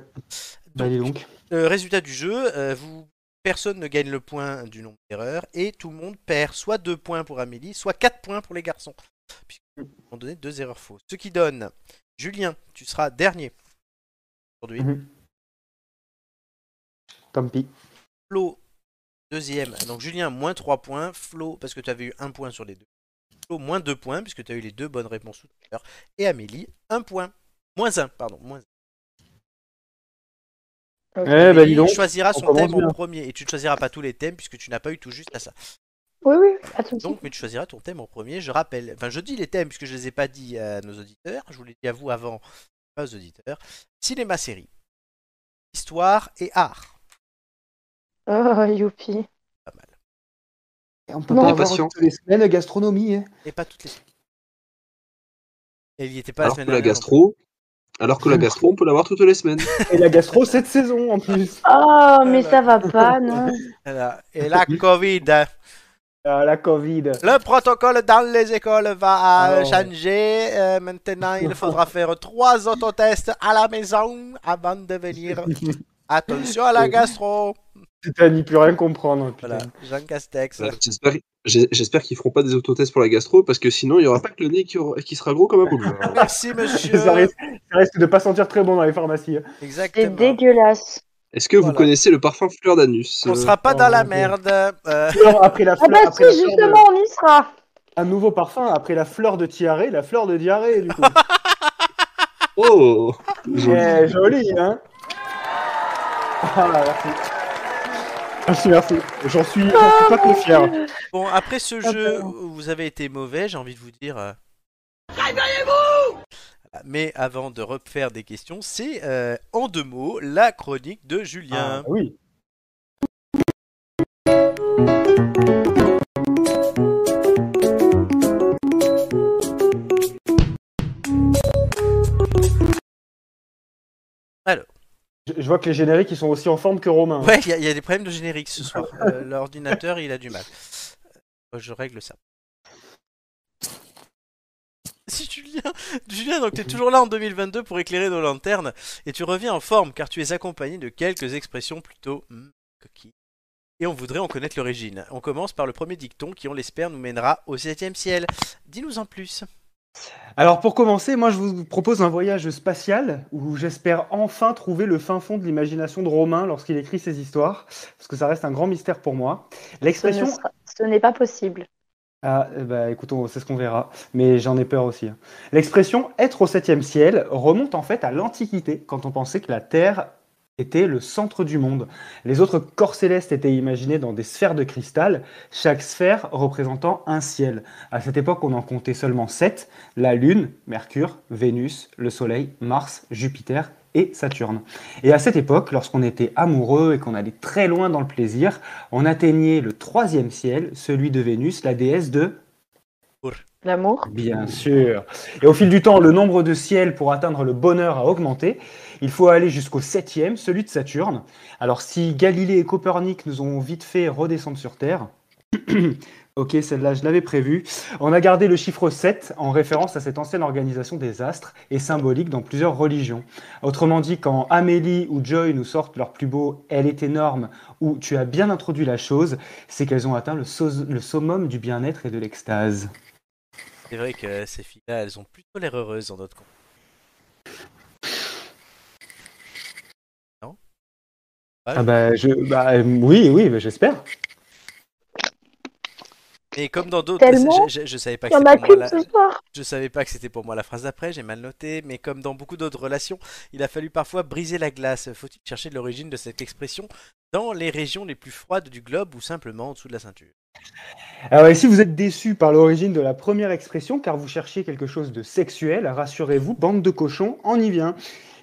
Bah dis donc.
Le résultat du jeu, euh, vous, personne ne gagne le point du nombre d'erreurs et tout le monde perd soit 2 points pour Amélie, soit 4 points pour les garçons. Puisqu'ils ont donné deux erreurs fausses. Ce qui donne, Julien, tu seras dernier aujourd'hui.
Mhm. Tant pis.
Flo, deuxième. Donc Julien, moins 3 points. Flo, parce que tu avais eu un point sur les deux. Flo, moins 2 points, puisque tu as eu les deux bonnes réponses tout à l'heure. Et Amélie, un point. Moins 1, pardon. Moins un.
Eh bah dis
Amélie
donc.
choisira
on
son
commence
thème
bien.
en premier. Et tu ne choisiras pas tous les thèmes, puisque tu n'as pas eu tout juste à ça.
Oui, oui, à tout de
Donc, mais tu choisiras ton thème en premier. Je rappelle, enfin, je dis les thèmes puisque je les ai pas dit à nos auditeurs. Je vous l'ai dit à vous avant, pas aux auditeurs. Cinéma, série, histoire et art.
Oh, youpi.
Et on peut
Non.
pas
Les
avoir
patients.
toutes les semaines gastronomie. hein.
Et pas toutes les. Et il n'y était pas
alors
la semaine
que la
dernière.
gastro, alors que la gastro, on peut l'avoir toutes les semaines.
<laughs> Et la gastro cette saison en plus.
Oh, mais ça va <laughs> pas, non
Voilà. Et la Covid. hein.
Ah, la Covid.
Le protocole dans les écoles va euh,
Ah ouais.
changer. Euh, maintenant, il faudra faire trois autotests à la maison avant de
<laughs>
venir. Attention à la gastro.
Putain, n'y plus rien comprendre. putain.
Voilà, Jean Castex.
Voilà, J'espère j'ai- j'espère qu'ils feront pas des autotests pour la gastro parce que sinon il y aura pas que le nez qui, aura- qui sera gros comme
<laughs>
un boule.
Merci, monsieur.
ça, risque, ça risque de pas sentir très bon dans les pharmacies. hein.
C'est
Exactement.
dégueulasse.
Est-ce que vous
Voilà.
connaissez le parfum fleur d'anus
On
euh,
sera pas
Oh,
dans la
ok.
merde.
<laughs>
euh,
Fleur après la
Ah
fleur.
bah si,
après la fleur de-
justement, on y sera.
Un nouveau parfum après la fleur de tiaré, la fleur de diarrhée du coup.
Oh joli.
Ouais, joli, hein Ah, merci. Merci, merci. J'en suis, j'en suis pas trop fier.
Bon, après ce jeu où vous avez été mauvais, j'ai envie de vous dire. euh, Voilà. Mais avant de refaire des questions, c'est euh, en deux mots la chronique de
Ah,
Julien.
oui.
Alors.
Je, je vois que les génériques ils sont aussi en forme que Romain.
Ouais, il y, a- il y a des problèmes de générique ce soir. Euh, L'ordinateur, il a du mal. Euh, Je règle ça. Si Julien, Julien, donc t'es toujours là en 2022 pour éclairer nos lanternes et tu reviens en forme car tu es accompagné de quelques expressions plutôt hmm, coquilles. Et on voudrait en connaître l'origine. On commence par le premier dicton qui, on l'espère, nous mènera au 7 ciel. Dis-nous en plus.
Alors pour commencer, moi je vous propose un voyage spatial où j'espère enfin trouver le fin fond de l'imagination de Romain lorsqu'il écrit ses histoires, parce que ça reste un grand mystère pour moi.
Ce ne
L'expression
sera- ce n'est pas possible.
Ah, eh ben, écoute, on- c'est ce qu'on verra, mais j'en ai peur aussi. hein. L'expression être au septième ciel remonte en fait à l'Antiquité, quand on pensait que la Terre était le centre du monde. Les autres corps célestes étaient imaginés dans des sphères de cristal, chaque sphère représentant un ciel. À cette époque, on en comptait seulement sept la Lune, Mercure, Vénus, le Soleil, Mars, Jupiter et Saturne. Et à cette époque, lorsqu'on était amoureux et qu'on allait très loin dans le plaisir, on atteignait le troisième ciel, celui de Vénus, la déesse de...
L'amour
Bien sûr. Et au fil du temps, le nombre de ciels pour atteindre le bonheur a augmenté. Il faut aller jusqu'au septième, celui de Saturne. Alors si Galilée et Copernic nous ont vite fait redescendre sur Terre, <clears throat> ok, celle-là, je l'avais prévue. On a gardé le chiffre 7 en référence à cette ancienne organisation des astres et symbolique dans plusieurs religions. Autrement dit, quand Amélie ou Joy nous sortent leur plus beau Elle est énorme ou Tu as bien introduit la chose, c'est qu'elles ont atteint le, so- le summum du bien-être et de l'extase.
C'est vrai que ces filles-là, elles ont plutôt l'air heureuses dans notre compte. Non Ouais.
Ah bah, je, bah, euh, oui, oui, bah, j'espère.
Mais comme dans d'autres,
Tellement
je, je- je savais pas que
qu'il y en
c'était
a
pour moi
qu'une
la...
ce soir.
Je savais pas que c'était pour moi la phrase d'après, j'ai mal noté, mais comme dans beaucoup d'autres relations, il a fallu parfois briser la glace. Faut-il chercher l'origine de cette expression dans les régions les plus froides du globe ou simplement en dessous de la ceinture
Alors ici, Ah vous êtes déçu par l'origine de la première expression car vous cherchiez quelque chose de sexuel. Rassurez-vous, bande de cochons, on y vient.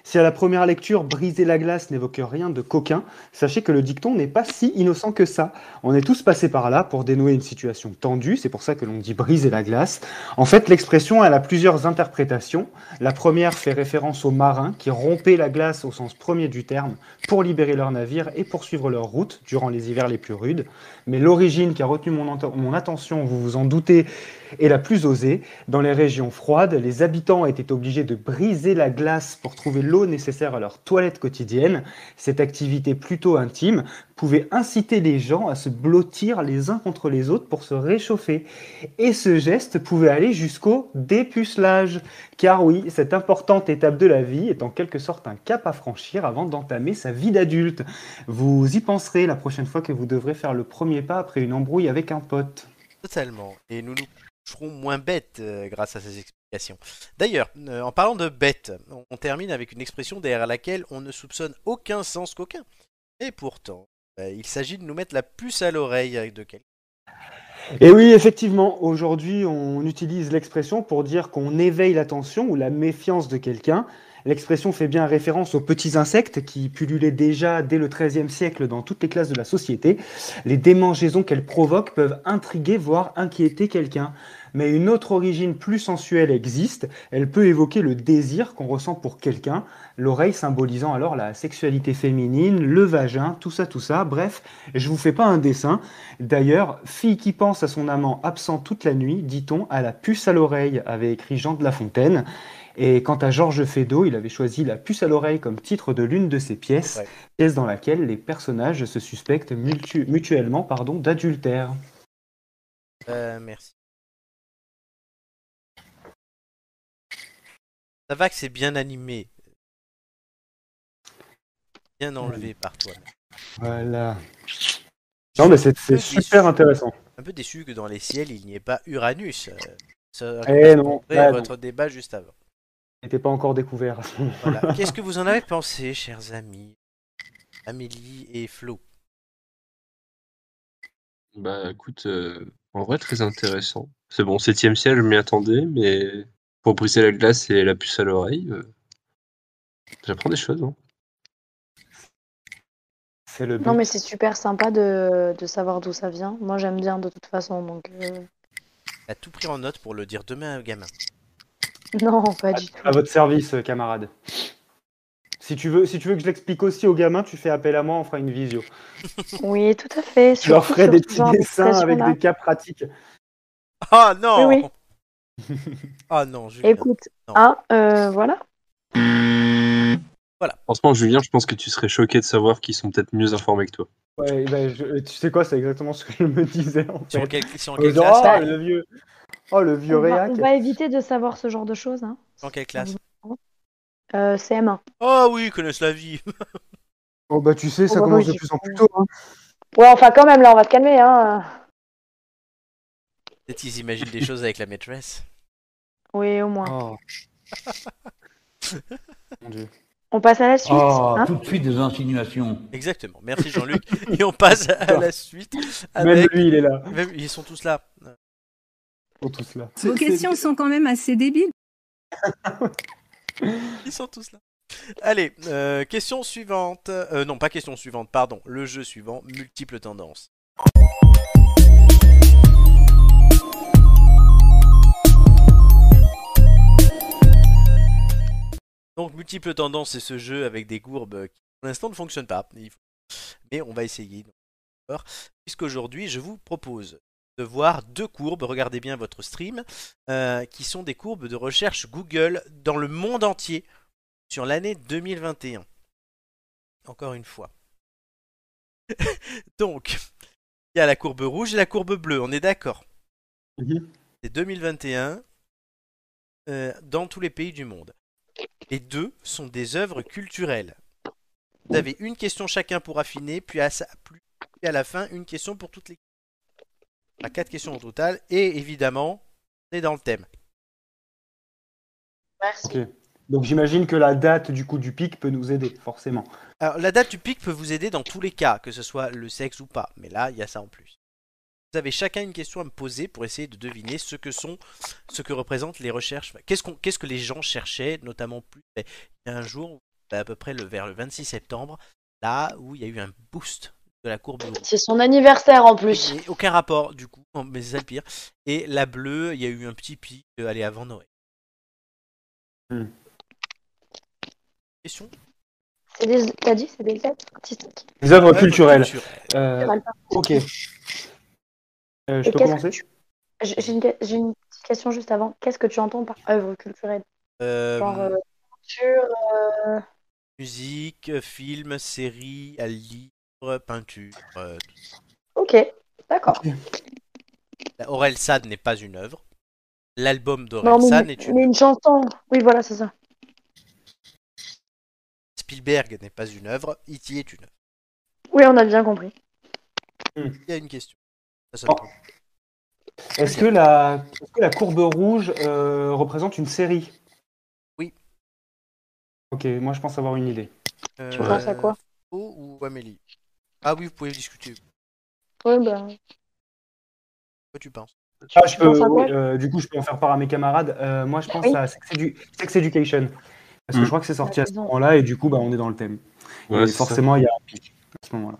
Si à la première lecture, briser la glace n'évoque rien de coquin, sachez que le dicton n'est pas si innocent que ça. On est tous passés par là pour dénouer une situation tendue, c'est pour ça que l'on dit briser la glace. En fait, l'expression, elle a plusieurs interprétations. La première fait référence aux marins qui rompaient la glace au sens premier du terme pour libérer leur navire et poursuivre leur route durant les hivers les plus rudes. Mais l'origine qui a retenu mon, ent- mon attention, vous vous en doutez, est la plus osée. Dans les régions froides, les habitants étaient obligés de briser la glace pour trouver l'eau nécessaire à leur toilette quotidienne. Cette activité plutôt intime pouvait inciter les gens à se blottir les uns contre les autres pour se réchauffer. Et ce geste pouvait aller jusqu'au dépucelage. Car oui, cette importante étape de la vie est en quelque sorte un cap à franchir avant d'entamer sa vie d'adulte. Vous y penserez la prochaine fois que vous devrez faire le premier pas après une embrouille avec un pote.
Totalement. Et nous nous serons moins bêtes euh, grâce à ces explications. D'ailleurs, euh, en parlant de bêtes, on, on termine avec une expression derrière laquelle on ne soupçonne aucun sens qu'aucun. Et pourtant, euh, il s'agit de nous mettre la puce à l'oreille avec de quelqu'un.
Et oui, effectivement, aujourd'hui, on utilise l'expression pour dire qu'on éveille l'attention ou la méfiance de quelqu'un. L'expression fait bien référence aux petits insectes qui pullulaient déjà dès le XIIIe siècle dans toutes les classes de la société. Les démangeaisons qu'elles provoquent peuvent intriguer, voire inquiéter quelqu'un. Mais une autre origine plus sensuelle existe. Elle peut évoquer le désir qu'on ressent pour quelqu'un, l'oreille symbolisant alors la sexualité féminine, le vagin, tout ça, tout ça. Bref, je vous fais pas un dessin. D'ailleurs, fille qui pense à son amant absent toute la nuit, dit-on, à la puce à l'oreille, avait écrit Jean de La Fontaine. Et quant à Georges Feydeau, il avait choisi La puce à l'oreille comme titre de l'une de ses pièces, pièce dans laquelle les personnages se suspectent multu- mutuellement pardon, d'adultère.
Euh, merci. Ça va que c'est bien animé. Bien enlevé par toi.
Voilà. Non, mais c'est c'est super intéressant.
Un peu déçu que dans les ciels, il n'y ait pas Uranus. euh, ça
Eh non,
correspondrait
ah
à
non.
votre débat juste avant.
N'était pas encore découvert. <laughs>
Voilà. Qu'est-ce que vous en avez pensé, chers amis Amélie et Flo.
Bah écoute, euh, en vrai très intéressant. C'est bon, septième ciel, je m'y attendais, mais pour briser la glace et la puce à l'oreille, euh, j'apprends des choses. hein.
C'est le
Non, mais c'est super sympa de, de savoir d'où ça vient. Moi, j'aime bien de toute façon, donc. euh, <laughs>
A tout pris en note pour le dire demain au gamin.
Non,
Ah,
pas du tout.
À votre service, euh, camarade. Si tu, veux, si tu veux que je l'explique aussi aux gamins, tu fais appel à moi, on fera une visio.
Oui, tout à fait.
Je
<laughs>
leur
surtout
ferai
sur
des
ce
petits
genre
dessins avec
d'expression-là.
des cas pratiques.
Ah non
Oui,
Ah non, Julien.
Écoute, hein, euh, voilà.
Voilà.
Franchement, Julien, je pense que tu serais choqué de savoir qu'ils sont peut-être mieux informés que toi.
Ouais, bah, je- tu sais quoi, c'est exactement ce que je me disais en fait.
Sur quel- sur
En
quelle
disant,
classe,
oh,
t'as-
le vieux, oh, le vieux
On va,
réac.
on va éviter de savoir ce genre de choses. Hein.
Dans quelle classe
Euh, CM1.
Ah oui, ils connaissent la vie.
Oh bah tu sais, ça
Oh, bah,
commence
oui,
de plus en plus tôt. hein.
Ouais, enfin, quand même, là, on va te calmer. Hein.
Peut-être qu'ils imaginent des choses avec la maîtresse.
Oui, au moins.
Mon Dieu.
On passe à la suite.
Oh.
Ah,
hein
tout de suite des insinuations.
Exactement. Merci Jean-Luc. Et on passe à la suite.
Même
avec-
lui, il est là.
Même- ils sont tous là.
Pour tout cela.
Vos questions sont quand même assez débiles.
<laughs> Ils sont tous là. Allez, euh, question suivante. Euh, non, pas question suivante, pardon. Le jeu suivant, multiples tendances. Donc, multiples tendances, c'est ce jeu avec des courbes qui, pour l'instant, ne fonctionnent pas. Il faut- Mais on va essayer. Donc, puisqu'aujourd'hui je vous propose de voir deux courbes, regardez bien votre stream, euh, qui sont des courbes de recherche Google dans le monde entier sur l'année 2021. Encore une fois. <laughs> Donc, il y a la courbe rouge et la courbe bleue, on est d'accord C'est 2021 euh, dans tous les pays du monde. Les deux sont des œuvres culturelles. Vous avez une question chacun pour affiner, puis à, sa- plus- puis à la fin, une question pour toutes les on a quatre questions au total, et évidemment, on est dans le thème.
Ok. Donc j'imagine que la date du coup du pic peut nous aider, forcément.
Alors, la date du pic peut vous aider dans tous les cas, que ce soit le sexe ou pas, mais là, il y a ça en plus. Vous avez chacun une question à me poser pour essayer de deviner ce que sont, ce que représentent les recherches. Enfin, Qu'est-ce qu'on- qu'est-ce que les gens cherchaient, notamment plus ben, il y a un jour, ben, à peu près le, vers le 26 septembre, là où il y a eu un boost de la courbe rouge.
C'est son anniversaire en plus.
Et aucun rapport du coup, mais c'est ça le pire. Et la bleue, il y a eu un petit pic, euh, allez, avant Noël. Question
C'est des... T'as dit c'est des dates artistiques.
Les œuvres culturelles.
C'est
Euh,
mal parti.
ok. Euh, je
Et
peux
qu'est-ce
commencer
que tu- J'ai j'ai une... j'ai une petite question juste avant. Qu'est-ce que tu entends par œuvre culturelle
Euh,
Genre euh, peinture, euh,
Musique, euh, film, série, euh, livre, peinture. euh, tout ça.
Ok, d'accord.
La- Aurel Sad n'est pas une œuvre. L'album
Non,
d'Aurel
mais,
Sad
mais
est
une...
une.
chanson. Oui, voilà, c'est ça.
Spielberg n'est pas une œuvre. E.T. est une œuvre.
Oui, on a bien compris.
Il y a une question. Ça, ça
Oh.
dépend.
Est-ce que, la... est-ce que la courbe rouge euh, représente une série
Oui.
Ok, moi je pense avoir une idée.
Euh,
penses à
quoi
Faux ou Amélie Ah oui, vous pouvez discuter.
Ouais, ben,
Quoi tu penses
Ah, je peux,
penses à quoi
oui, euh, du coup, je peux en faire part à mes camarades. Euh, moi, je pense
Oui.
à Sex, Edu- Sex Education. Parce que je crois que c'est sorti à ce
Raison.
moment-là et du coup, bah, on est dans le thème.
Hmm. Ouais,
et
c'est ça.
forcément, il y a un pic à ce moment-là.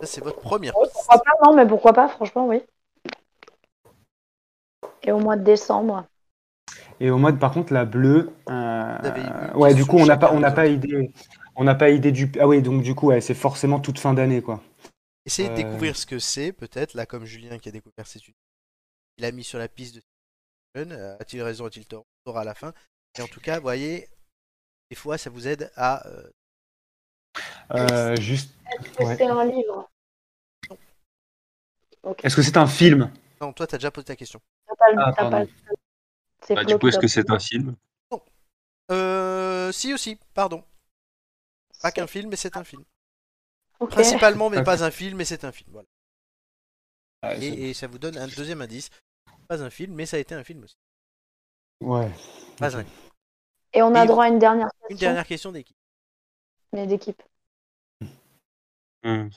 Ça, c'est votre première.
Pourquoi pas, non, mais pourquoi pas, franchement, oui. Et au mois de décembre.
Et au mode, par contre, la bleue. euh,
Vous avez une
ouais, du
question
coup, on n'a pas,
chacun
on n'a
des
pas idée. On n'a pas idée du. Ah oui, donc du coup, ouais, c'est forcément toute fin d'année, quoi.
Essayez de
Euh,
découvrir ce que c'est, peut-être, là, comme Julien qui a découvert cette étude. Il a mis sur la piste de Euh, A-t-il raison, a-t-il tort On saura à la fin. Et en tout cas, voyez, des fois, ça vous aide à. euh,
euh, juste. ouais.
C'est un livre.
Est-ce que c'est un film
Non, toi, t'as déjà posé ta question.
T'as pas le-
Ah,
t'as pas
pardon.
le- c'est
Bah, du
Flo
coup,
qui
est-ce que
doit-
c'est un film
Euh. Si aussi, pardon. Pas qu'un Ah, film, mais c'est un film.
Ok.
Principalement, mais
Ok.
pas un film, mais c'est un film. Voilà.
Ah, c'est-
Et, et ça vous donne un deuxième indice. Pas un film, mais ça a été un film aussi.
Ouais.
Pas un-
Et on a
Et-
droit à une dernière question.
Une dernière question d'équipe.
Mais d'équipe.
Mmh.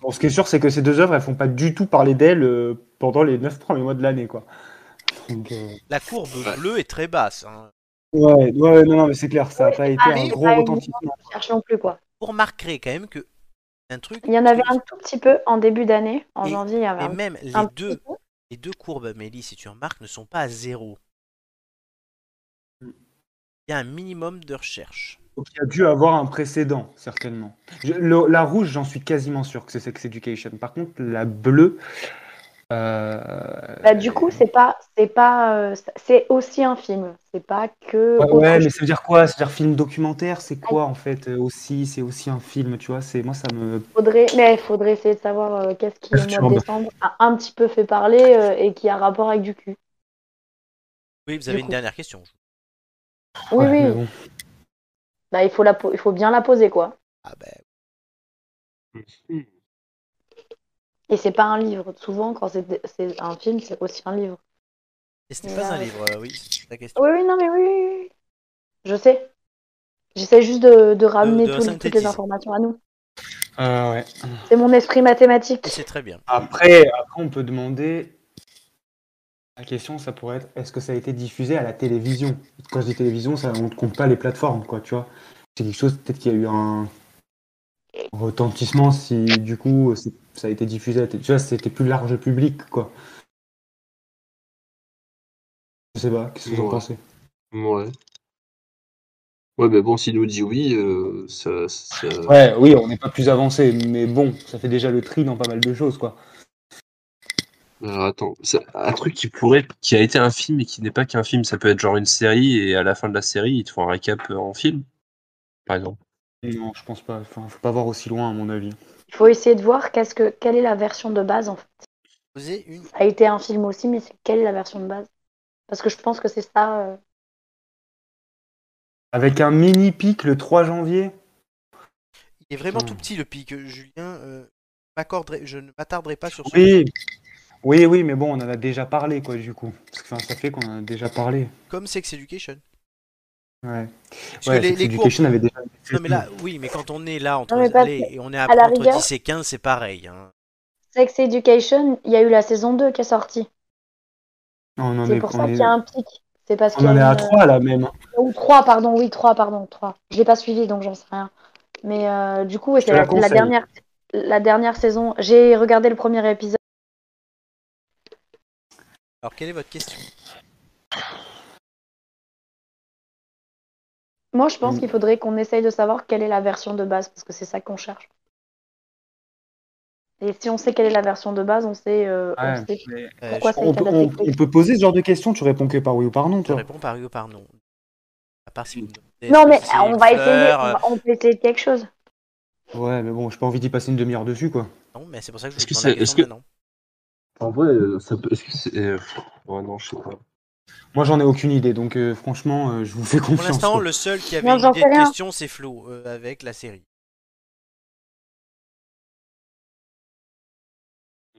Bon, ce qui est sûr, c'est que ces deux œuvres, elles font pas du tout parler d'elles euh, pendant les neuf premiers mois de l'année, quoi. Donc, euh,
La courbe bleue est très basse. hein.
Ouais, ouais, non, non, mais c'est clair, ça n'a pas été
Ah,
un
c'est
gros
pas une
retentissement.
Cherche non plus, quoi.
Vous remarquerez quand même que un truc.
Il y en avait un tout petit peu en début d'année, en
Et-
janvier. Il y avait
Et
un-
même les
un petit
deux,
peu.
les deux courbes, Amélie, si tu remarques, ne sont pas à zéro. Il y a un minimum de recherche.
Donc il y a dû avoir un précédent, certainement. Je- le- la rouge, j'en suis quasiment sûr que c'est Sex Education. Par contre, la bleue. euh,
Bah, du coup, c'est pas, c'est pas, euh, c'est aussi un film. C'est pas que.
Ouais,
autre
euh, ouais, mais
chose.
ça veut dire quoi Ça veut dire film documentaire C'est quoi en fait euh, aussi C'est aussi un film, tu vois c'est- Moi, ça me.
Faudrait, mais il faudrait essayer de savoir euh, qu'est-ce qui, au mois
Perturbe.
de décembre, a un petit peu fait parler euh, et qui a rapport avec du cul.
Oui, vous avez
Du
une
coup.
dernière question.
Oui,
Ouais,
oui.
mais bon.
Bah, il, faut la po- il faut bien la poser, quoi.
Ah ben,
Et c'est pas un livre. Souvent, quand c'est c'est un film, c'est aussi un livre.
et ce n'est
Mais
pas
là,
un
ouais.
livre, euh, oui, c'est ta question.
Oui, oui, non, mais oui, oui, oui. Je sais. J'essaie juste de, de ramener
de
tout- toutes les
synthétiser.
informations à nous.
Euh, ouais.
C'est mon esprit mathématique.
Et c'est très bien.
Après, après, on peut demander. La question, ça pourrait être est-ce que ça a été diffusé à la télévision Quand je dis télévision, ça, on ne compte pas les plateformes, quoi, tu vois. C'est quelque chose, peut-être qu'il y a eu un retentissement si du coup c'est- ça a été diffusé à la télé. Tu vois, c'était plus large public, quoi. Je sais pas, qu'est-ce que vous en
Ouais.
pensez
Ouais. Ouais, mais bon, s'il nous dit oui, euh, ça, ça-
Ouais, oui, on n'est pas plus avancé, mais bon, ça fait déjà le tri dans pas mal de choses, quoi.
Alors, attends, c'est un truc qui pourrait, qui a été un film et qui n'est pas qu'un film, ça peut être genre une série et à la fin de la série, ils te font un récap euh, en film, par exemple.
Non, je pense pas. Enfin, faut pas voir aussi loin, à mon avis.
Il faut essayer de voir qu'est-ce que, quelle est la version de base en fait. Ça a été un film aussi, mais c'est quelle est la version de base Parce que je pense que c'est ça. euh,
Avec un mini pic le 3 janvier.
Il est vraiment
Hmm.
tout petit le pic, euh, Julien. euh, m'accorderai- je ne m'attarderai pas sur ce
Oui. Oui, oui, mais bon, on en a déjà parlé, quoi, du coup. Parce que enfin, ça fait qu'on en a déjà parlé.
comme Sex Education.
Ouais.
Parce
Ouais,
que les,
Sex
les
Education
cours-
avait déjà.
Non mais là, oui, mais quand on est là entre,
Non, mais parce
allez,
que,
et on est
à
à,
la
entre
rigueur-
10 et 15, c'est pareil. hein.
Sex Education, il y a eu la saison 2 qui est sortie.
On en
C'est
est,
pour ça
on
qu'il
est,
y a un pic. C'est parce qu'il
on
y a
en est à
une- euh,
3 là même.
Ou 3, pardon, oui, 3, pardon, 3. Je l'ai pas suivi, donc j'en sais rien. Mais euh, du coup, ouais,
Je
c'est
te
la,
la
la
conseille.
dernière, la dernière saison. J'ai regardé le premier épisode.
Alors quelle est votre question
Moi, je pense
Mm.
qu'il faudrait qu'on essaye de savoir quelle est la version de base, parce que c'est ça qu'on cherche. Et si on sait quelle est la version de base, on sait, euh, on
Ouais,
sait
mais-
pourquoi ça a
on,
été
peut,
adapté.
on- on peut poser ce genre de questions, tu réponds que par oui ou par non, toi.
Réponds par oui ou par non. À part si vous me demandez
Non,
est-ce
mais
que c'est
on
une
va essayer,
fleur,
on,
euh,
va- on peut essayer quelque chose.
Ouais, mais bon, j'ai pas envie d'y passer une demi-heure dessus, quoi.
euh, Non, mais c'est pour ça que je
Est-ce
vous
que
demande la
c'est- est-ce
question maintenant.
que- En vrai, euh, ça peut. Est-ce que c'est. euh, Ouais, non, je sais pas.
Moi, j'en ai aucune idée, donc euh, franchement, euh, je vous fais
Pour
confiance.
l'instant,
quoi.
le seul qui avait
Non,
une
j'en
idée
sais
de
rien.
question, c'est Flo, euh, avec la série.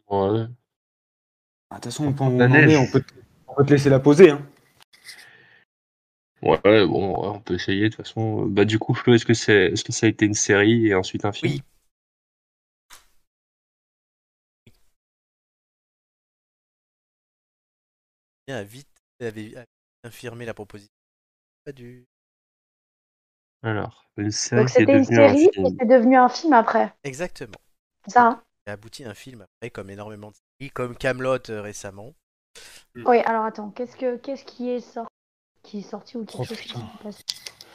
Ouais.
Ah, De toute façon, on peut, on
La
en
neige.
est, on peut, te- on peut te laisser la poser. Hein.
Ouais, ouais, bon, ouais, on peut essayer de toute façon. Euh, Bah, du coup, Flo, est-ce que c'est, est-ce que ça a été une série et ensuite un film?
Julien a vite avait avait infirmé la proposition. Pas du...
Alors, une série
Donc
qui est
c'était une
devenue un
série et
film.
c'est devenu un film après.
Exactement.
C'est ça, hein
Il a abouti à un film après, comme énormément de séries, comme Camelot euh, récemment.
Oui, alors attends, qu'est-ce que qu'est-ce qui est sorti qui est sorti ou quelque
Oh,
chose qui s'est passé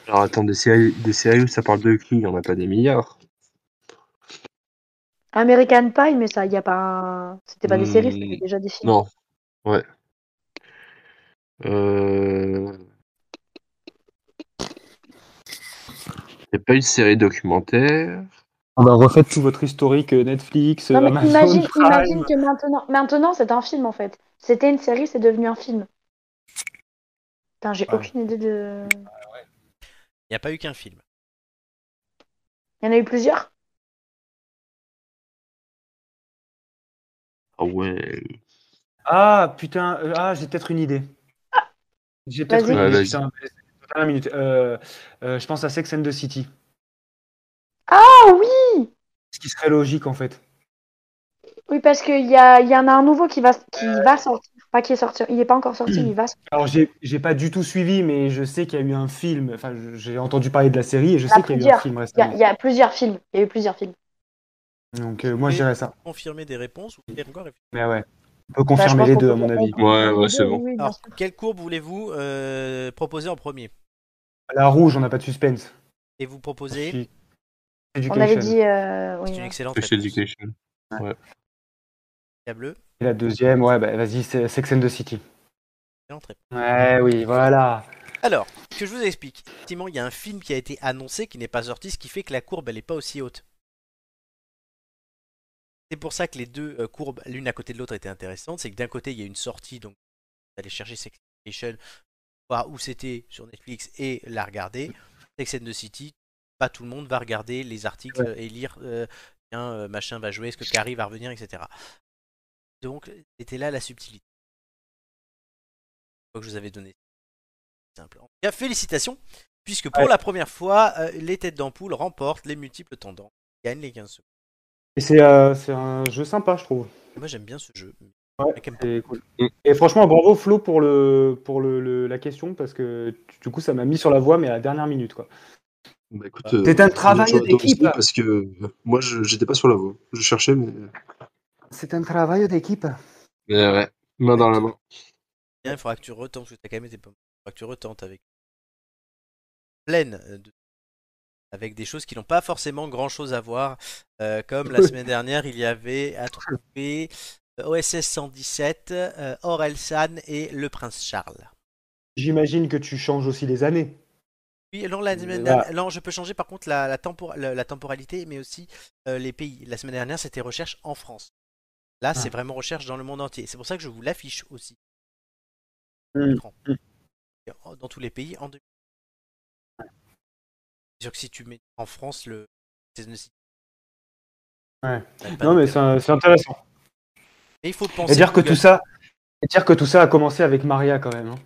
Alors, attends, des séries, des séries où ça parle de cul, il n'y en a pas des milliards.
American Pie, mais ça, il y a pas un... C'était pas des séries, c'était
Hmm,
déjà des films.
Non, ouais. Euh... Il n'y a pas une série documentaire.
On va refaire tout votre historique euh, Netflix,
Non,
euh,
mais
Amazon
imagine,
Prime.
imagine que maintenant, maintenant c'est un film en fait. C'était une série, c'est devenu un film. Putain, j'ai
Ouais.
aucune idée de.
Il n'y a pas eu qu'un film.
Il y en a eu plusieurs
Ah ouais.
Ah putain, euh, ah, j'ai peut-être une idée. J'ai peut-être
Vas-y.
une
Ouais,
idée.
vas-y.
putain, mais c'est- attends une minute. Euh, euh, je pense à Sex and the City.
Ah oui
Ce qui serait logique en fait.
Oui, parce qu'il y, a- il y en a un nouveau qui va, qui
Euh.
va sortir. Pas qui est sorti, il n'est pas encore sorti, il va sortir.
Alors j'ai j'ai pas du tout suivi, mais je sais qu'il y a eu un film. Enfin, je- j'ai entendu parler de la série et je
Il y en
sais
a
qu'il y a eu un
plusieurs.
film
Il y a-
récemment.
il y a plusieurs films. Il y a eu plusieurs films.
Donc euh, moi je dirais ça.
Confirmer des réponses ou vous encore réfléchir
Mais ouais, on
Bah, je
peut confirmer
pense
les
qu'on
deux
peut
à mon avis.
Ouais, ouais, c'est bon.
Oui, bien
Alors,
sûr.
quelle courbe voulez-vous euh, proposer en premier
La rouge, on n'a pas de suspense.
Et vous proposez
Si.
On avait
Education.
dit. euh, oui,
C'est une
ouais.
excellente
Sex
réponse.
Education. Ouais.
La bleue,
Et la deuxième, ouais, bah vas-y, c'est Sex and the City.
excellente réponse.
Ouais, oui, voilà.
Alors, ce que je vous explique, effectivement, il y a un film qui a été annoncé qui n'est pas sorti, ce qui fait que la courbe, elle n'est pas aussi haute. C'est pour ça que les deux euh, courbes, l'une à côté de l'autre, étaient intéressantes. C'est que d'un côté, il y a une sortie, donc vous allez chercher Sex Education, voir où c'était sur Netflix et la regarder. Sex and the City, pas tout le monde va regarder les articles et lire, euh, tiens, euh, machin va jouer, est-ce que Carrie va revenir, etc. Donc, c'était là la subtilité. Une fois que je vous avais donné. Simple. En tout cas, félicitations, puisque pour
Ouais.
la première fois, euh, les têtes d'ampoule remportent les multiples tendances, gagnent les 15 secondes.
Et c'est euh, c'est un jeu sympa, je trouve.
Moi, j'aime bien ce jeu.
Ouais,
Mec aime pas.
c'est cool. Et franchement, bravo Flo pour le pour le, le- la question parce que du coup, ça m'a mis sur la voie, mais à la dernière minute, quoi.
Bah, écoute,
C'est un
euh,
travail
j'adore- j'adore
d'équipe.
aussi Parce que euh, moi, je j'étais pas sur la voie. Je cherchais, mais. euh,
C'est un travail d'équipe.
Mais ouais, main dans la main.
Bien, il faudra que tu retentes, parce que t'as quand même été pas mal. Il faudra que tu retentes avec. pleine de- avec des choses qui n'ont pas forcément grand chose à voir. Euh, comme la semaine dernière, il y avait à trouver euh, OSS 117, euh, Orelsan et le Prince Charles.
J'imagine que tu changes aussi les années.
Oui, non, la semaine
Euh,
dernière-
voilà.
non, je peux changer par contre la, la, tempor- la- la temporalité, mais aussi euh, les pays. La semaine dernière, c'était recherche en France. Là,
Ah.
c'est vraiment recherche dans le monde entier. C'est pour ça que je vous l'affiche aussi
Mmh.
dans tous les pays en 2000. C'est sûr que si tu mets en France le. c'est-
Ouais.
Ouais, pas
Non, mais c'est
d'intérêt.
c'est intéressant.
Mais il faut penser.
Et dire, que
Google.
tout ça, et dire que tout ça a commencé avec Maria quand même. hein.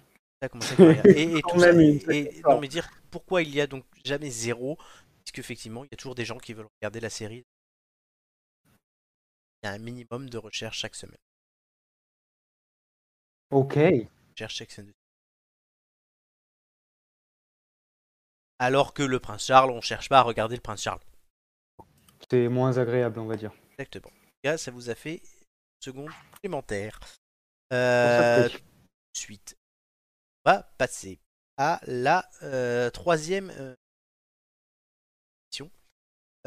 Ça a commencé avec Maria. Et, et
Quand
tout ça-
même, une
et- et-
sacrée
non,
histoire.
mais dire pourquoi il y a donc jamais zéro, parce qu'effectivement, il y a toujours des gens qui veulent regarder la série. Il y a un minimum de recherche chaque semaine.
Ok.
Recherche chaque semaine. Alors que le Prince Charles, on cherche pas à regarder le Prince Charles.
C'est moins agréable, on va dire.
Exactement. Là, ça vous a fait une seconde supplémentaire. Euh,
Pour ça,
suite. On va passer à la euh, troisième euh, question.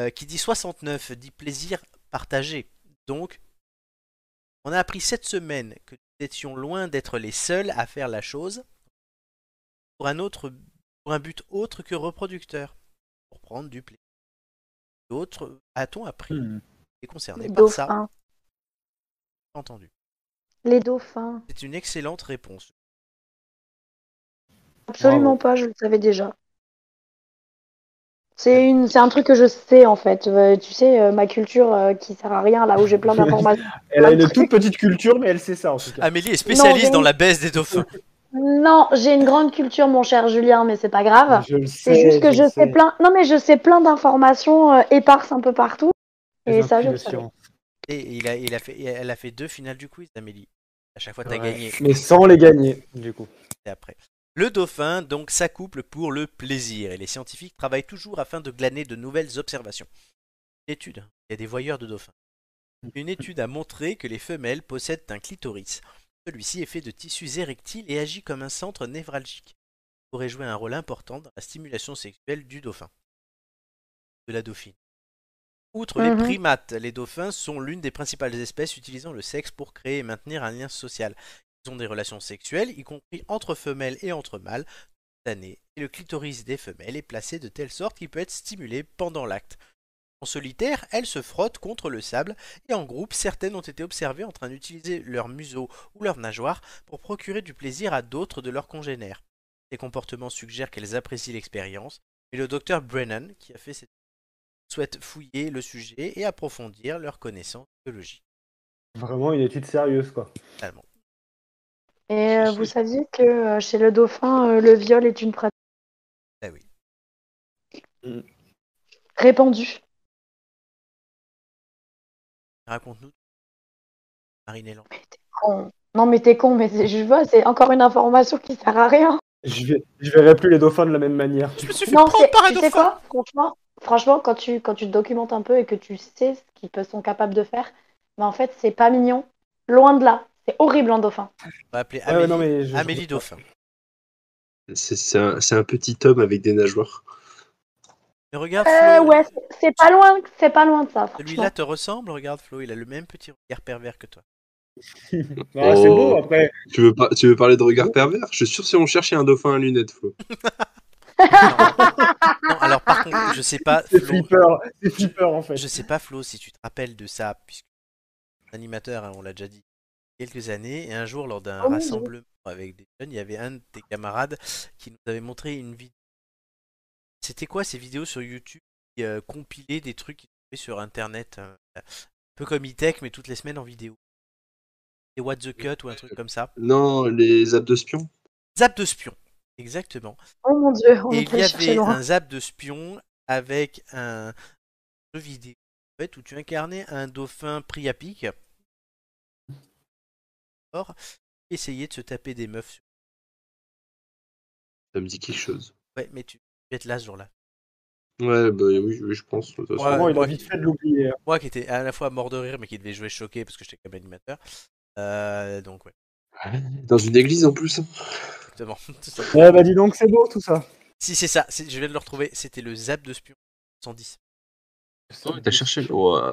Euh, qui dit 69 dit plaisir partagé. Donc, on a appris cette semaine que nous étions loin d'être les seuls à faire la chose pour un autre, pour un but autre que reproducteur, pour prendre du plaisir. D'autres, a-t-on appris, est concerné
Les
par ça
dauphins.
Entendu.
Les dauphins.
C'est une excellente réponse.
Absolument pas, je le savais déjà. C'est une, c'est un truc que je sais en fait. Euh, tu sais, euh, ma culture euh, qui sert à rien là où
<laughs>
j'ai plein d'informations.
Elle a une toute petite culture, mais elle sait ça en tout cas.
Amélie est spécialiste
mais-
dans la baisse des dauphins.
Non, j'ai une grande culture, mon cher Julien, mais c'est pas grave.
Je le
Ah, C'est
sais,
juste que
je
je,
le
sais
sais.
plein. Non, mais je sais plein d'informations euh, éparses un peu partout.
Les
Et ça, je le
impies de
savais.
science. Et il a, il a fait, et elle a fait deux finales du quiz, Amélie. À chaque fois, t'as
Ouais.
gagné.
Mais sans les gagner, du coup.
Et après. Le dauphin, donc, s'accouple pour le plaisir. Et les scientifiques travaillent toujours afin de glaner de nouvelles observations. Une étude. Il y a des voyeurs de dauphins. Une étude a montré que les femelles possèdent un clitoris. Celui-ci est fait de tissus érectiles et agit comme un centre névralgique. Il pourrait jouer un rôle important dans la stimulation sexuelle du dauphin. De la dauphine. Outre les
Mhm.
primates, les dauphins sont l'une des principales espèces utilisant le sexe pour créer et maintenir un lien social. Ils ont des relations sexuelles, y compris entre femelles et entre mâles, toute l'année, et le clitoris des femelles est placé de telle sorte qu'il peut être stimulé pendant l'acte. En solitaire, elles se frottent contre le sable, et en groupe, certaines ont été observées en train d'utiliser leur museau ou leur nageoire pour procurer du plaisir à d'autres de leurs congénères. Ces comportements suggèrent qu'elles apprécient l'expérience, mais le docteur Brennan, qui a fait cette souhaite fouiller le sujet et approfondir leurs connaissances biologiques.
Vraiment une étude sérieuse, quoi.
Totalement.
Et euh, vous saviez que euh, chez le dauphin, euh, le viol est une pratique
Eh
Ah oui.
répandue.
Raconte-nous. Marine est lente.
Con. Non, mais t'es con, mais c'est- je vois, c'est encore une information qui sert à rien.
Je, vais, je verrai plus les dauphins de la même manière.
non, c'est- tu sais quoi Franchement, franchement quand, tu, quand tu te documentes un peu et que tu sais ce qu'ils peuvent- sont capables de faire, mais en fait, c'est pas mignon. Loin de là. C'est horrible un dauphin.
On va appeler
ouais,
Amélie,
non, mais je- je
Amélie Dauphin.
C'est c'est un, c'est un petit homme avec des nageoires.
Mais regarde
Euh,
Flo,
ouais, c'est- c'est pas loin, c'est pas loin de ça.
celui-là
franchement.
te ressemble, regarde Flo, il a le même petit regard pervers que toi.
<laughs> Ah,
Oh.
c'est beau, après.
Tu veux, par- tu veux parler de regard pervers Je suis sûr si on cherchait un dauphin à lunettes, Flo.
Non, alors par contre, je sais pas
<laughs> C'est
Ah, Flo,
flipper, c'est flipper en fait.
je sais pas Flo si tu te rappelles de ça puisque animateur, hein, on l'a déjà dit il y a quelques années et un jour lors d'un
Ah oui, oui.
rassemblement avec des jeunes, il y avait un de tes camarades qui nous avait montré une vidéo. C'était quoi ces vidéos sur YouTube qui euh, compilaient des trucs qu'ils trouvaient sur internet euh, un peu comme e-tech mais toutes les semaines en vidéo. Et What the Cut ou un truc comme ça.
Non, les apps de spion
Zap de spion, exactement.
Oh mon dieu, on
Et
est
il y
allé chercher
avait
loin.
un zap de spion avec un jeu vidéo en fait, où tu incarnais un dauphin pris à pic. Or, qui essayait de se taper des meufs. sur-
Ça me dit quelque chose.
Ouais, mais tu tu es là ce jour-là.
Ouais, bah oui, oui, je pense. de toute façon.
Ouais, moi
vite
qui-
fait de l'oublier.
Moi qui étais à la fois mort de rire mais qui devait jouer choqué parce que j'étais comme animateur. Euh, donc ouais,
Dans une église en plus.
exactement. <laughs>
Ouais, bah dis donc, c'est beau tout ça.
Si, c'est ça. c'est- Je viens de le retrouver. C'était le zap de Spion 110.
T'as cherché oh, euh,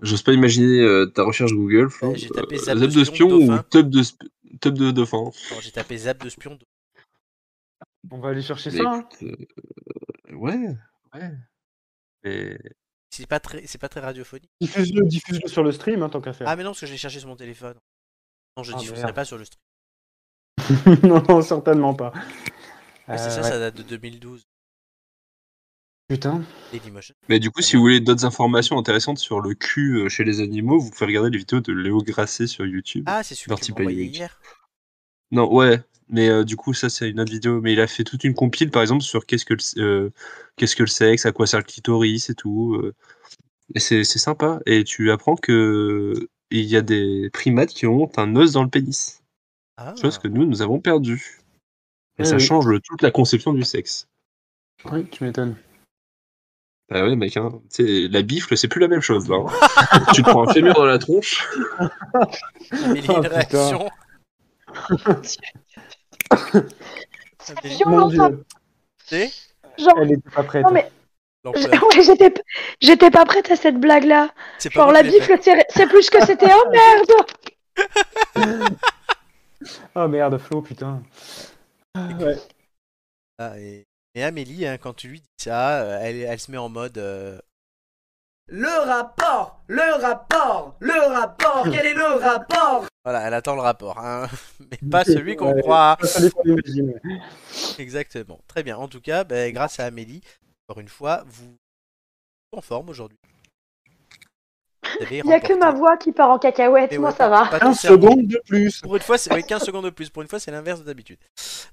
J'ose pas imaginer euh, ta recherche Google. Flo.
j'ai tapé
Euh,
zap
zap
de spion,
de spion
dauphin.
ou top de, sp- top de dauphin
Attends, j'ai tapé zap de Spion.
On va aller chercher
Mais
ça. hein.
écoute, euh, ouais, ouais. Mais-
C'est pas très, c'est pas très radiophonique.
Diffuse-le, diffuse-le sur le stream, hein, tant qu'à faire.
Ah mais non, parce que je l'ai cherché sur mon téléphone. Non, je
Ah,
diffuserai
merde.
pas sur le stream.
<laughs> non, non, certainement pas.
Ouais, Ah, c'est
Euh,
ça,
ouais.
ça date de 2012.
Putain.
Dailymotion.
Mais du coup, si vous voulez d'autres informations intéressantes sur le cul euh, chez les animaux, vous pouvez regarder les vidéos de Léo Grasset sur YouTube.
Ah, c'est celui qui
Dirty
m'a envoyé
Panic.
hier.
Non, ouais, mais euh, du coup, ça c'est une autre vidéo. Mais il a fait toute une compile, par exemple, sur qu'est-ce que le, euh, qu'est-ce que le sexe, à quoi sert le clitoris et tout. euh. Et c'est c'est sympa. Et tu apprends que il y a des primates qui ont un os dans le pénis.
Ah.
Chose que nous, nous avons perdue. Et
Eh
ça
oui.
change le- toute la conception du sexe.
Oui, tu m'étonnes.
Bah ouais, mec, hein. Tu sais, la bifle, c'est plus la même chose. Là, hein. tu te prends un fémur dans la tronche.
Mais il y a
Ah,
une
putain.
réaction.
Mon
violent,
Dieu,
C'est
Genre, <laughs>
elle était pas prête.
non mais
l'ampleur.
j'- ouais, j'étais p- j'étais pas prête à cette blague là.
C'est pas
Genre
moi
la
qui l'ai
bifle c'est c'est plus
<laughs>
que c'était oh merde.
Ah merde, Flo, putain. Ah, ouais.
Ah, et... et Amélie, hein, quand tu lui dis ça, euh, elle, elle se met en mode. euh,
Le rapport, le rapport, le rapport, quel est le rapport
Voilà, elle attend le rapport, hein. <laughs> mais pas celui qu'on
Ouais,
croit.
ça, ça dépend des régimes, ouais.
Exactement. Très bien. En tout cas, ben, grâce à Amélie, encore une fois, vous êtes en forme aujourd'hui. Vous avez
Il y a que
remporté.
ma voix qui part en cacahuète,
Et
moi
ouais,
ça
pas-
va.
pas ton cerveau.
de plus.
Pour une fois, c'est ouais, 15 secondes de plus. Pour une fois, c'est l'inverse de d'habitude.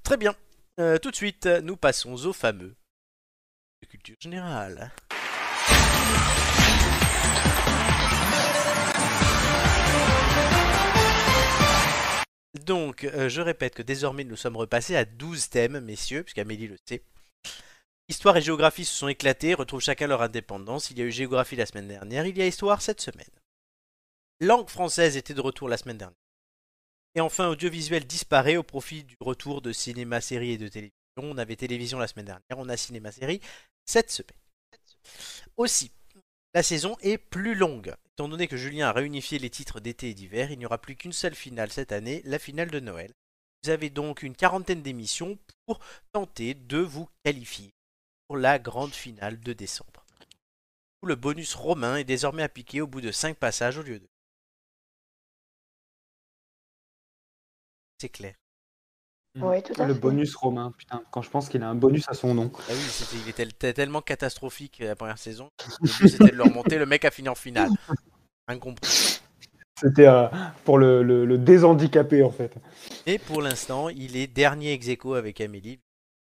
Très bien. Euh, tout de suite, nous passons au fameux de culture générale. Donc, euh, je répète que désormais nous sommes repassés à 12 thèmes, messieurs, puisqu'Amélie le sait. Histoire et géographie se sont éclatées, retrouvent chacun leur indépendance. Il y a eu géographie la semaine dernière, il y a histoire cette semaine. Langue française était de retour la semaine dernière. Et enfin, audiovisuel disparaît au profit du retour de cinéma, série et de télévision. On avait télévision la semaine dernière, on a cinéma, série cette semaine. Aussi, la saison est plus longue. Étant donné que Julien a réunifié les titres d'été et d'hiver, il n'y aura plus qu'une seule finale cette année, la finale de Noël. Vous avez donc une quarantaine d'émissions pour tenter de vous qualifier pour la grande finale de décembre. Le bonus romain est désormais appliqué au bout de 5 passages au lieu de. C'est clair. Mm.
Ouais, tout à
Ah, Le
fait.
bonus romain, putain. Quand je pense qu'il a un bonus à son nom.
Ah oui, c'était- il était tel- tellement catastrophique la première saison. Le but c'était de le remonter, le mec a fini en finale. Incompris.
C'était euh, pour le, le- le déshandicapé, en fait.
Et pour l'instant, il est dernier ex aequo avec Amélie,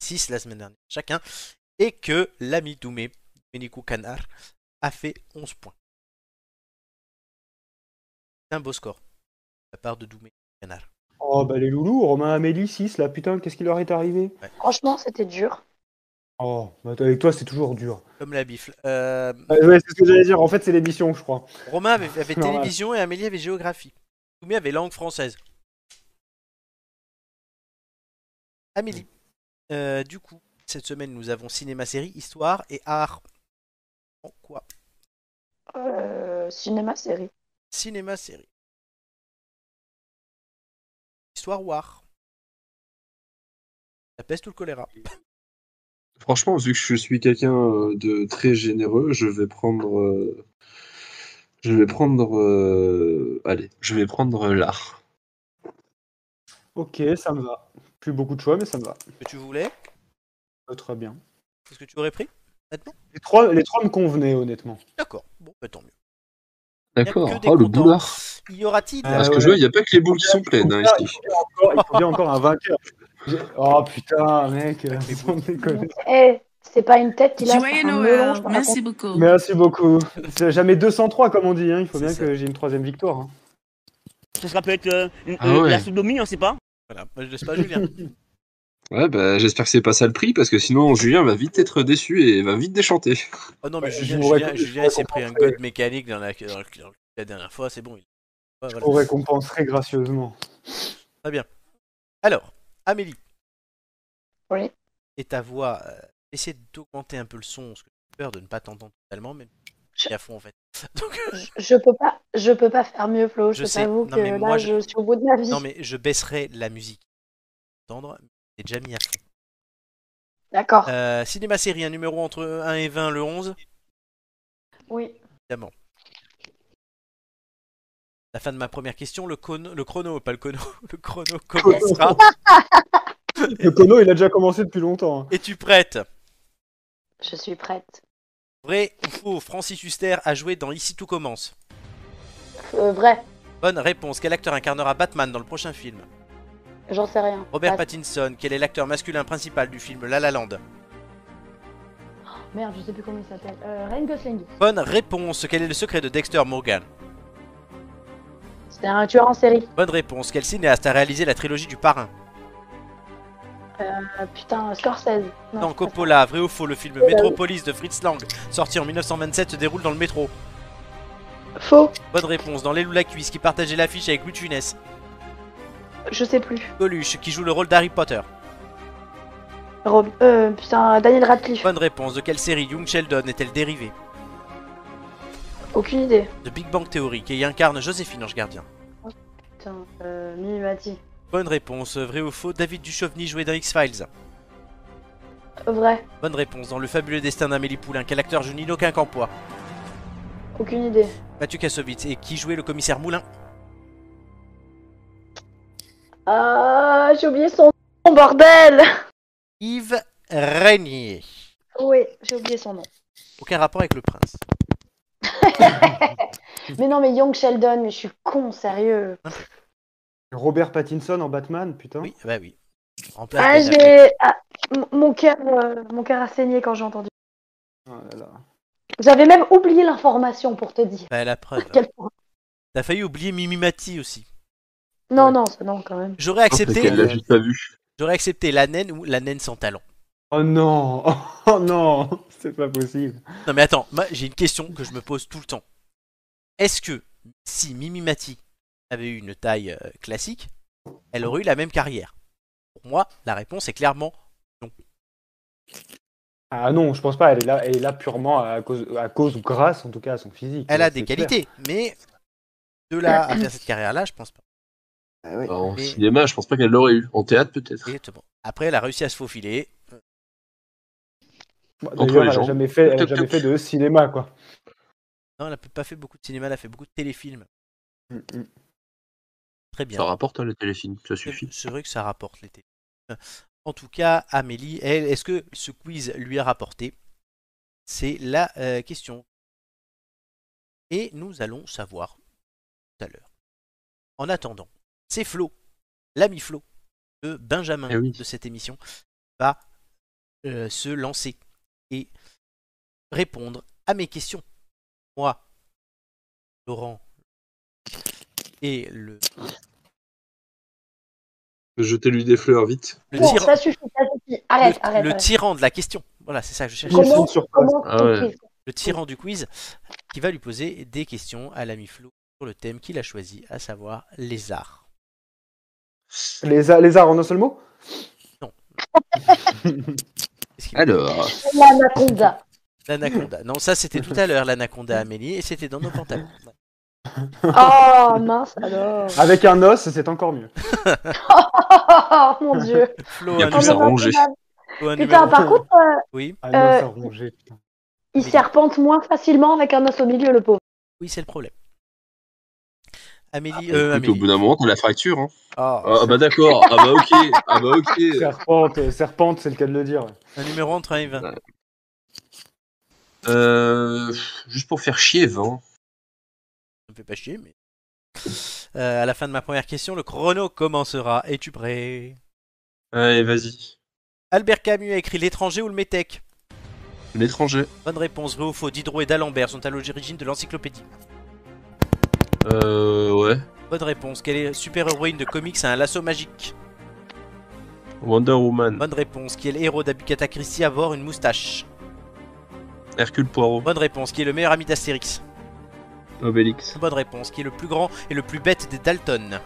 6 la semaine dernière chacun, et que l'ami Doumé, Domenico Canard, a fait 11 points. C'est un beau score, de la part de Doumé Canard.
Oh, bah les loulous, Romain Amélie 6, là, putain, qu'est-ce qui leur est arrivé
Franchement, c'était dur.
Oh, bah, avec toi, c'est toujours dur. Bah,
Comme la bifle. Euh,
Ouais, ouais, c'est ce que j'allais dire. En fait, c'est l'émission, je crois.
Romain avait, avait
Normal.
télévision et Amélie avait géographie. Doumé avait langue française. Amélie, euh, du coup, cette semaine nous avons cinéma-série, histoire et art. En quoi
Euh, cinéma série.
Cinéma-série. Histoire ou art La peste ou le choléra
Franchement, vu que je suis quelqu'un euh, de très généreux, je vais prendre. euh, Je vais prendre. euh, Allez, je vais prendre euh, l'art.
Ok, ça me va. Plus beaucoup de choix, mais ça me va.
Que tu voulais
Euh, Très bien.
Qu'est-ce que tu aurais pris Honnêtement
Les trois, les trois me convenaient, honnêtement.
D'accord, bon, bah, tant mieux.
D'accord.
que des
Oh, le
contents.
boulard.
Y aura-t-il
Parce que je vois, il n'y a pas que les boules qui sont pleines. hein, ici.
Encore- il faut bien encore un vainqueur. J'ai- Oh putain, mec, euh, sans déconner.
Eh, c'est pas une tête qu'il a.
Joyeux
c'est un
Noël,
melon, je te
euh, merci
raconte.
beaucoup.
Merci beaucoup. C'est jamais 203, comme on dit. hein. Il faut bien
ça.
que j'ai une troisième victoire. hein.
Ce sera peut-être euh, une-
Ah
euh,
ouais.
la sodomie, on sait pas.
Voilà, moi, je laisse pas Julien.
Ouais, bah, j'espère que c'est pas ça le prix, parce que sinon Julien va vite être déçu et va vite déchanter.
Oh non, mais
Ouais,
Julien,
je vous
Julien,
raconte- je
Julien,
vous
il s'est pris un
raconterai.
god mécanique dans la, dans le- dans le- la dernière fois, c'est bon. Il... Ouais, voilà.
On récompenserait gracieusement.
Très bien. Alors, Amélie.
Oui.
et ta voix. euh, essaie d'augmenter un peu le son, parce que j'ai peur de ne pas t'entendre totalement, mais je suis à fond en fait. <laughs> Donc,
Je peux pas, je peux pas faire mieux, Flo. Je,
Je sais.
t'avoue
Non,
que
mais
là,
moi, je-
je... suis au bout de ma vie.
non mais je baisserai la musique. Entendre, mais j'ai déjà mis à fond.
D'accord.
Euh, cinéma série, un numéro entre 1 et 20, le 11,
Oui.
évidemment. La fin de ma première question, le, cono- le chrono, pas le chrono, <laughs> le chrono commencera.
<laughs> Le cono, il a déjà commencé depuis longtemps. hein.
Es-tu prête
Je suis prête.
Vrai ou faux Francis Huster a joué dans Ici tout commence.
Euh, vrai,
Bonne réponse. Quel acteur incarnera Batman dans le prochain film
j'en sais rien.
Robert
Ah,
Pattinson. Quel est l'acteur masculin principal du film La La Land
Merde, je sais plus comment il s'appelle. Euh, Ryan Gosling.
Bonne réponse. Quel est le secret de Dexter Morgan
C'était un tueur en série.
Bonne réponse. Quel cinéaste a réalisé la trilogie du Parrain
Euh, putain, Scorsese. Non.
Dans Coppola, vrai ou faux, le film
Euh,
Métropolis de Fritz Lang, sorti en 1927, se déroule dans le métro
Faux.
Bonne réponse. Dans Les Loups la cuisse, qui partageait l'affiche avec Louis de Funès.
Je sais plus.
Coluche, qui joue le rôle d'Harry Potter.
Rob... Euh, putain, Daniel Radcliffe.
Bonne réponse. De quelle série Young Sheldon est-elle dérivée
Aucune idée.
De Big Bang Theory, qui y incarne Joséphine Ange Gardien.
Putain, euh, Mimimati.
Bonne réponse. Vrai ou faux, David Duchovny jouait dans X-Files.
Euh, Vrai,
Bonne réponse. Dans Le fabuleux destin d'Amélie Poulain, quel acteur joue Nino Quincampoix
aucune idée.
Mathieu Kassovitz. Et qui jouait le commissaire Moulin
Ah, j'ai oublié son nom, bordel
Yves Régnier.
Oui, j'ai oublié son nom.
Aucun rapport avec le prince.
Mais non, mais Young Sheldon, mais je suis con, sérieux.
Robert Pattinson en Batman, putain. Oui,
bah oui.
Ah, j'ai... ah, m- mon cœur euh, mon cœur a saigné quand j'ai entendu.
Oh
J'avais même oublié l'information pour te dire.
Bah, la preuve.
Quel point.
T'as failli oublier Mimi Mati aussi.
Non, non, c'est non quand même.
J'aurais accepté.
qu'elle l'a juste pas vu.
J'aurais accepté la naine ou la naine sans talent.
Oh non <laughs> Oh non C'est pas possible.
Non mais attends, moi, j'ai une question que je me pose tout le temps. Est-ce que si Mimi Mati avait eu une taille euh, classique, elle aurait eu la même carrière Pour moi, la réponse est clairement
Ah non, je pense pas. Elle est là, elle est là purement à cause, à cause ou grâce, en tout cas, à son physique.
elle a
C'est
des
clair.
qualités, mais de là à faire cette carrière-là, je pense pas.
En
Mais-
cinéma, je pense pas qu'elle l'aurait eu. En théâtre, peut-être.
Exactement. Après, elle a réussi à se faufiler.
Bah,
Entre
D'ailleurs,
les
elle a
gens.
jamais fait, elle a
Toc,
jamais
toc.
fait de cinéma, quoi.
Non, elle a pas fait beaucoup de cinéma, elle a fait beaucoup de téléfilms. Très bien.
Ça rapporte hein, le téléfilm, ça suffit.
C'est vrai que ça rapporte les téléfilms. Euh, En tout cas, Amélie, elle, est-ce que ce quiz lui a rapporté C'est la euh, question. Et nous allons savoir tout à l'heure. En attendant, c'est Flo, l'ami Flo, de Benjamin de cette émission, qui va euh, se lancer et répondre à mes questions. Moi, Laurent et le
Jetez-lui des fleurs, vite.
Le
Bon,
tyran-
ça suffit, ça suffit. Arrête,
le-
arrête.
le
arrête.
tyran de la question. Voilà, c'est ça que je cherche.
Comment- Question de surface. comment
Ah ouais. surprise.
Le tyran du quiz qui va lui poser des questions à l'ami Flo sur le thème qu'il a choisi, à savoir les arts.
Les, a- les arts en un seul mot
Alors.
<laughs> L'anaconda.
L'anaconda. Non, ça c'était tout à l'heure, l'anaconda Amélie, et c'était dans nos
<laughs>
pantalons.
Oh mince alors.
Avec un os, c'est encore mieux.
<laughs> Oh mon dieu.
Flo,
Il y a
un
plus à
numéro-
ronger.
Flo, un
Putain,
numéro-
par contre, euh,
Oui.
Ah non, euh, ça il serpente moins facilement avec un os au milieu, le pauvre.
Oui, c'est le problème. Amélie, euh,
Ah, Écoute, au
Amélie.
bout d'un moment, t'as la fracture. Hein.
Ah,
Ah, bah d'accord. Ah bah ok. Ah bah <laughs> ok.
Serpente, euh, serpente, c'est le cas de le dire.
Un numéro entre 1 et 20.
Euh, juste pour faire chier, 20.
Ça me fait pas chier, mais. Euh, à la fin de ma première question, le chrono commencera. Es-tu prêt
Allez, vas-y.
Albert Camus a écrit L'étranger ou le métèque
L'étranger.
Bonne réponse, vrai ou faux, Diderot et d'Alembert sont à l'origine de l'encyclopédie.
Euh, ouais.
Bonne réponse, quelle est super-héroïne de comics à un lasso magique
Wonder Woman.
Bonne réponse, qui est le héros d'Abicata Christie à avoir une moustache
Hercule Poirot.
Bonne réponse, qui est le meilleur ami d'Astérix
Obélix.
Bonne réponse, qui est le plus grand et le plus bête des Dalton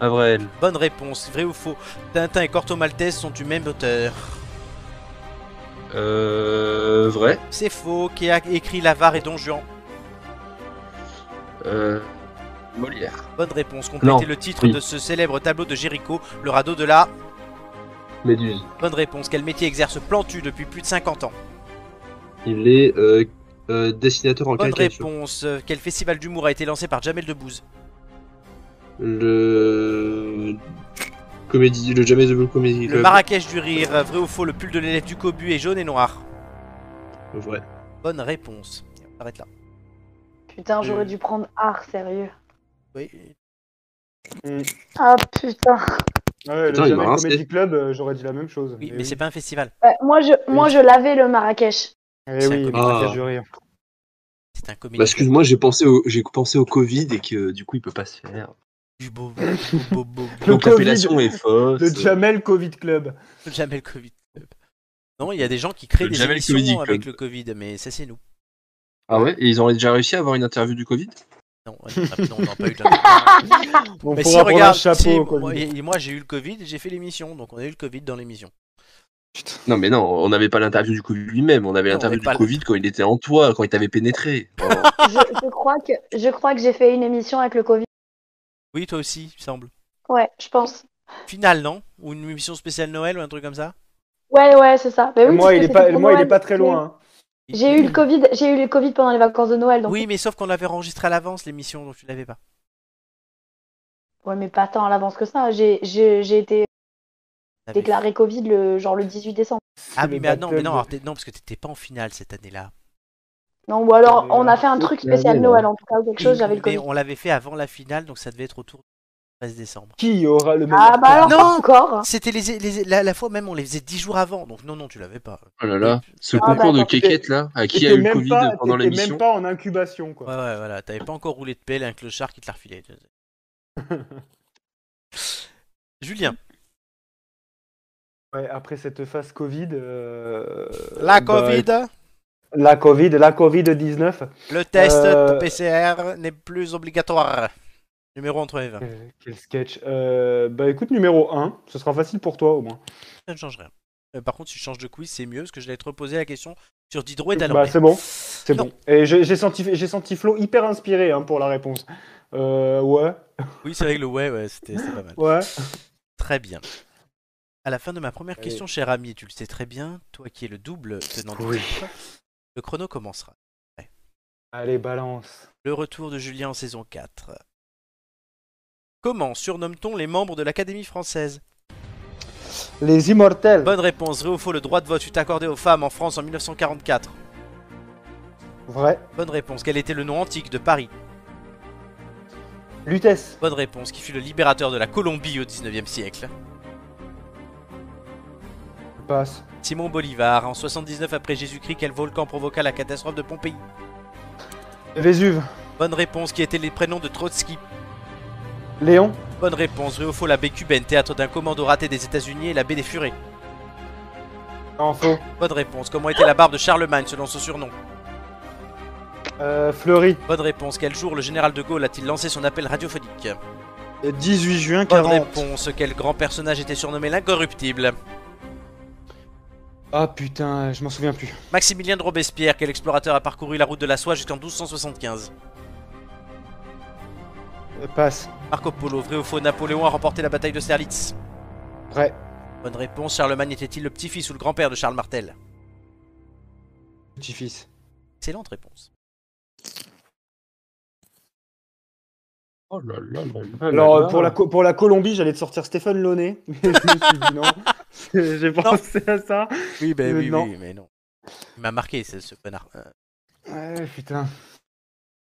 Avrel.
Bonne réponse, vrai ou faux, Tintin et Corto Maltese sont du même auteur
Euh. Vrai
C'est faux. Qui a écrit L'avare et Don Juan
Euh. Molière.
Bonne réponse.
Non.
Complétez le titre
Oui.
de ce célèbre tableau de Géricault, le radeau de la.
Méduse.
Bonne réponse. Quel métier exerce Plantu depuis plus de 50 ans
Il est euh, euh, dessinateur en
Bonne
caricature.
réponse. Euh, Quel festival d'humour a été lancé par Jamel Debbouze
Le. Comédie. Le Jamais de Comédie
Le
Club.
Marrakech du rire. Vrai ou faux Le pull de l'élève du Cobu est jaune et noir.
Vrai.
Bonne réponse. Et on s'arrête là.
Putain,
Je-
j'aurais dû prendre art, sérieux.
Oui.
Ah putain.
Ouais,
Putain,
Mm. le
il
Jamel
m'a rincé.
Comedy Club, euh, j'aurais dit la même chose.
Oui, mais c'est pas un festival.
Ouais, moi, je, moi, je l'avais le Marrakech.
Eh oui,
Ah.
Marrakech du rire.
C'est un comédien.
Bah, excuse-moi, j'ai pensé, au... j'ai pensé au Covid et que du coup il peut pas se faire.
Du beau. <laughs>
Le
Donc
Covid.
l'appellation est fausse.
Le Jamel Covid Club.
Jamais le Covid. Non, il y a des gens qui créent
Le
des
Jamel
émissions
Comedy Club.
avec le Covid, mais ça c'est nous.
Ah ouais Et ils ont déjà réussi à avoir une interview du Covid
Non, on
<laughs>
n'a pas- non, on n'a pas eu de Jamel Comedy.
On
mais si,
pourra prendre un
regarde,
chapeau
si,
au
moi,
Covid.
et- moi, j'ai eu le Covid, et j'ai fait l'émission, donc on a eu le Covid dans l'émission.
Non mais non, on n'avait pas l'interview du Covid lui-même, on avait
Non,
l'interview
mais
du
pas le-
Covid quand il était en toi, quand il t'avait pénétré. Oh.
Je, je crois que je crois que j'ai fait une émission avec le Covid.
Oui, toi aussi, il semble.
Ouais, je pense.
Finale, non Ou une émission spéciale Noël ou un truc comme ça
Ouais, ouais, c'est ça. Bah oui,
Ah, Moi,
parce que
il est
c'était
pas-
pour
moi, il
Noël. euh,
est pas très loin, hein.
J'ai eu le Covid, j'ai eu le Covid pendant les vacances de Noël, donc.
Oui, mais sauf qu'on l'avait enregistré à l'avance l'émission, donc tu l'avais pas.
Ouais, mais pas tant à l'avance que ça. J'ai, j'ai, j'ai été
Ah, mais-
déclaré Covid le genre le 18 décembre.
Ah oui, mais ah non, mais non, alors t'es- non, parce que t'étais pas en finale cette année-là.
Non, ou alors on a fait un
Ah,
truc
tu l'avais,
spécial
là.
hein.
Noël en tout cas ou quelque chose. J'avais le
Mais
Covid.
on l'avait fait avant la finale, donc ça devait être autour du 13 décembre.
Qui aura le meilleur
Ah bah alors
Non,
encore.
C'était les, les- la, la fois même, on les faisait 10 jours avant, donc non, non, tu l'avais pas.
Oh
<laughs>
là là, ce
Ah bah,
concours de
attends,
quéquettes là, à qui a
T'étais
eu le
même
Covid
pas-
pendant
t'étais
l'émission
même pas en incubation, quoi.
Ouais, ouais, voilà, t'avais pas encore roulé de pelle avec le char qui te l'a refilé. <laughs> Julien.
Ouais, après cette phase Covid. euh,
La
bah,
Covid.
La Covid, la Covid-19.
Le test
Euh,
PCR n'est plus obligatoire. Numéro entre Eve.
euh, Quel sketch. Euh, bah écoute, numéro 1, ce sera facile pour toi au moins.
Ça ne change rien. Euh, par contre, si tu changes de quiz, c'est mieux, parce que j'allais te reposer la question sur Diderot et Dalormet.
Bah, c'est bon, c'est
Non.
bon. Et j'ai j'ai senti, j'ai senti Flo hyper inspiré hein, pour la réponse. Euh, ouais,
Oui, c'est vrai que le ouais, ouais, c'était c'était pas mal.
ouais.
Très bien. À la fin de ma première question, cher ami, tu le sais très bien, toi qui es le double tenant du
Oui.
titre, le chrono commencera.
Allez, balance.
Le retour de Julien en saison 4. Comment surnomme-t-on les membres de l'Académie française
Les immortels.
Bonne réponse, vrai ou faux, le droit de vote fut accordé aux femmes en France en 1944.
Vrai.
Bonne réponse, quel était le nom antique de Paris
Lutèce.
Bonne réponse, qui fut le libérateur de la Colombie au 19e siècle
Passe.
Simon Bolivar, en 79 après Jésus-Christ, quel volcan provoqua la catastrophe de Pompéi
Vésuve.
Bonne réponse, qui étaient les prénoms de Trotsky
Léon.
Bonne réponse, vrai ou faux, la baie cubaine, théâtre d'un commando raté des États-Unis et la baie des Furets
Non, faux.
Bonne réponse, comment était la barbe de Charlemagne selon son surnom
Euh, Fleury.
Bonne réponse. Quel jour le général de Gaulle a-t-il lancé son appel radiophonique
18 Euh, juin
Bonne
40.
réponse. Quel grand personnage était surnommé l'incorruptible
Ah putain, je m'en souviens plus.
Maximilien de Robespierre. Quel explorateur a parcouru la route de la soie jusqu'en 1275
Euh, Passe.
Marco Polo. Vrai ou faux Napoléon a remporté la bataille de Sterlitz
Vrai.
Bonne réponse. Charlemagne était-il le petit-fils ou le grand-père de Charles Martel
Petit-fils.
Excellente réponse.
Oh là là là là là
Alors,
là.
euh, pour, la, co- pour la Colombie, j'allais te sortir Stéphane Launay. <laughs> Mais je me suis dit non. <laughs> J'ai pensé à ça.
Oui, ben
Euh,
oui,
non.
oui, mais non. Il m'a marqué ce, ce connard. Euh,
Ouais, putain.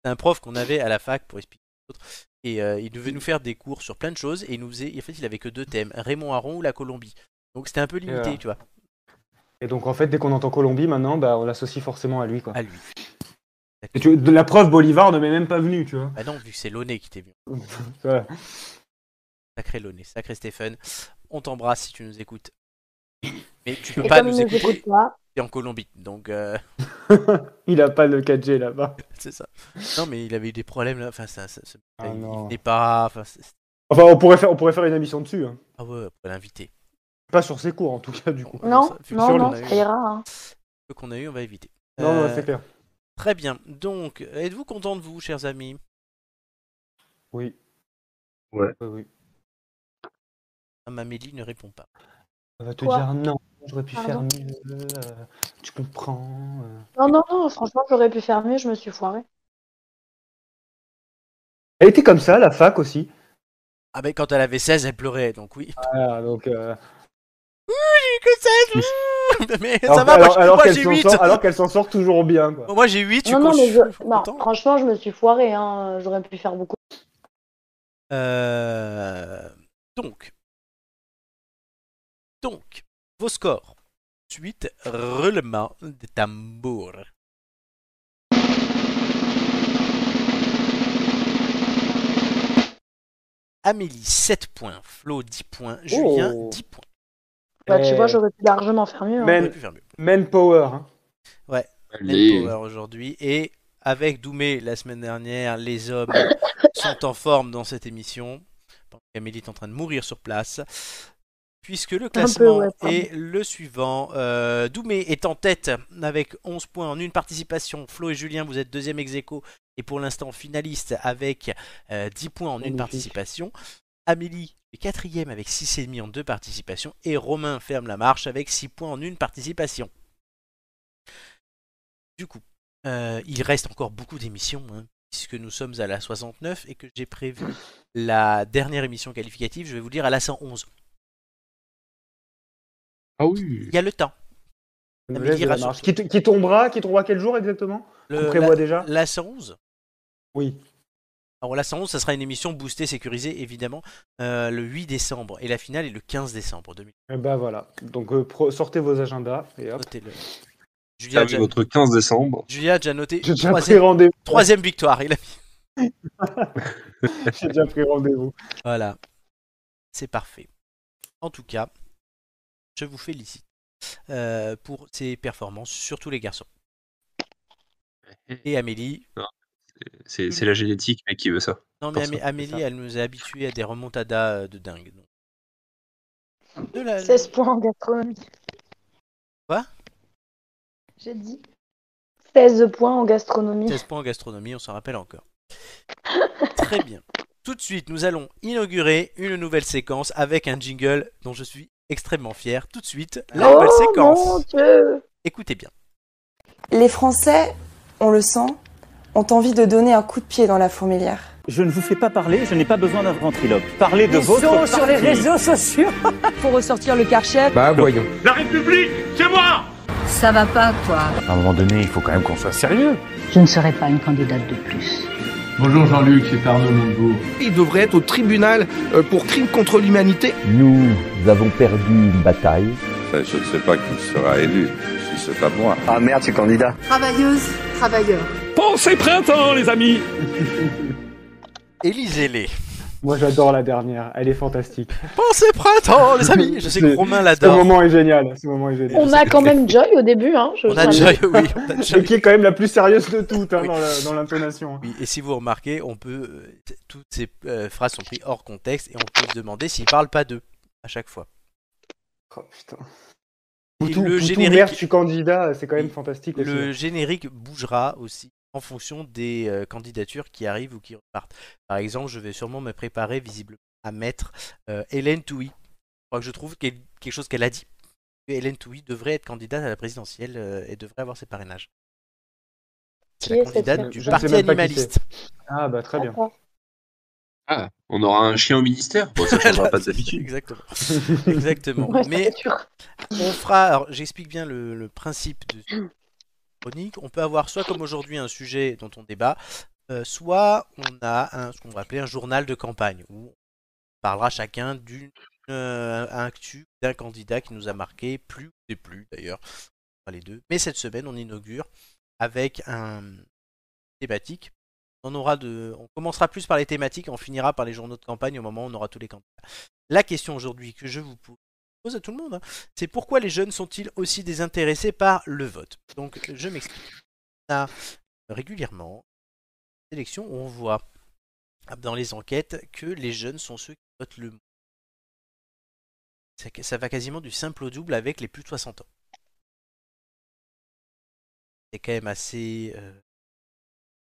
C'est un prof qu'on avait à la fac pour expliquer aux autres. Et euh, il devait nous faire des cours sur plein de choses. Et il nous faisait. En fait, il avait que deux thèmes Raymond Aron ou la Colombie. Donc c'était un peu limité,
Euh.
tu vois.
Et donc, en fait, dès qu'on entend Colombie maintenant, bah, on l'associe forcément à lui. Quoi.
À lui.
Et tu- de la preuve, Bolivar ne m'est même pas venu, tu vois.
Bah non, vu que c'est Launay qui t'est venu.
Voilà.
Sacré Launay, sacré Stéphane. On t'embrasse si tu nous écoutes. Mais tu peux
Et
pas
comme
nous
il nous
écouter.
écoute pas,
T'es en Colombie, donc euh, <laughs>
Il a pas le 4G là-bas.
c'est ça. Non, mais il avait eu des problèmes là. Enfin, ça, ça, ça-
Ah
il
non.
venait pas. Enfin, c'est-
Enfin, on pourrait faire, on pourrait faire une émission dessus. hein.
ah ouais, on pourrait l'inviter.
Pas sur ses cours en tout cas, du coup.
Non,
Vu
non,
qu'on
non,
a eu-
ça ira. hein.
Peu qu'on a eu, on va éviter.
Non,
Euh,
ouais, c'est clair.
Très bien. Donc, êtes-vous content de vous, chers amis
Oui.
Ouais.
oui.
Madame Amélie Ah, ne répond pas.
On va te
Quoi
dire non, j'aurais pu
Pardon
faire mieux. euh, tu comprends. euh.
Non, non, non, franchement, j'aurais pu faire mieux, je me suis foirée.
Elle était comme ça, la fac aussi.
Ah, mais quand elle avait 16, elle pleurait, donc oui.
Voilà, donc. euh,
que 16 Mais
Alors,
ça va,
alors,
moi,
alors
moi,
qu'elle
j'ai Oh.
s'en
8
sort- alors qu'elle s'en sort toujours bien. Quoi.
Moi j'ai 8,
non, non, mais je- non, franchement, je me suis foirée, hein. j'aurais pu faire beaucoup.
Euh, Donc. Donc, vos scores. Suite, roulement de tambour. Amélie, 7 points. Flo, 10 points. Julien,
Oh.
10 points.
Bah,
Eh.
tu vois, j'aurais pu largement faire mieux. hein.
J'aurais pu faire mieux.
Même power. hein.
Ah, Ouais,
Allez.
Manpower aujourd'hui. Et avec Doumé la semaine dernière, les hommes sont en forme dans cette émission. Pendant qu'Amélie est en train de mourir sur place. Puisque le
peu,
classement
ouais, pardon.
est le suivant. Euh, Doumé est en tête avec 11 points en une participation. Flo et Julien, vous êtes deuxième ex aequo et pour l'instant finaliste avec euh, 10 points en une participation. Amélie est quatrième avec 6,5 en deux participations. Et Romain ferme la marche avec 6 points en une participation. Du coup, euh, il reste encore beaucoup d'émissions, hein, puisque nous sommes à la 69 et que j'ai prévu la dernière émission qualificative, je vais vous dire à la 111.
Ah oui.
Il y a le temps.
Le
Amélie
geste de la
rassure-
marche. Qui, t- qui tombera Qui tombera quel jour exactement
Le-
On prévoit
la-
déjà
La 111
Oui.
Alors la 111, ça sera une émission boostée, sécurisée, évidemment, euh, le 8 décembre. Et la finale est le 15 décembre 2000.
Et bah voilà. Donc euh, pro- sortez vos agendas et hop.
Julien, a déjà-
votre 15 décembre.
Julien a déjà noté
<laughs> J'ai déjà pris
troisième,
rendez-vous.
troisième victoire. Il a mis-
J'ai déjà pris rendez-vous.
Voilà. C'est parfait. En tout cas, je vous félicite euh, pour ces performances, surtout les garçons. Et Amélie,
Mm.
C'est c'est la génétique, mais qui veut ça
Non, mais Amé-
Personne.
Amélie, elle nous a habitués à des remontadas euh, de dingue. donc.
16 points en gastronomie.
Quoi
J'ai dit 16 points en gastronomie.
16 points en gastronomie, on s'en rappelle encore. <laughs> Très bien. Tout de suite, nous allons inaugurer une nouvelle séquence avec un jingle dont je suis extrêmement fier. Tout de suite, la
Oh,
nouvelle séquence.
mon Dieu
Écoutez bien.
Les Français, on le sent, ont envie de donner un coup de pied dans la fourmilière.
Je ne vous fais pas parler, je n'ai pas besoin d'un ventriloque. Parlez de votre parti.
sociaux pour ressortir le karcher.
Bah voyons.
La République, c'est moi Ça va pas, quoi.
À un moment donné, il faut quand même qu'on soit sérieux.
Je ne serai pas une candidate de plus.
Bonjour Jean-Luc, c'est Arnaud Montebourg.
Il devrait être au tribunal euh, pour crime contre l'humanité.
Nous avons perdu une bataille.
Euh, Je ne sais pas qui sera élu, si c'est pas moi. Ah merde, c'est candidat.
Travailleuse, travailleur.
Pensez printemps, les amis
Élisez-les.
Moi j'adore la dernière, elle est fantastique.
Pensez printemps, les amis. Je sais que
C'est-
Romain
Ce
l'adore.
moment est génial. Ce moment est génial.
On a quand même Joy au début. Hein, je-
On a Joy, <laughs> oui. on a Joy.
Mais qui est quand même la plus sérieuse de toutes hein, dans la- dans l'intonation.
Oui, et si vous remarquez, on peut euh, t- toutes ces euh, phrases sont prises hors contexte et on peut se demander s'ils parlent pas d'eux à chaque fois.
Oh putain.
Et
Poutou,
le
Poutou,
générique-
merde, je suis candidat, c'est quand même fantastique aussi.
Le générique bougera aussi en fonction des euh, candidatures qui arrivent ou qui repartent. Par exemple, je vais sûrement me préparer visiblement à mettre euh, Hélène Touy. Je crois que je trouve quel- quelque chose qu'elle a dit. Que Hélène Touy devrait être candidate à la présidentielle euh, et devrait avoir ses parrainages. C'est
Qui
la
est cette
candidate
femme
du
Je ne sais
Parti
même pas qui
animaliste.
c'est. Ah bah
<laughs>
très bien.
Ah, on aura un chien au ministère
<laughs>
Bon, ça changera pas
<laughs>
d'habitude.
Exactement. Exactement.
Ouais,
Mais on fera. Alors, j'explique bien le, le principe de cette chronique. On peut avoir soit comme aujourd'hui un sujet dont on débat, euh, soit on a un, ce qu'on va appeler un journal de campagne où on parlera chacun d'une euh, actu d'un candidat qui nous a marqué plus ou des plus d'ailleurs. Pas les deux. Mais cette semaine, on inaugure avec un thématique. On aura de, on commencera plus par les thématiques, on finira par les journaux de campagne au moment où on aura tous les candidats. La question aujourd'hui que je vous pose- pose à tout le monde, hein, c'est pourquoi les jeunes sont-ils aussi désintéressés par le vote Donc je m'explique. On a régulièrement des élections où on voit dans les enquêtes que les jeunes sont ceux qui votent le moins. Ça, ça va quasiment du simple au double avec les plus de 60 ans. C'est quand même assez euh,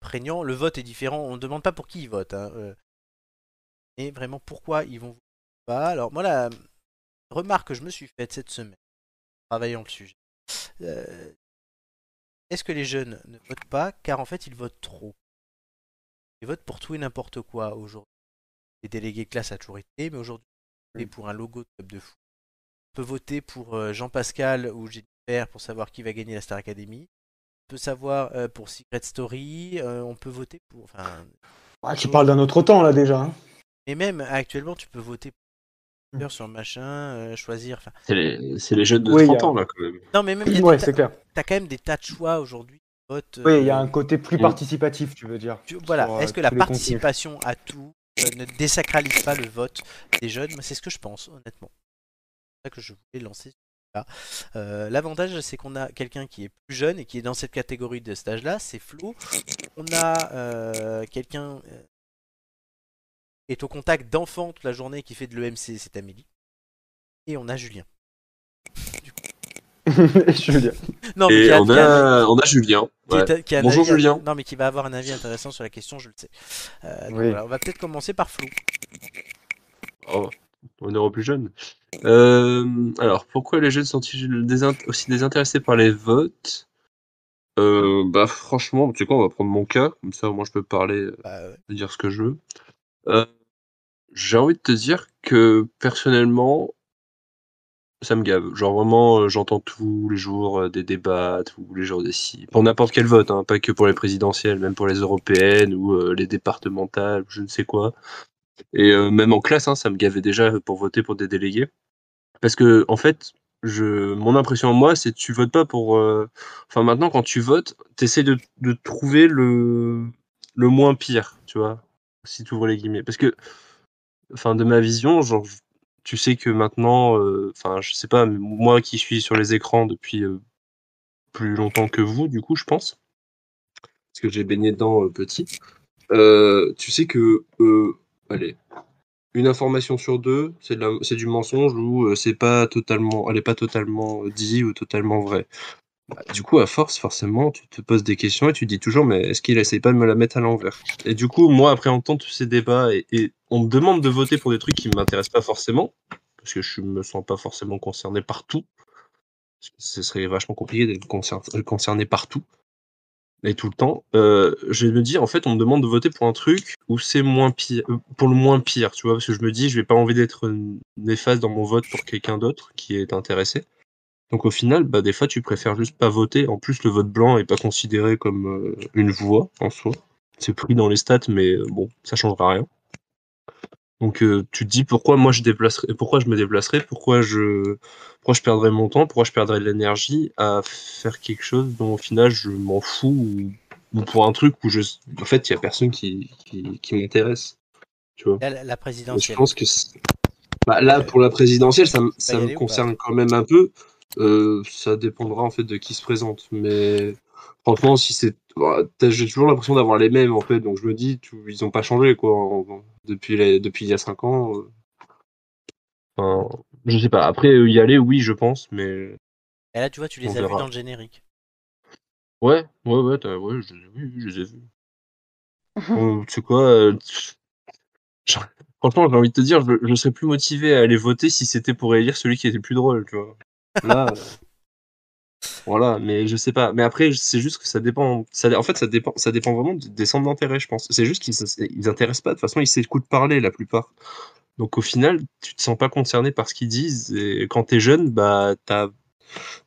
prégnant. Le vote est différent. On ne demande pas pour qui ils votent. hein, euh, mais vraiment pourquoi ils vont voter ou pas. Alors moi, la remarque que je me suis faite cette semaine, en travaillant le sujet, euh, est-ce que les jeunes ne votent pas car en fait ils votent trop Ils votent pour tout et n'importe quoi aujourd'hui. Les délégués de classe a toujours été, mais aujourd'hui, on peut
Mmh.
voter pour un logo de club de foot. On peut voter pour euh, Jean-Pascal ou Jennifer pour savoir qui va gagner la Star Academy. On peut savoir euh, pour Secret Story. euh, on peut voter pour. Enfin,
Ah, tu parles d'un autre temps là déjà. hein.
et même actuellement, tu peux voter
Mmh.
pour sur machin, euh, choisir. enfin,
C'est les, c'est les jeunes de
Oui, hein.
30
y a-
ans, là, quand même.
Non, mais même. il y a
Ouais,
des
c'est
tas-
clair.
T'as quand même des tas de choix aujourd'hui. vote,
Oui,
euh,
il y a un côté plus
Mm.
participatif, tu
<laughs>
veux dire.
Voilà.
sur, euh,
Est-ce que la
tous les contenus.
participation à tout euh, ne désacralise pas le vote des jeunes Moi, C'est ce que je pense, honnêtement. C'est pour ça que je voulais lancer là. L'avantage, c'est qu'on a quelqu'un qui est plus jeune et qui est dans cette catégorie de stage-là, c'est Flo. On a euh, quelqu'un euh, qui est au contact d'enfants toute la journée qui fait de l'EMC, c'est Amélie. Et on a Julien.
Julien.
Non, mais
Et
qui a-
on
qui a-
a, on a Julien.
qui est-
ouais.
qui a un
Bonjour
avis-
Julien.
Non, mais qui va avoir un avis intéressant sur la question, je le sais. Euh, donc
Oui.
voilà, on va peut-être commencer par Flo.
Oh, on est au plus jeune. Euh, alors, pourquoi les jeunes sont-ils désint- aussi désintéressés par les votes Euh, Bah, franchement, tu sais quoi, on va prendre mon cas, comme ça, moi, je peux parler, euh,
Bah,
de dire ce que je veux. Euh, j'ai envie de te dire que personnellement, ça me gave. Genre, vraiment, euh, j'entends tous les jours euh, des débats, tous les jours des si. Pour n'importe quel vote, hein, pas que pour les présidentielles, même pour les européennes ou euh, les départementales, je ne sais quoi. Et euh, même en classe, hein, ça me gavait déjà pour voter pour des délégués. Parce que, en fait, je, mon impression, moi, c'est que tu votes pas pour. euh, Enfin, maintenant, quand tu votes, tu essaies de, de trouver le, le moins pire, tu vois, si tu ouvres les guillemets. Parce que, enfin, de ma vision, genre, je- tu sais que maintenant, euh, enfin, je sais pas, mais moi qui suis sur les écrans depuis euh, plus longtemps que vous, du coup, je pense, parce que j'ai baigné dedans euh, petit, euh, tu sais que, euh, allez, une information sur deux, c'est de la- c'est du mensonge ou euh, c'est pas totalement, elle est pas totalement euh, dit ou totalement vraie. Bah, du coup, à force, forcément, tu te poses des questions et tu te dis toujours, mais est-ce qu'il essaye pas de me la mettre à l'envers Et du coup, moi, après entendre tous ces débats et, et on me demande de voter pour des trucs qui m'intéressent pas forcément, parce que je me sens pas forcément concerné par tout. parce que Ce serait vachement compliqué d'être concer- euh, concerné par tout et tout le temps. Euh, je me dis, en fait, on me demande de voter pour un truc où c'est moins pire, euh, pour le moins pire, tu vois, parce que je me dis, je vais pas envie d'être néfaste dans mon vote pour quelqu'un d'autre qui est intéressé. Donc au final, bah, des fois, tu préfères juste pas voter. En plus, le vote blanc est pas considéré comme euh, une voix en soi. C'est pris dans les stats, mais euh, bon, ça changera rien. Donc euh, tu te dis pourquoi moi je déplacerai, pourquoi je me déplacerai, pourquoi je, pourquoi je perdrais mon temps, pourquoi je perdrais de l'énergie à faire quelque chose dont au final je m'en fous ou, ou pour un truc où je, en fait, il y a personne qui, qui, qui m'intéresse. Tu vois.
Là, la, la
Je
présidentielle.
pense que c'est- bah, là, pour la présidentielle, ça, me-
tu vas y
ça me
aller ou pas
concerne quand même un peu. Euh, ça dépendra en fait de qui se présente. Mais franchement, si c'est. bah, t'as- J'ai toujours l'impression d'avoir les mêmes en fait. Donc je me dis, tu- ils ont pas changé quoi. en- Depuis, les- depuis il y a 5 ans. euh. Enfin, je sais pas. Après, euh, y aller, oui, je pense. Mais.
Et là, tu vois, tu les
On
as vus
verra.
dans le générique.
Ouais, ouais, ouais, t'as- ouais je, oui, oui, je les ai vus. Euh, tu sais quoi euh, j'en- Franchement, j'ai envie de te dire, je, je serais plus motivé à aller voter si c'était pour élire celui qui était plus drôle, tu vois. Là, euh, voilà, mais je sais pas. Mais après, c'est juste que ça dépend. Ça, en fait, ça dépend, ça dépend vraiment des des centres d'intérêt, je pense. C'est juste qu'ils s- ils intéressent pas. De toute façon, ils s'écoutent parler la plupart. Donc au final, tu te sens pas concerné par ce qu'ils disent. Et quand t'es jeune, bah t'as,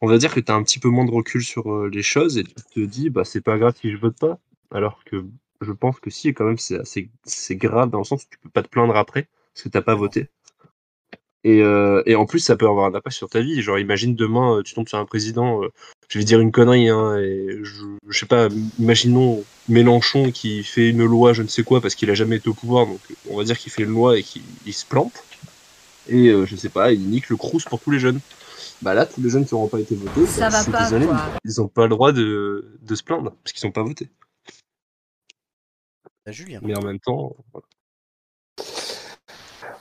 on va dire que t'as un petit peu moins de recul sur euh, les choses et tu te dis bah c'est pas grave si je vote pas. Alors que je pense que si, et quand même c'est assez, c'est grave dans le sens où tu peux pas te plaindre après parce que t'as pas voté. Et, euh, et en plus, ça peut avoir un impact sur ta vie. Genre, imagine demain, euh, tu tombes sur un président, euh, je vais dire une connerie, hein, et je, je sais pas, imaginons Mélenchon qui fait une loi, je ne sais quoi, parce qu'il a jamais été au pouvoir, donc on va dire qu'il fait une loi et qu'il il se plante. Et euh, je sais pas, il nique le crous pour tous les jeunes. Bah là, tous les jeunes qui n'auront pas été votés,
Ça
bah,
va
je suis
pas,
désolé,
quoi.
mais ils n'ont pas le droit de, de se plaindre, parce qu'ils n'ont pas voté.
Julien. Bah,
Mais en même temps, voilà.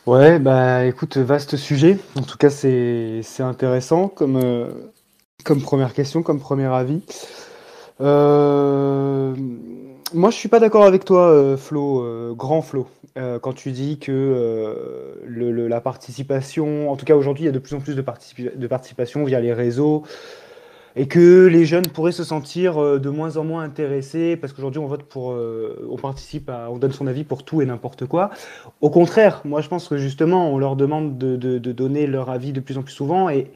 Ouais, bah écoute, vaste sujet. En tout cas, c'est c'est intéressant comme, euh, comme première question, comme premier avis. Euh, moi, je suis pas d'accord avec toi, euh, Flo, euh, grand Flo, euh, quand tu dis que euh, le- le- la participation, en tout cas aujourd'hui, il y a de plus en plus de, participi- de participation via les réseaux et que les jeunes pourraient se sentir euh, de moins en moins intéressés parce qu'aujourd'hui on vote pour, euh, on participe, à- on donne son avis pour tout et n'importe quoi. Au contraire, moi je pense que justement on leur demande de, de- de donner leur avis de plus en plus souvent et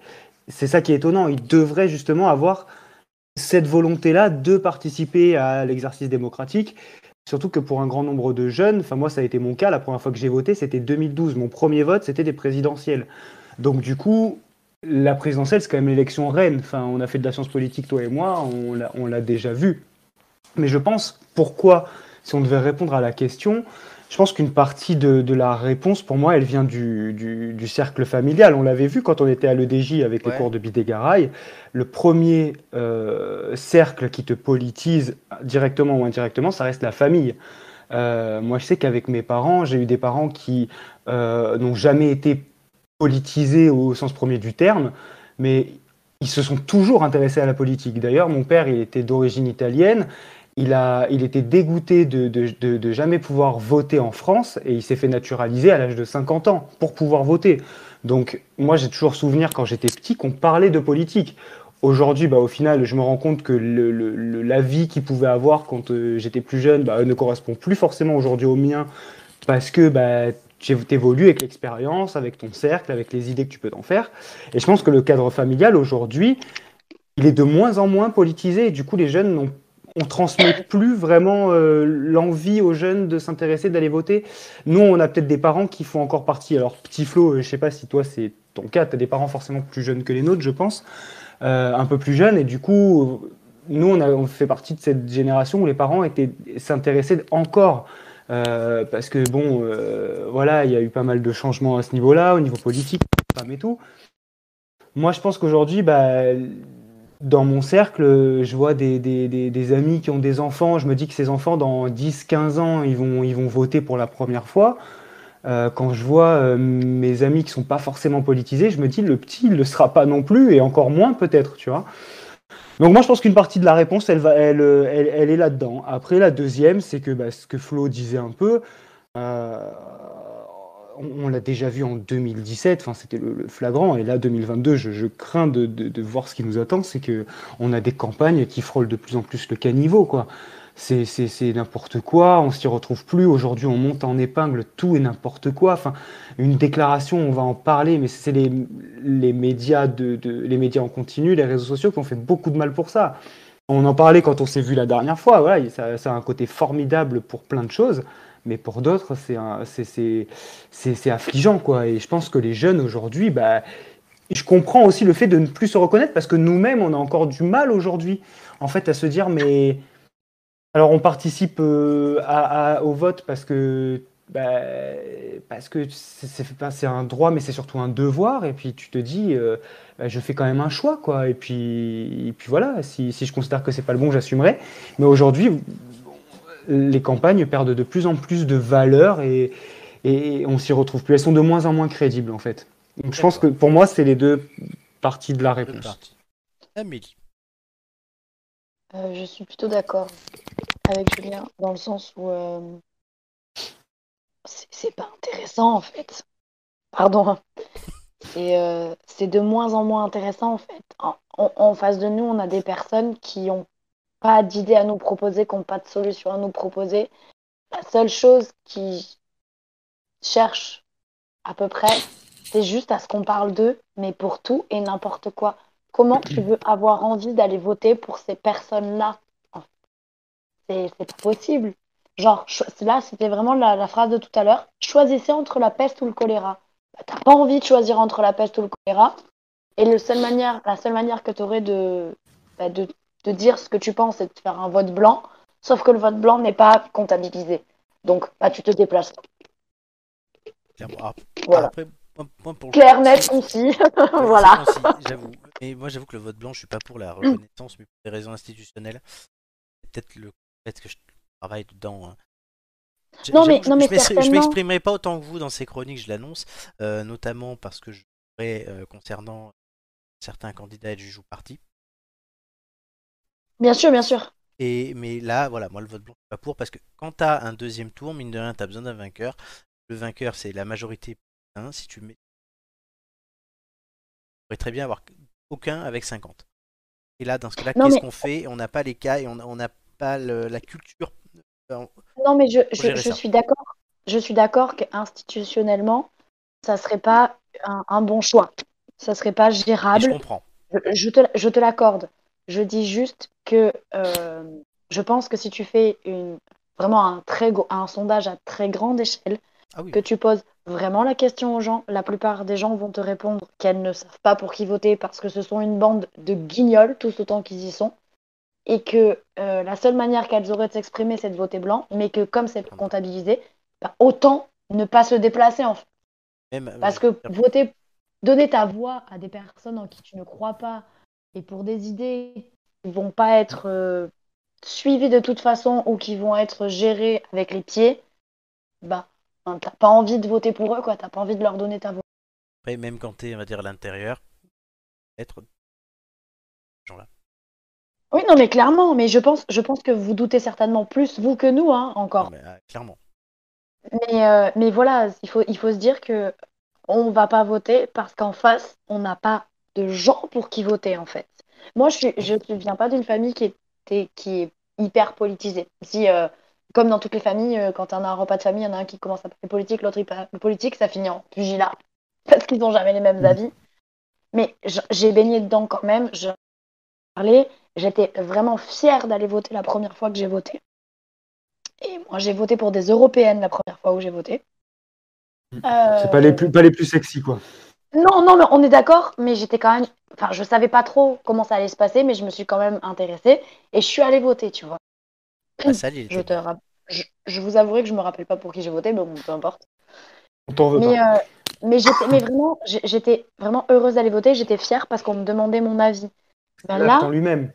c'est ça qui est étonnant. Ils devraient justement avoir cette volonté-là de participer à l'exercice démocratique. Surtout que pour un grand nombre de jeunes, enfin moi ça a été mon cas, la première fois que j'ai voté c'était 2012, mon premier vote c'était des présidentielles. Donc du coup, la présidentielle c'est quand même l'élection reine, enfin on a fait de la science politique toi et moi, on l'a- on l'a déjà vu. Mais je pense, pourquoi, si on devait répondre à la question, je pense qu'une partie de, de la réponse, pour moi, elle vient du, du- du cercle familial. On l'avait vu quand on était à l'EDJ avec
Ouais.
les cours de Bidégaray. Le premier euh, cercle qui te politise directement ou indirectement, ça reste la famille. Euh, moi, je sais qu'avec mes parents, j'ai eu des parents qui euh, n'ont jamais été politisés au sens premier du terme, mais ils se sont toujours intéressés à la politique. D'ailleurs, mon père, il était d'origine italienne. Il, a, il était dégoûté de, de- de- de jamais pouvoir voter en France et il s'est fait naturaliser à l'âge de 50 ans pour pouvoir voter. Donc, moi, j'ai toujours souvenir quand j'étais petit qu'on parlait de politique. Aujourd'hui, bah, au final, je me rends compte que le- le- le- la vie qu'il pouvait avoir quand euh, j'étais plus jeune bah, ne correspond plus forcément aujourd'hui au mien parce que bah, tu évolues avec l'expérience, avec ton cercle, avec les idées que tu peux t'en faire. Et je pense que le cadre familial aujourd'hui, il est de moins en moins politisé. Et du coup, les jeunes n'ont on transmet plus vraiment euh, l'envie aux jeunes de s'intéresser, d'aller voter. Nous, on a peut-être des parents qui font encore partie. Alors, petit Flo, euh, je sais pas si toi c'est ton cas, tu as des parents forcément plus jeunes que les nôtres, je pense, euh, un peu plus jeunes, et du coup, euh, nous, on, a- on fait partie de cette génération où les parents étaient s'intéressaient encore. euh, parce que bon, euh, voilà, il y a eu pas mal de changements à ce niveau-là, au niveau politique, femme et tout. Moi, je pense qu'aujourd'hui, bah, dans mon cercle, euh, je vois des, des- des- des amis qui ont des enfants. Je me dis que ces enfants, dans 10-15 ans, ils vont, ils vont voter pour la première fois. Euh, quand je vois euh, mes amis qui sont pas forcément politisés, je me dis le petit, il ne le sera pas non plus, et encore moins peut-être, tu vois. Donc moi, je pense qu'une partie de la réponse, elle, va, elle, euh, elle, elle est là-dedans. Après, la deuxième, c'est que bah, ce que Flo disait un peu, euh, on, on l'a déjà vu en 2017, enfin, c'était le, le flagrant, et là 2022, je, je crains de, de- de voir ce qui nous attend, c'est que on a des campagnes qui frôlent de plus en plus le caniveau, quoi. C'est, c'est- c'est n'importe quoi, on s'y retrouve plus. Aujourd'hui, on monte en épingle tout et n'importe quoi. Enfin, une déclaration, on va en parler, mais c'est les, les médias de, de- les médias en continu, les réseaux sociaux qui ont fait beaucoup de mal pour ça. On en parlait quand on s'est vu la dernière fois. Voilà, y- ça, ça a un côté formidable pour plein de choses, mais pour d'autres, c'est un- c'est- c'est- c'est- c'est affligeant, quoi. Et je pense que les jeunes aujourd'hui, bah, je comprends aussi le fait de ne plus se reconnaître parce que nous-mêmes, on a encore du mal aujourd'hui, en fait, à se dire, mais alors on participe euh, à- à- au vote parce que bah, parce que c'est- c'est pas- c'est un droit, mais c'est surtout un devoir. Et puis tu te dis, euh, bah, je fais quand même un choix, quoi. Et puis, et puis voilà. Si, si je considère que c'est pas le bon, j'assumerai. Mais aujourd'hui, les campagnes perdent de plus en plus de valeur et, et on s'y retrouve plus. Elles sont de moins en moins crédibles, en fait. Donc je pense que pour moi, c'est les deux parties de la réponse.
Amélie.
Euh, je suis plutôt d'accord avec Julien, dans le sens où euh, c'est c'est pas intéressant en fait. Pardon. hein. C'est euh, c'est de moins en moins intéressant en fait. En, en- en face de nous, on a des personnes qui ont pas d'idées à nous proposer, qui n'ont pas de solution à nous proposer. La seule chose qu'ils cherchent à peu près, c'est juste à ce qu'on parle d'eux, mais pour tout et n'importe quoi. Comment tu veux avoir envie d'aller voter pour ces personnes-là C'est c'est pas possible. Genre, cho- là, c'était vraiment la, la phrase de tout à l'heure. Choisissez entre la peste ou le choléra. Bah, T'as pas envie de choisir entre la peste ou le choléra. Et le seul manière, la seule manière que tu aurais de, bah, de, de dire ce que tu penses, c'est de faire un vote blanc. Sauf que le vote blanc n'est pas comptabilisé. Donc, bah, tu te déplaces.
Ah,
Voilà.
après, moi- moi, pour le
Clair,
coup,
net,
c'est-
concis.
Ouais,
<laughs> voilà. Mm.
c'est concis, j'avoue. Mais moi, j'avoue que le vote blanc, je suis pas pour la reconnaissance, mais pour des raisons institutionnelles. C'est Peut-être le fait que je travaille dedans. hein. Je-
Non,
je-
mais-
je-
non, mais
je m'exprime- je
certainement.
m'exprimerai pas autant que vous dans ces chroniques, je l'annonce, euh, notamment parce que je jouerai euh, concernant certains candidats et du joue parti.
Bien sûr, bien sûr.
Et mais là, voilà, moi le vote blanc, c'est pas pour parce que quand t'as un deuxième tour, mine de rien, t'as besoin d'un vainqueur. Le vainqueur, c'est la majorité. Hein, si tu mets, tu pourrais très bien avoir aucun avec 50. Et là, dans ce cas-là,
Non,
qu'est-ce
mais-
qu'on fait On n'a pas les cas et on on n'a pas le- la culture. Enfin,
Non, mais je,
Faut
je,
gérer
je
ça.
suis d'accord. Je suis d'accord qu'institutionnellement, ça serait pas un, un bon choix. Ça serait pas
mais je
gérable.
comprends.
Je, je te, je te l'accorde. Je dis juste que euh, je pense que si tu fais une, vraiment un, très, gros- un sondage à très grande échelle,
Ah
que tu poses vraiment la question aux gens, la plupart des gens vont te répondre qu'elles ne savent pas pour qui voter parce que ce sont une bande de guignols, tous autant qu'ils y sont, et que euh, la seule manière qu'elles auraient de s'exprimer, c'est de voter blanc, mais que comme c'est comptabilisé, bah, autant ne pas se déplacer en fait.
Même, euh,
Parce que voter, donner ta voix à des personnes en qui tu ne crois pas et pour des idées qui vont pas être euh, suivies de toute façon ou qui vont être gérées avec les pieds, bah, hein, t'as pas envie de voter pour eux, quoi. T'as pas envie de leur donner ta voix.
Après, même quand t'es, on va dire, à l'intérieur, être
Oui, non, mais clairement, mais je pense, je pense que vous doutez certainement plus, vous que nous, hein, encore.
euh,
<clears throat>
clairement.
Mais, euh, mais voilà, il faut, il faut se dire que on va pas voter parce qu'en face, on n'a pas de gens pour qui voter, en fait. Moi, je suis, je ne viens pas d'une famille qui était, qui est hyper politisée. Si, euh, comme dans toutes les familles, euh, quand on a un repas de famille, il y en a un qui commence à parler politique, l'autre il parle politique, ça finit en pugilat. <laughs> Parce qu'ils n'ont jamais les
Mm.
mêmes avis. Mais j- j'ai baigné dedans quand même. Je parlais, j'étais vraiment fière d'aller voter la première fois que j'ai voté. Et moi, j'ai voté pour des européennes la première fois où j'ai voté. Euh,
C'est pas les plus, pas les plus sexy, quoi.
Non, non, mais on est d'accord, mais j'étais quand même. Enfin, je savais pas trop comment ça allait se passer, mais je me suis quand même intéressée et je suis allée voter, tu vois.
Ah, ça, il
Je,
était-
te rapp- je, je vous avouerai que je me rappelle pas pour qui j'ai voté, mais bon, peu importe.
On t'en veut
Mais,
pas.
euh, mais, j'étais, mais vraiment, j'ai- j'étais vraiment heureuse d'aller voter, j'étais fière parce qu'on me demandait mon avis. Ben
L'acte en
là,
lui-même.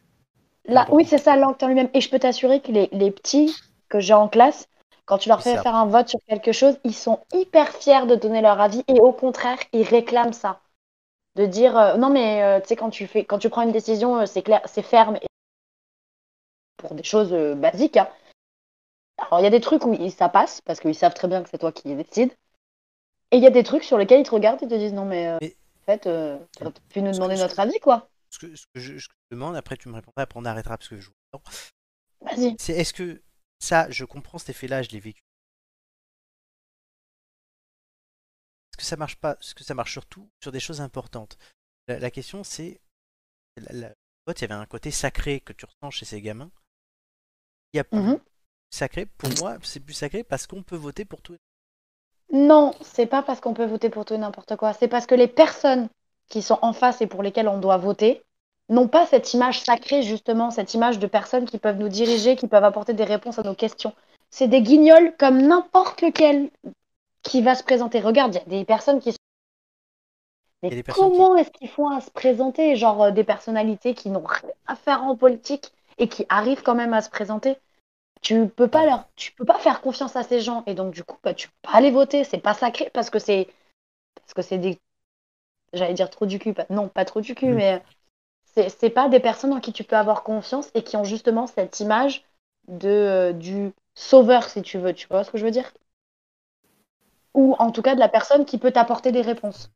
là, oui, c'est ça, l'acte en lui-même. Et je peux t'assurer que les, les petits que j'ai en classe, quand tu leur
Ils
fais
savent.
faire un vote sur quelque chose, ils sont hyper fiers de donner leur avis et au contraire, ils réclament ça. De dire, euh, non, mais euh, tu sais, quand, tu fais- quand tu prends une décision, euh, c'est clair, c'est ferme. et- Pour des choses euh, basiques. hein. Alors, il y a des trucs où ils- ça passe parce qu'ils savent très bien que c'est toi qui décides. Et il y a des trucs sur lesquels ils te regardent et te disent non mais euh, en fait euh, t'aurais pu nous demander notre avis quoi.
ce que, ce que je, ce que je demande, après tu me répondras, après on arrêtera parce que je vois le temps.
Vas-y.
C'est est-ce que ça, je comprends cet effet-là, je l'ai vécu. Est-ce que ça marche pas Est-ce que ça marche surtout sur des choses importantes La, la question c'est, la- la- le vote, il y avait un côté sacré que tu ressens chez ces gamins. Il y a plus sacré pour moi, c'est plus sacré parce qu'on peut voter pour tout.
Non, c'est pas parce qu'on peut voter pour tout et n'importe quoi, c'est parce que les personnes qui sont en face et pour lesquelles on doit voter n'ont pas cette image sacrée justement, cette image de personnes qui peuvent nous diriger, qui peuvent apporter des réponses à nos questions. C'est des guignols comme n'importe lequel qui va se présenter. Regarde, il y a des personnes qui sont
Il y a des personnes qui-
Comment est-ce qu'ils font à se présenter, genre euh, des personnalités qui n'ont rien à faire en politique et qui arrivent quand même à se présenter Tu peux pas leur, tu peux pas faire confiance à ces gens et donc du coup, bah, tu peux pas aller voter. C'est pas sacré parce que c'est, parce que c'est des, j'allais dire trop du cul, pas- non pas trop du
Mm.
cul, mais euh, c'est c'est pas des personnes en qui tu peux avoir confiance et qui ont justement cette image de euh, du sauveur si tu veux. Tu vois ce que je veux dire Ou en tout cas de la personne qui peut t'apporter des réponses.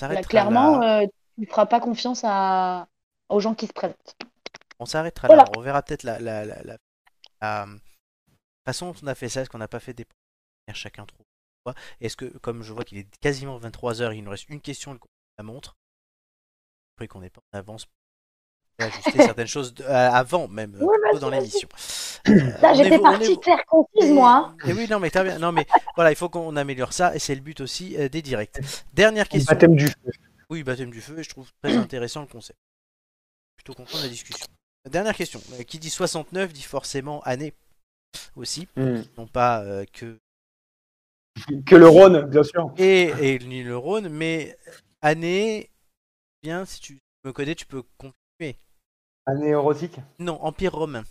Là,
s'arrêtera
Bah, clairement,
là.
euh, tu ne feras pas confiance à... aux gens qui se présentent.
On s'arrêtera
Voilà.
là. On verra peut-être la, la, la, la- la euh, façon dont on a fait ça, est-ce qu'on n'a pas fait des premières chacun trop quoi. Est-ce que, comme je vois qu'il est quasiment 23h, il nous reste une question, le compte de la montre. Je crois qu'on n'est pas en avance pour
<laughs>
ajuster certaines choses de- euh, avant même, euh,
Oui, vas-y,
tôt dans
vas-y.
l'émission. Euh,
<clears throat> Là,
on
j'étais
est- on est-
partie claire
<laughs>
concise, moi. hein.
Et oui, non, mais t'as bien. Non, mais voilà, il faut qu'on améliore ça, et c'est le but aussi euh, des
<laughs>
directs. Dernière question.
baptême du feu.
Oui, baptême du feu, et je trouve très intéressant le concept. Plutôt content de la discussion. Dernière question. Euh, Qui dit 69 dit forcément année aussi,
Mm.
non pas euh, que
Que le Rhône, bien sûr.
et, et ni le Rhône, mais année. eh Bien, si tu me connais, tu peux continuer.
Année érotique.
Non, Empire romain.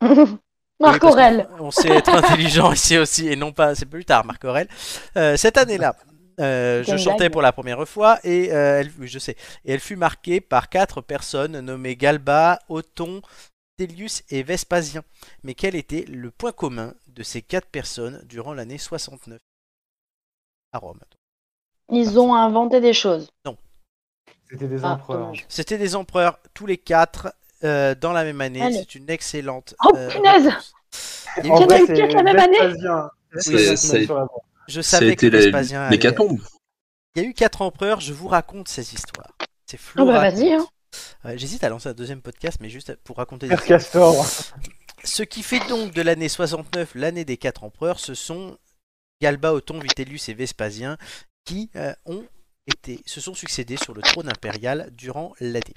Marc
Oui, parce
Aurèle.
qu'on- On sait être
<laughs>
intelligent ici aussi, et non pas, c'est plus tard, Marc Aurèle. Euh, cette année-là, euh, je
Quelle
chantais
blague.
pour la première fois, et euh, elle, oui, je sais, et elle fut marquée par quatre personnes nommées Galba, Othon, Tellius et Vespasien. Mais quel était le point commun de ces quatre personnes durant l'année 69 à Rome
Ils ont inventé des choses.
C'était des
Ah,
empereurs.
C'était des empereurs, tous les quatre, euh, dans la même année.
Allez.
C'est une excellente.
Oh
euh,
punaise
Il y a
En
eu
vrai,
quatre-
c'est
quatre la même année
Vespasien.
Oui,
Vespasien
ça a été-
sur la voie.
Je
Ça a
savais que
été les-
Vespasien allait-
l'hécatombe.
Il y a eu quatre empereurs, je vous raconte ces histoires. C'est flou.
Ah bah vas-y. hein.
J'hésite à lancer un deuxième podcast, mais juste pour raconter des
Père Castor.
Ce qui fait donc de l'année 69 l'année des quatre empereurs, ce sont Galba, Othon, Vitellus et Vespasien qui euh, ont été, se sont succédés sur le trône impérial durant l'année.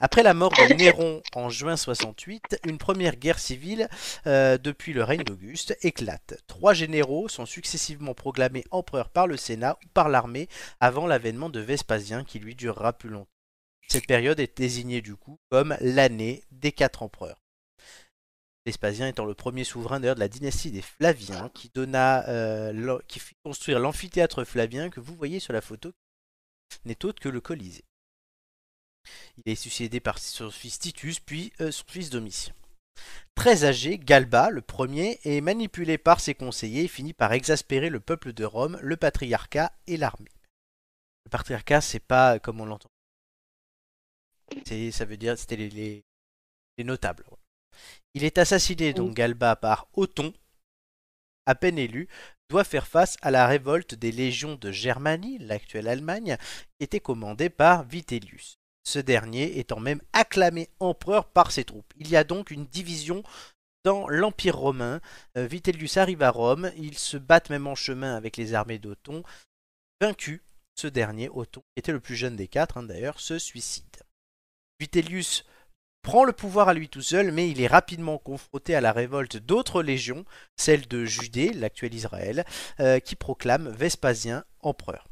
Après la mort de Néron en juin 68, une première guerre civile euh, depuis le règne d'Auguste éclate. Trois généraux sont successivement proclamés empereurs par le Sénat ou par l'armée avant l'avènement de Vespasien qui lui durera plus longtemps. Cette période est désignée du coup comme l'année des quatre empereurs. Vespasien étant le premier souverain d'ailleurs de la dynastie des Flaviens qui donna, euh, l'en- qui fit construire l'amphithéâtre flavien que vous voyez sur la photo, qui n'est autre que le Colisée. Il est succédé par son fils Titus, puis euh, son fils Domitien. Très âgé, Galba, le premier, est manipulé par ses conseillers et finit par exaspérer le peuple de Rome, le patriarcat et l'armée. Le patriarcat, c'est pas euh, comme on l'entend. C'est- Ça veut dire c'était les, les- les notables. ouais. Il est assassiné donc Galba par Othon, à peine élu, doit faire face à la révolte des légions de Germanie, l'actuelle Allemagne, qui était commandée par Vitellius. Ce dernier étant même acclamé empereur par ses troupes. Il y a donc une division dans l'Empire romain. Euh, Vitellius arrive à Rome, ils se battent même en chemin avec les armées d'Othon. Vaincu, ce dernier, Othon, qui était le plus jeune des quatre hein, d'ailleurs, se suicide. Vitellius prend le pouvoir à lui tout seul, mais il est rapidement confronté à la révolte d'autres légions, celle de Judée, l'actuel Israël, euh, qui proclame Vespasien empereur.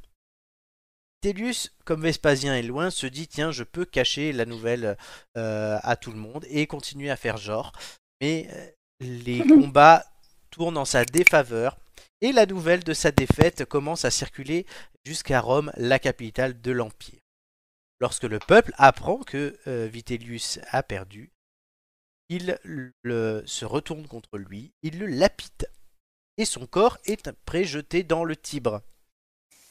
Télius, comme Vespasien est loin, se dit tiens, je peux cacher la nouvelle euh, à tout le monde et continuer à faire genre. Mais euh, les combats tournent en sa défaveur et la nouvelle de sa défaite commence à circuler jusqu'à Rome, la capitale de l'Empire. Lorsque le peuple apprend que euh, Vitellius a perdu, il le- se retourne contre lui, il le lapide, et son corps est après jeté dans le Tibre.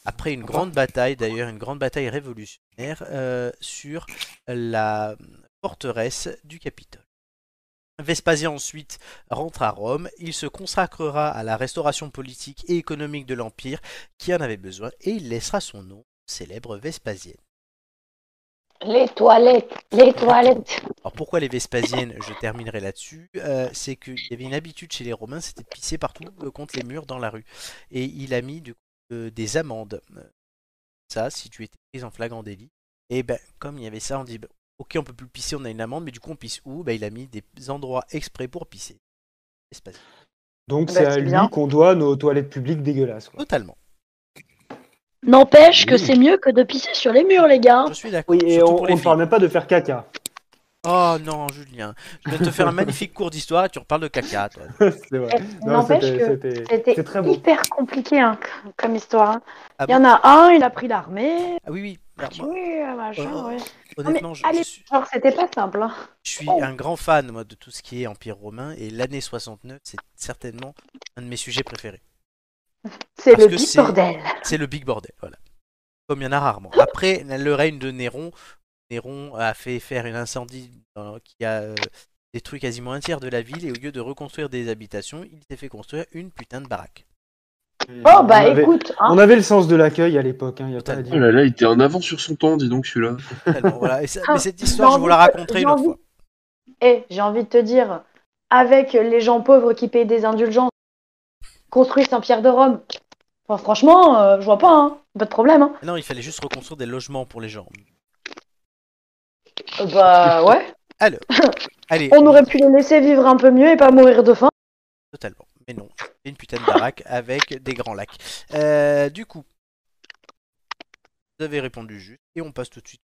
Après une grande bataille, d'ailleurs une grande bataille révolutionnaire, euh, sur la forteresse du Capitole. Vespasien ensuite rentre à Rome, il se consacrera à la restauration politique et économique de l'Empire qui en avait besoin, et il laissera son nom, célèbre Vespasienne.
Les toilettes, les toilettes.
Alors pourquoi les Vespasiennes Je terminerai là-dessus. euh, c'est qu'il y avait une habitude chez les Romains, c'était de pisser partout euh, contre les murs dans la rue. Et il a mis du coup, euh, des amendes. Euh, Ça, si tu étais pris en flagrant délit. Et ben, comme il y avait ça, on dit bah, ok, on peut plus pisser, on a une amende, mais du coup on pisse où Ben, il a mis des endroits exprès pour pisser. Vespasien.
Donc
Bah,
c'est à
c'est
lui
bien.
qu'on doit nos toilettes publiques dégueulasses. quoi.
Totalement.
N'empêche que c'est mieux que de pisser sur les murs, les gars.
Je suis d'accord.
Oui, et
Surtout
on
pour les
on ne parle même pas de faire caca. <laughs>
Oh non, Julien, je viens de te faire un magnifique cours d'histoire et tu reparles de caca, toi.
c'est vrai. Non,
N'empêche
c'était-
que
c'était-
c'était
c'est très beau.
hyper compliqué hein, c- comme histoire. hein.
Ah
il y
bon
en a un, il a pris l'armée.
Ah oui, oui. Alors, moi,
Oui, euh, machin,
Euh,
ouais. Non, mais
honnêtement, je-
allez, genre, c'était pas simple. hein.
Je suis un grand fan moi, de tout ce qui est Empire romain et l'année 69, c'est certainement un de mes sujets préférés.
C'est
Parce
le
que
big bordel.
C'est le big bordel, voilà. Comme il y en a rarement. Après le règne de Néron, Néron a fait faire un incendie dans- qui a euh, détruit quasiment un tiers de la ville et au lieu de reconstruire des habitations, il s'est fait construire une putain de baraque.
Oh bah
On avait-
écoute, hein.
On avait le sens de l'accueil à l'époque, hein, y a pas à
Oh
dire.
là là, il était en avant sur son temps, dis donc celui-là.
Tellement, voilà. Et
<laughs>
ça- mais cette
Ah, J'ai
histoire, je vous la
envie de-
raconterai
j'ai
une autre
envie-
fois.
Eh, j'ai envie de te dire, avec les gens pauvres qui payent des indulgences, construisent Saint-Pierre de Rome. Enfin, franchement, euh, je vois pas, hein. pas de problème. Hein.
Non, il fallait juste reconstruire des logements pour les gens.
Euh, Bah ouais.
Alors, allez,
On aurait pu les laisser vivre un peu mieux et pas mourir de faim.
Totalement. Mais non, c'est une putain de baraque <laughs> avec des grands lacs. Euh, du coup, vous avez répondu juste et on passe tout de suite.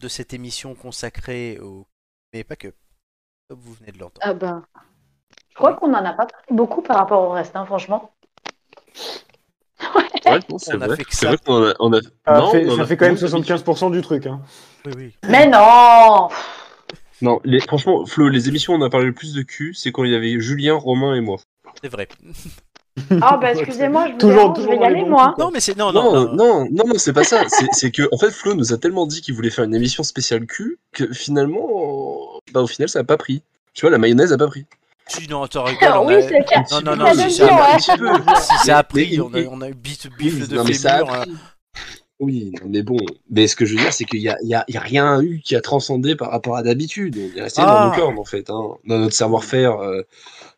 de cette émission consacrée au... Mais pas que. Comme vous venez de l'entendre.
Ah bah. Je crois qu'on en a pas parlé beaucoup par rapport au reste, hein, franchement.
Ouais, non, c'est
On a
vrai.
fait que
C'est
ça.
vrai qu'on a- on a-
Ça
non,
fait,
on en
ça
a
fait quand même
fait beaucoup.
75% du truc. Hein.
<laughs>
Mais non
Non, les- franchement, Flo, les émissions où on a parlé le plus de cul, c'est quand il y avait Julien, Romain et moi.
C'est vrai.
Ah bah excusez-moi, je vous
Toujours-
dérange, je
toujours
vais y
dans les
aller
bons
moi.
Non, mais c'est. Oh, Non,
non, non, non, non, c'est pas ça. C'est, c'est que, en fait, Flo nous a tellement dit qu'il voulait faire une émission spéciale cul que finalement, euh, bah, au final, ça a pas pris. Tu vois, la mayonnaise a pas pris.
Si, non,
<laughs>
attends, rigole, on
oui,
a-
c'est clair.
Non, non,
Ça
non,
donne
si ça
bien,
a-
ouais. Un petit peu.
si ça a
Mais-
pris, on a,
mais-
on a eu bif- bifle de
non, mais ça a
fémur. hein.
pris. Oui, non, mais bon. Mais ce que je veux dire, c'est qu'il y a, il y a- il y a rien eu qui a transcendé par rapport à d'habitude. On est resté
Ah.
dans nos cornes, en fait, hein, dans notre savoir-faire euh,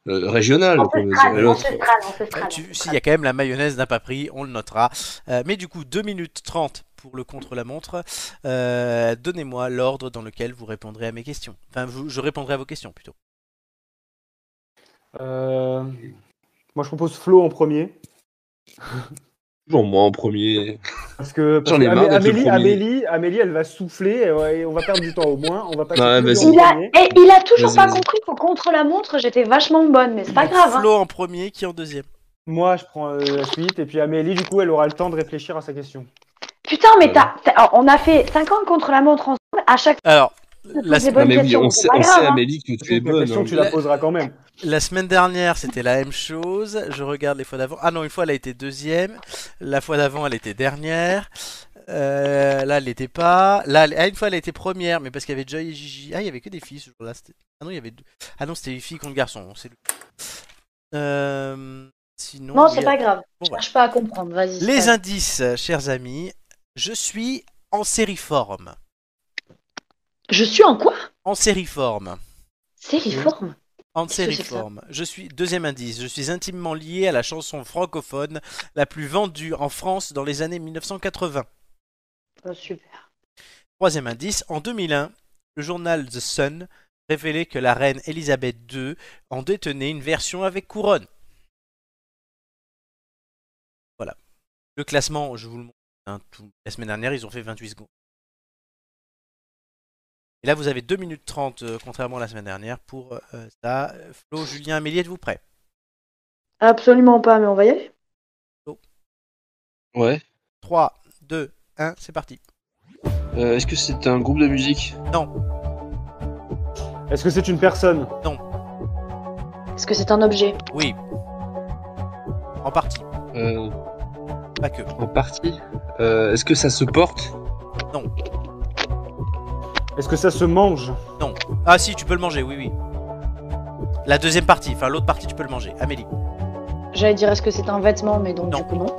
euh, régional, comme dirait
Ancestral,
l'autre.
ancestral, ancestral.
Eh, S'il Ah, y a quand même la mayonnaise n'a pas pris, on le notera. Euh, mais du coup, 2 minutes 30 pour le contre-la-montre. Euh, Donnez-moi l'ordre dans lequel vous répondrez à mes questions. Enfin, vous- je répondrai à vos questions plutôt.
Euh, Moi, je propose Flo en premier.
Toujours moi en premier.
Parce que, parce
J'en ai
que
marre
Amé-
d'être le
Amélie,
premier.
Amélie, Amélie, elle va souffler et ouais, et on va perdre du temps au moins. On va pas souffler
Ouais, vas-y.
en
Il a,
premier.
eh, il a toujours
Vas-y,
pas
vas-y.
compris qu'au contre-la-montre, j'étais vachement bonne, mais c'est pas grave. hein.
Flo en premier, qui en deuxième
Moi, je prends euh, la suite et puis Amélie, du coup, elle aura le temps de réfléchir à sa question.
Putain, mais t'as,
Euh.
t'as- alors, on a fait 50 contre-la-montre ensemble à chaque
Alors, la
des bonnes
mais oui,
questions,
on
c'est
sait-
pas
on
grave,
sait,
hein.
Amélie, que tu es bonne. hein.
poseras quand même.
La semaine dernière, c'était la même chose. Je regarde les fois d'avant. Ah non, une fois, elle a été deuxième. La fois d'avant, elle était dernière. Euh, là, elle l'était pas. Là, elle- ah, une fois, elle a été première, mais parce qu'il y avait Joy et Gigi. Ah, il y avait que des filles ce jour-là. C'était- Ah non, il y avait. deux- Ah non, c'était une fille contre garçon. C'est le- Euh, sinon.
Non,
oui,
c'est pas
euh,
grave.
bon,
Je
voilà.
cherche pas à comprendre, vas-y.
Les
c'est
indices, euh, chers amis. Je suis en sériforme.
Je suis en quoi
En sériforme.
Sériforme
En
Qu'est-ce que c'est que ça
sériforme. Je suis deuxième indice. Je suis intimement lié à la chanson francophone la plus vendue en France dans les années 1980.
Oh, super.
Troisième indice. En 2001, le journal The Sun révélait que la reine Elisabeth II en détenait une version avec couronne. Voilà. Le classement, je vous le montre. hein, tout- La semaine dernière, ils ont fait 28 secondes. Et là, vous avez 2 minutes 30, euh, contrairement à la semaine dernière, pour euh, ça. Flo, Julien, Amélie, êtes-vous prêts
Absolument pas, mais on va y aller.
Ouais.
3, 2, 1, c'est parti.
Euh, est-ce que c'est un groupe de musique
Est-ce que c'est une personne
Est-ce que c'est un objet
Oui. En partie,
Euh,
pas que.
En partie. Euh, est-ce que ça se porte
Est-ce que ça se mange
Non. Ah si, tu peux le manger, oui, oui. La deuxième partie, enfin l'autre partie, tu peux le manger. Amélie.
J'allais dire est-ce que c'est un vêtement, mais donc du coup non.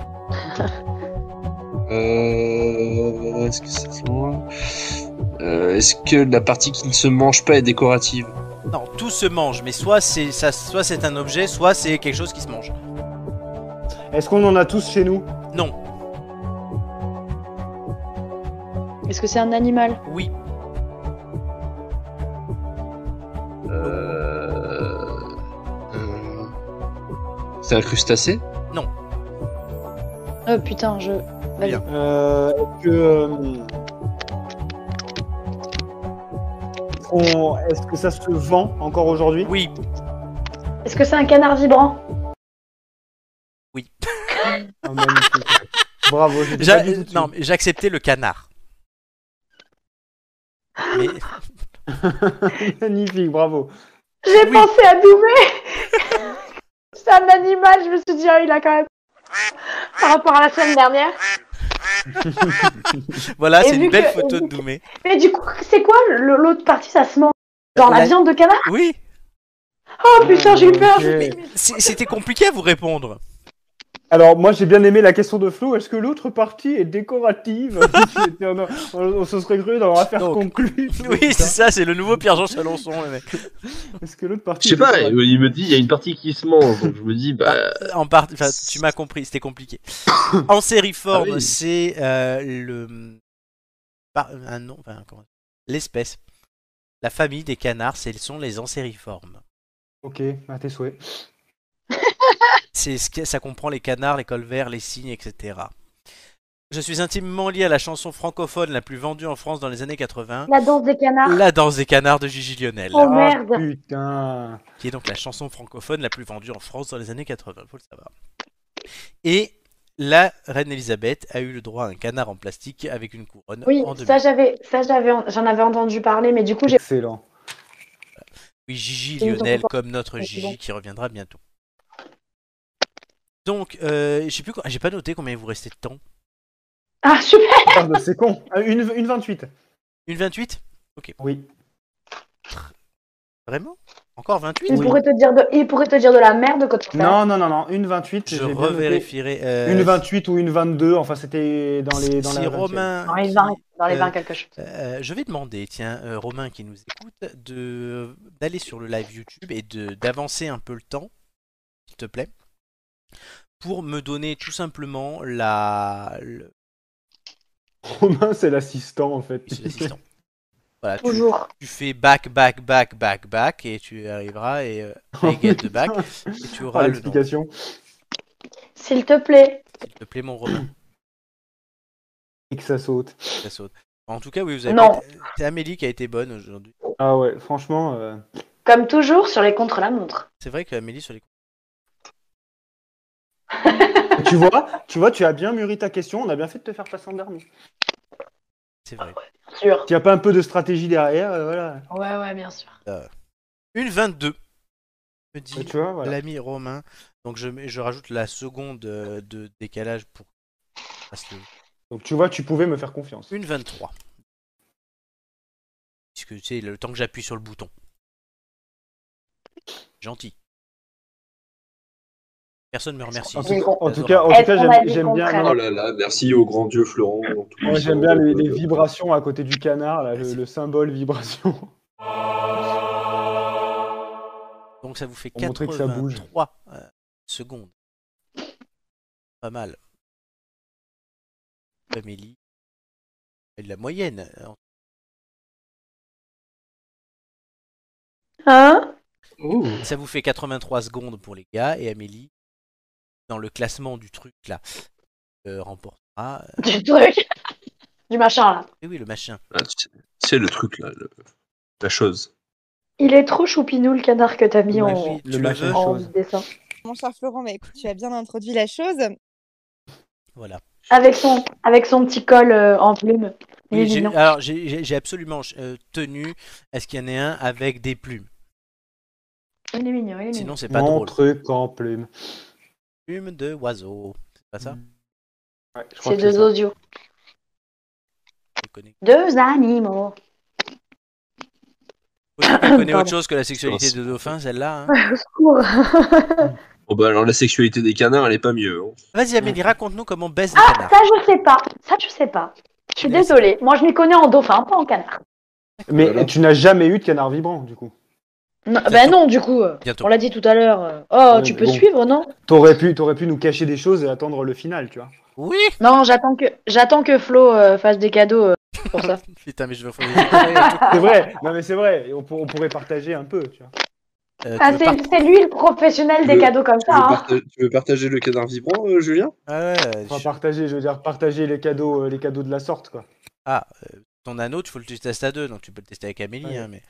Euh, Est-ce que ça se mange Euh, Est-ce que la partie qui ne se mange pas est décorative
Non, tout se mange, mais soit c'est ça, soit c'est un objet, soit c'est quelque chose qui se mange.
Est-ce qu'on en a tous chez nous
Non.
Est-ce que c'est un animal
Oui.
Euh, euh, C'est un crustacé
Oh putain, je. Vas-y.
Euh, Est-ce que. euh, on- Est-ce que ça se vend encore aujourd'hui
Oui.
Est-ce que c'est un canard vibrant
Oui.
Ah, Bravo. je l'ai
J'a-
pas dit tout de
Non, mais j'acceptais le canard. Mais... <laughs>
suite. <laughs> Magnifique, bravo.
J'ai pensé à Doumé <laughs> C'est un animal, je me suis dit, ah, il a quand même. Par rapport à la semaine dernière.
voilà,
Et
c'est
vu
une belle
que-
photo de Doumé.
Mais du coup, c'est quoi le- l'autre partie Ça se mange Genre la,
La-
viande de canard
Oui.
Euh,
Oh putain, j'ai eu peur
Mais c'est- C'était compliqué à vous
<laughs>
répondre.
Alors, moi, j'ai bien aimé la question de Flo. Est-ce que l'autre partie
<laughs>
est décorative Non, non, on, on se serait cru dans l'affaire conclue.
<laughs> Oui, c'est ça, c'est le nouveau Pierre-Jean Chalençon, le mec.
Est-ce que l'autre
Je
partie
sais
est
pas,
décorative
il me dit il y a une partie qui se mange, donc je me dis bah.
Ah,
En part... enfin, tu m'as compris, c'était
<coughs>
compliqué. En sériforme,
Ah oui.
c'est euh, le par- un nom, enfin, comment- l'espèce, la famille des canards, ce sont les ansériformes.
Ok, à tes souhaits.
C'est ce que ça comprend les canards, les colverts, les cygnes, etc. Je suis intimement lié à la chanson francophone la plus vendue en France dans les années 80.
La danse des canards.
La danse des canards de Gigi Lionel.
Oh merde.
Ah, putain.
Qui est donc la chanson francophone la plus vendue en France dans les années 80, faut le savoir. Et la reine Elisabeth a eu le droit à un canard en plastique avec une couronne
Oui,
en 2000.
ça j'avais, ça j'avais, j'en avais entendu parler, mais du coup j'ai.
Excellent.
Oui, Gigi
Ils nous ont
Lionel,
pas-
comme notre
Ouais, c'est bon.
Gigi qui reviendra bientôt. Donc, euh, je sais plus, quoi- j'ai pas noté combien il vous restait de temps.
Ah, super
Ah, bah, c'est con. Euh, Une, une 28.
Une 28 Ok.
Oui.
Vraiment Encore 28
Il, pourrait te dire de, il pourrait te dire de la merde quand tu fais-
Non, non, non, non. Une 28.
Je
j'ai bien noté.
revérifierai, euh,
Une 28 ou une 22. Enfin, c'était dans les. Dans
Si
la
Romain-
Dans les vins, dans les
Euh,
vins quelque chose.
Euh, je vais demander, tiens, euh, Romain qui nous écoute, de d'aller sur le live YouTube et de d'avancer un peu le temps, s'il te plaît, pour me donner tout simplement la. le-
27e. Romain, c'est l'assistant en fait.
C'est
<laughs>
l'assistant. voilà, tu,
Toujours.
tu fais back, back, back, back, back et tu arriveras et euh, et get the
<laughs>
back et tu auras
Ah,
le nom.
l'explication.
S'il te plaît.
S'il te plaît, mon Romain.
Et que ça saute.
Ça saute. En tout cas, oui, vous avez.
Non.
été- C'est Amélie qui a été bonne aujourd'hui.
Ah ouais, franchement. euh,
Comme toujours sur les contre-la-montre.
C'est vrai que Amélie sur les.
tu vois, tu vois, tu as bien mûri ta question. On a bien fait de te faire passer en dernier.
C'est vrai.
Ah
Sûr.
Tu as pas un peu de stratégie derrière, euh, voilà.
Ouais, ouais, bien sûr.
Euh, une 22, me dit
Ouais, tu vois, voilà.
l'ami Romain. Donc je, mets- je rajoute la seconde euh, de décalage pour. parce que-
Donc tu vois, tu pouvais me faire confiance.
Une 23. Puisque tu sais, le temps que j'appuie sur le bouton. Gentil. Personne me remercie.
En
C'est
tout, en tout
adorable.
cas, en
Est-ce
tout cas,
qu'on
j'aime-
a dit
j'aime
qu'on
bien.
prenne-
non,
Oh là là, merci au grand Dieu Florent.
Moi, j'aime bien les, les vibrations à côté du canard, là, le, le symbole vibration.
Donc ça vous fait
Pour montrer que ça bouge.
83 euh, secondes. Pas mal. Amélie. Elle est la moyenne. euh, Alors,
Hein
Ça vous fait 83 secondes pour les gars et Amélie, dans le classement du truc là, euh, remportera. euh, eh
Du truc. du machin là.
oui, oui, le machin.
Ah, C'est le truc là, le- la chose.
Il est trop choupinou le canard que t'as mis en,
Magie, le machin
en
chose.
dessin.
Mon cher Florent, bah, écoute, tu as bien introduit la chose.
Voilà.
Avec son, avec son petit col euh, en plume. Il est
Oui, j'ai-
mignon.
alors j'ai- j'ai j'ai absolument euh, tenu à ce qu'il y en ait un avec des plumes.
Il est mignon, il est mignon.
Sinon c'est pas
Mon
drôle.
truc en plume.
Plumes de oiseau. C'est pas ça
Ouais, je crois
C'est
que c'est
deux
ça.
audios.
Je connais,
Deux animaux.
je connais autre
Pardon.
chose que la sexualité de dauphin, celle-là. hein.
<laughs> Au secours.
Bon bah alors la sexualité des canards, elle est pas mieux. hein.
Vas-y Amélie, raconte-nous comment on baisse des
Ah,
canards.
ça je sais pas. Ça je sais pas. Je suis désolée. Moi je m'y connais en dauphin, pas en canard.
Mais tu n'as jamais eu de canard vibrant, du coup.
Non, bah non, du coup. euh,
Bientôt.
On l'a dit tout à l'heure. euh, Oh,
Ouais,
tu
mais
peux
bon.
suivre, non
T'aurais pu, t'aurais pu nous cacher des choses et attendre le final, tu vois.
Oui
Non, j'attends que, j'attends que Flo euh, fasse des cadeaux euh, pour ça.
Putain, mais je veux.
<laughs>
hein.
C'est vrai, non mais c'est vrai, on, pour- on pourrait partager un peu, tu vois.
Euh, tu
Ah,
veux
c'est,
par-
c'est lui le professionnel des
Le-
cadeaux comme
Tu
ça.
veux,
hein.
parta- tu veux partager le canard vibrant, euh, Julien
Ah ouais,
Enfin,
je-
partager, je veux dire, partager les cadeaux, euh, les cadeaux de la sorte, quoi.
Ah, euh, ton anneau, tu faut le tester à deux, donc tu peux le tester avec Amélie,
Ouais.
hein, mais.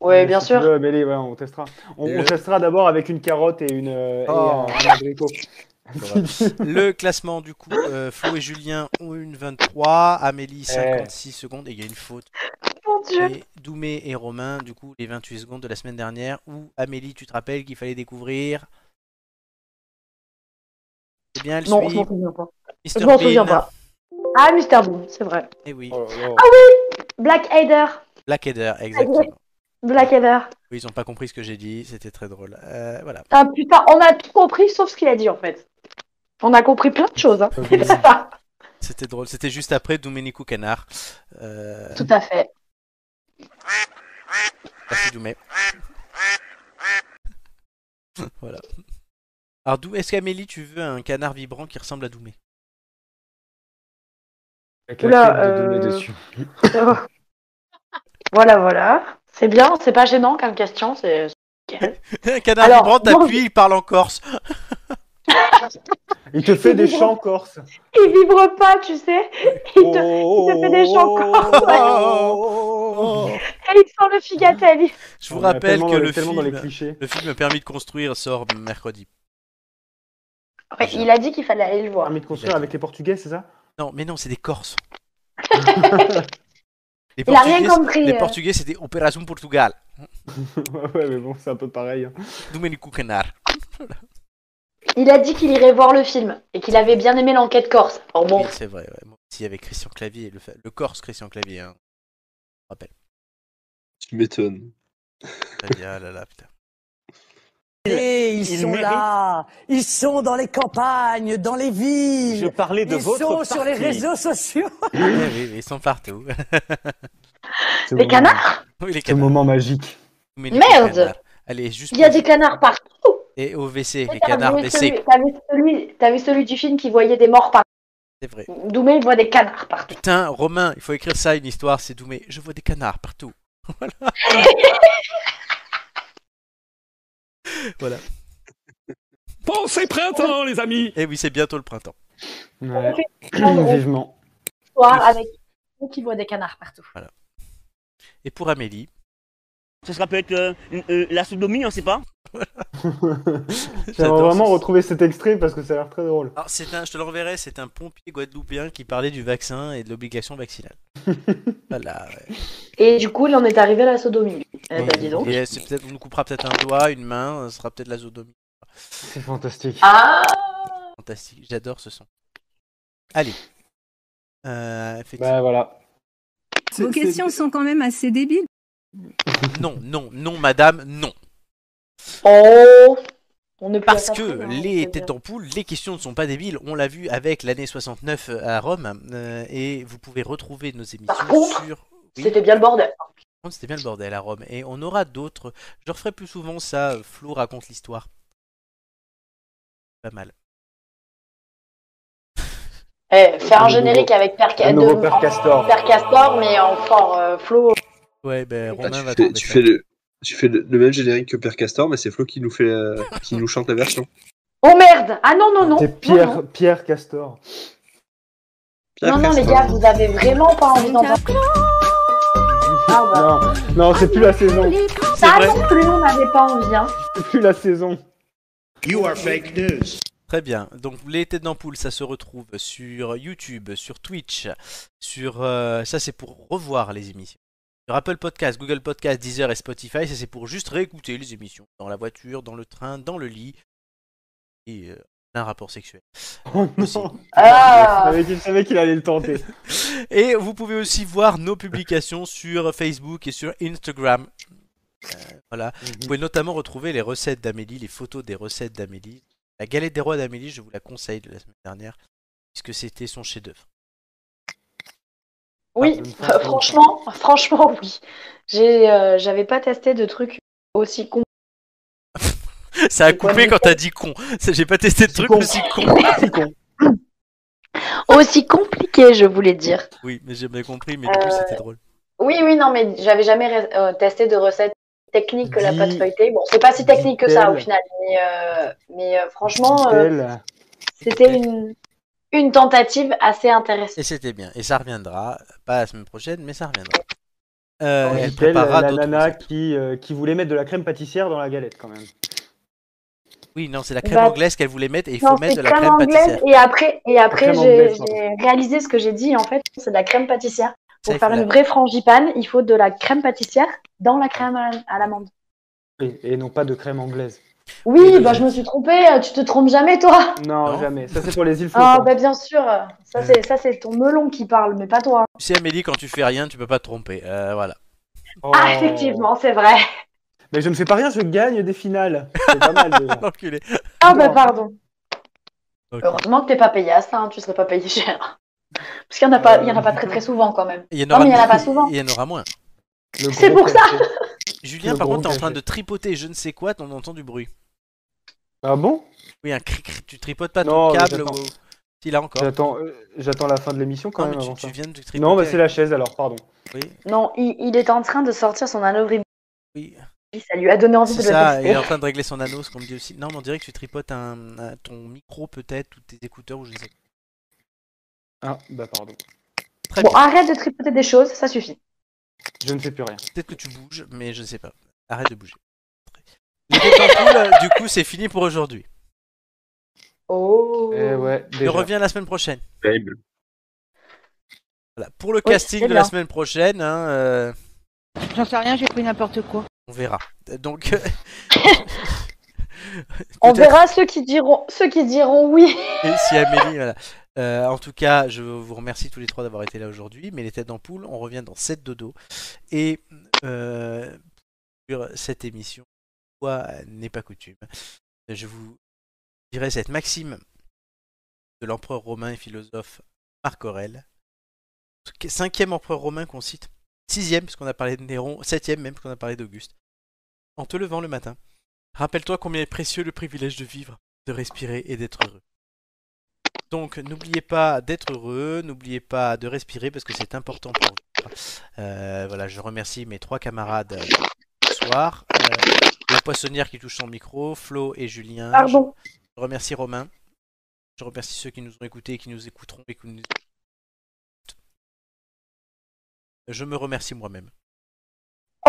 Ouais,
Mais
bien
Euh, si
sûr.
tu veux, Amélie, ouais, on testera. On, on
Le-
testera d'abord avec une carotte et une euh, et,
<laughs> Oh.
euh, un abricot. <laughs>
Le classement du coup, euh, Flo et Julien ont une 23, Amélie 56 secondes et il y a une faute.
Mon Dieu.
Et Doumé et Romain, du coup, les 28 secondes de la semaine dernière où Amélie, tu te rappelles qu'il fallait découvrir. C'est bien, elle
Non, je
suit.
m'en souviens pas.
Mr.
je m'en souviens
Bean.
pas. Ah, Mr. Boom, c'est vrai.
Eh oui,
Oh
Ah oui Black Hader.
Black Header,
Ah,
exactement.
Black Hader.
Oui, ils ont pas compris ce que j'ai dit, c'était très drôle. Euh, voilà.
Ah putain, on a tout compris sauf ce qu'il a dit en fait. On a compris plein de choses. Hein. <laughs> C'est ça.
C'était drôle. C'était juste après Domenico Canard. Euh,
Tout à fait.
Merci Doumé. <laughs> voilà. Alors, Dou- est-ce qu'Amélie, tu veux un canard vibrant qui ressemble à Doumé <laughs>
Avec
Oula,
tête de Doumé
euh,
dessus.
Oh. <laughs> voilà, voilà. C'est bien,
<laughs>
c'est pas gênant comme question. C'est... c'est nickel.
Un canard
Alors,
vibrant,
moi,
t'appuies, il parle en corse.
Il te fait
Il
des
vibre.
chants corses.
Il vibre pas, tu sais. Il te, il te fait des
Oh.
chants corps. Et il sent le figatel.
Je vous rappelle que le film,
tellement dans les
le film a permis de construire sort mercredi.
<laughs> Ouais, il a dit qu'il fallait aller le voir.
Permis de construire avec les Portugais, c'est ça <laughs>
Non, mais non, c'est des
<laughs>
Corses. Les
Il a rien
Portugais,
compris,
Les
euh.
Portugais, c'était Opération Portugal.
ouais, mais bon, c'est un peu pareil. hein.
Domenico Canard.
Il a dit qu'il irait voir le film et qu'il avait bien aimé l'enquête corse. Alors bon,
Oui, c'est vrai. Ouais. Moi aussi, avec Christian Clavier, le, fa- le Corse Christian Clavier. Hein. Je me rappelle.
Tu m'étonnes.
Clavier, ah là là, putain.
Et ils
Il
sont
mérite.
là, ils sont dans les campagnes, dans les villes.
Je parlais de
ils
votre
sont sur les
parti.
réseaux sociaux.
oui, Eh oui, oui, ils sont partout.
Ce moment-
Oui, les
Ce
canards.
moment magique.
Domenico
Merde.
Canard. Allez, juste.
il y a des canards partout.
Et au WC, les
T'as
canards
vu,
WC.
celui- t'as vu celui- t'as vu celui du film qui voyait des morts partout.
C'est vrai.
Doumé il voit des canards partout.
Putain, Romain, il faut écrire ça, une histoire, c'est Doumé. Je vois des canards partout. Voilà. voilà.
Bon, c'est printemps, les amis
Eh oui, c'est bientôt le printemps.
Vivement.
Soir avec qui voit des canards partout.
Et pour Amélie
Ce sera peut-être euh, une- euh, la sodomie, on sait pas.
Oh.
J'aimerais vraiment retrouver cet extrait parce que ça a l'air très drôle.
Alors, Ah, c'est un, je te l'enverrai, c'est un pompier guadeloupéen qui parlait du vaccin et de l'obligation
<laughs>
vaccinale. voilà. ouais.
Et du coup, il en est arrivé à la sodomie. Eh ben, dis donc.
Et c'est peut-être, on nous coupera peut-être un doigt, une main, ce sera peut-être la zoodomie.
C'est fantastique.
Ah
Fantastique, j'adore ce son. Allez. Euh, effectivement.
Bah voilà.
Vos questions sont quand même assez débiles.
Bah.
Non, non, non, madame, non.
Oh on
Parce que les
hein.
têtes en poule, les questions ne sont pas débiles. On l'a vu avec l'année 69 à Rome. euh, et vous pouvez retrouver nos émissions sur. Oui.
C'était bien le bordel.
Par contre, C'était bien le bordel à Rome. Et on aura d'autres. Je referai plus souvent ça. euh, Flo raconte l'histoire. Pas mal.
Eh, faire un
Un
générique
nouveau-
avec Père,
un
de-
nouveau Père Castor.
Père Castor, mais en fort euh, Flo.
Ouais, ben Romain va
Ah, Tu fais,
tomber
tu
ça.
fais le, tu fais le, le même générique que Père Castor, mais c'est Flo qui nous, fait, la- qui nous chante la version.
Oh merde Ah non, non, non
C'est
Non, non.
Pierre, Pierre Castor.
Non, non, les gars, vous avez vraiment pas envie d'entendre.
Non, non c'est plus la saison.
Ça Ah, non plus, on n'avait pas envie. Hein.
C'est plus la saison.
You are fake news. Très bien. Donc les têtes d'ampoule, ça se retrouve sur YouTube, sur Twitch, sur euh, ça c'est pour revoir les émissions. Sur Apple Podcast, Google Podcast, Deezer et Spotify, ça c'est pour juste réécouter les émissions dans la voiture, dans le train, dans le lit et euh, un rapport sexuel.
Oh non.
Ah.
Il savait qu'il- il savait qu'il allait le tenter.
Et vous pouvez aussi voir nos publications <laughs> sur Facebook et sur Instagram. Euh, voilà. Vous pouvez notamment retrouver les recettes d'Amélie, les photos des recettes d'Amélie. La galette des rois d'Amélie, je vous la conseille de la semaine dernière, puisque c'était son chef-d'œuvre.
Oui, euh, franchement, franchement, <laughs> oui. J'ai, euh, j'avais pas testé de trucs aussi con.
Ça a coupé quand t'as dit con. Ça, J'ai pas testé de truc aussi con.
Aussi compliqué, je voulais dire.
Oui, mais j'ai bien compris, mais du coup
Euh,
c'était drôle.
Oui, oui, non, mais j'avais jamais ré- euh, testé de recette technique que la pâte feuilletée. Bon, c'est pas si technique que ça au
dit-elle.
final, mais, euh, mais euh, franchement, euh,
Belle.
c'était une, une tentative assez intéressante.
Et c'était bien. Et ça reviendra. Pas la semaine prochaine, mais ça reviendra. Euh,
Quand
elle
dit-elle,
préparera
la
d'autres.
nana qui, euh, qui voulait mettre de la crème pâtissière dans la galette quand même.
Oui, non, c'est la crème
Bah,
anglaise qu'elle voulait mettre et il faut
Non,
mettre
c'est
de la crème
anglaise
pâtissière.
et après, et après
crème
j'ai
anglaise, pardon.
j'ai réalisé ce que j'ai dit. En fait, c'est de la crème pâtissière.
Ça,
Pour
il
faire
faut
une
la-
vraie frangipane, il faut de la crème pâtissière dans la crème à la- à l'amande.
Et, et non pas de crème anglaise.
Oui, bah, je me suis trompée. euh, Tu te trompes jamais, toi
Non, jamais. Ça c'est pour les îles
Ah,
flotantes.
bah, bien sûr. euh, Ça, c'est ça, c'est ton melon qui parle, mais pas toi.
Tu sais, Amélie, quand tu fais rien, tu peux pas te tromper. Euh, <laughs> voilà.
Ah, effectivement, c'est vrai.
bah, Mais je ne fais pas rien, je gagne des finales. C'est pas mal
<laughs>
déjà.
L'enculé.
Ah, bah, pardon. Heureusement que t'es pas payé à ça, hein, tu serais pas payé cher. Parce qu'il y en a pas, il y en a pas
Euh.
très très souvent quand même.
Il y en
non,
aura
mais il y en a
moins.
pas souvent.
Il y en aura moins.
C'est pour ça.
Julien,
Le
par
gros
contre, t'es en train
cachet.
de tripoter je ne sais quoi, t'en entends du bruit.
Ah bon
Oui, un cric, tu tripotes pas
Non,
ton
mais
câble
j'attends.
ou... Si, là encore.
J'attends, euh, j'attends la fin de l'émission quand
Non,
même.
Ah, mais tu-
avant
tu
ça.
viens de tripoter
Non, bah c'est
avec-
la chaise alors, pardon.
Oui.
Non, il, il est en train de sortir son anneau
Oui.
ça lui a donné envie
C'est
de
ça, il
le
est en
tester.
train de régler son anneau, ce qu'on me dit aussi. Non, mais on dirait que tu tripotes un, un- ton micro peut-être, ou tes écouteurs, ou je ne sais pas.
Ah, bah pardon.
Bon, arrête de tripoter des choses, ça suffit.
Je ne fais plus rien.
Peut-être que tu bouges, mais je ne sais pas. Arrête de bouger. Les têtes en poule, du coup, c'est fini pour aujourd'hui.
Oh.
Eh ouais,
Je
déjà.
reviens la semaine prochaine.
Terrible.
Voilà. Pour le
Oui,
casting
c'est
de la
bien.
semaine prochaine, hein, euh,
J'en sais rien, j'ai pris n'importe quoi.
on verra. Donc, <laughs> euh,
On
Peut-être.
verra ceux qui diront, ceux qui diront oui.
<laughs> et si Amélie, voilà. Euh, en tout cas, je vous remercie tous les trois d'avoir été là aujourd'hui. Mais les têtes d'ampoule, on revient dans 7 dodo. Et euh, pour cette émission, quoi n'est pas coutume, je vous dirai cette maxime de l'empereur romain et philosophe Marc Aurèle. Cinquième empereur romain qu'on cite, sixième parce qu'on a parlé de Néron, septième même parce qu'on a parlé d'Auguste. En te levant le matin, rappelle-toi combien est précieux le privilège de vivre, de respirer et d'être heureux. Donc n'oubliez pas d'être heureux, n'oubliez pas de respirer parce que c'est important pour vous. Euh, voilà, je remercie mes trois camarades euh, ce soir. Euh, la poissonnière qui touche son micro, Flo et Julien.
Pardon.
Je, je remercie Romain. Je remercie ceux qui nous ont écoutés et qui nous écouteront et qui nous- Je me remercie moi-même.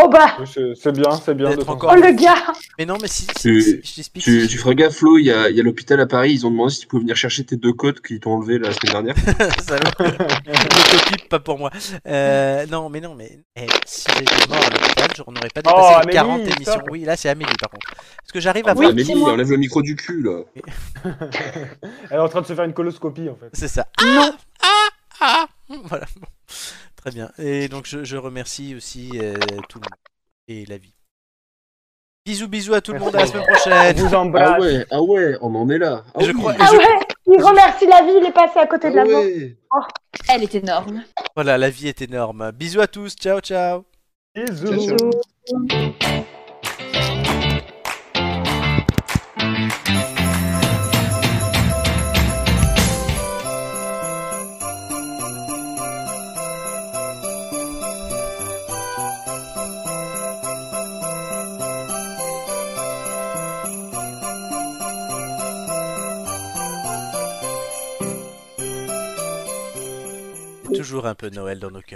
Oh bah.
C'est c'est bien, c'est bien.
D'être
de
encore-
Oh le gars.
Mais non, mais si, si- si-
Tu,
je
tu,
t'explique. <laughs>
tu feras gaffe, Flo, il y a, il y a l'hôpital à Paris, ils ont demandé si tu pouvais venir chercher tes deux côtes qu'ils t'ont enlevées la semaine dernière.
Salaud. Le copie, pas pour moi. Euh, non, mais non, mais eh, si j'étais mort à l'hôpital, je n'aurais pas dépassé
Oh,
les
Amélie,
40
stop.
émissions. Oui, là, c'est Amélie, par contre. Parce que j'arrive à
Ah,
voir.
Amélie, enlève le micro du cul, là.
Elle est en train de se faire une coloscopie
<laughs>
en fait.
C'est ça. Ah <laughs> Voilà. bon. Très bien. Et donc, je, je remercie aussi euh, tout le monde et la vie. Bisous, bisous à tout le monde. À la semaine prochaine.
Ah ouais, ah ouais, on en est là. Ah
Je
oui.
crois-
Ah ouais. Il remercie la vie, il est passé à côté de la mort.
Elle est énorme.
Voilà, la vie est énorme. Bisous à tous. Ciao, ciao.
Bisous.
Toujours un peu Noël dans nos cœurs.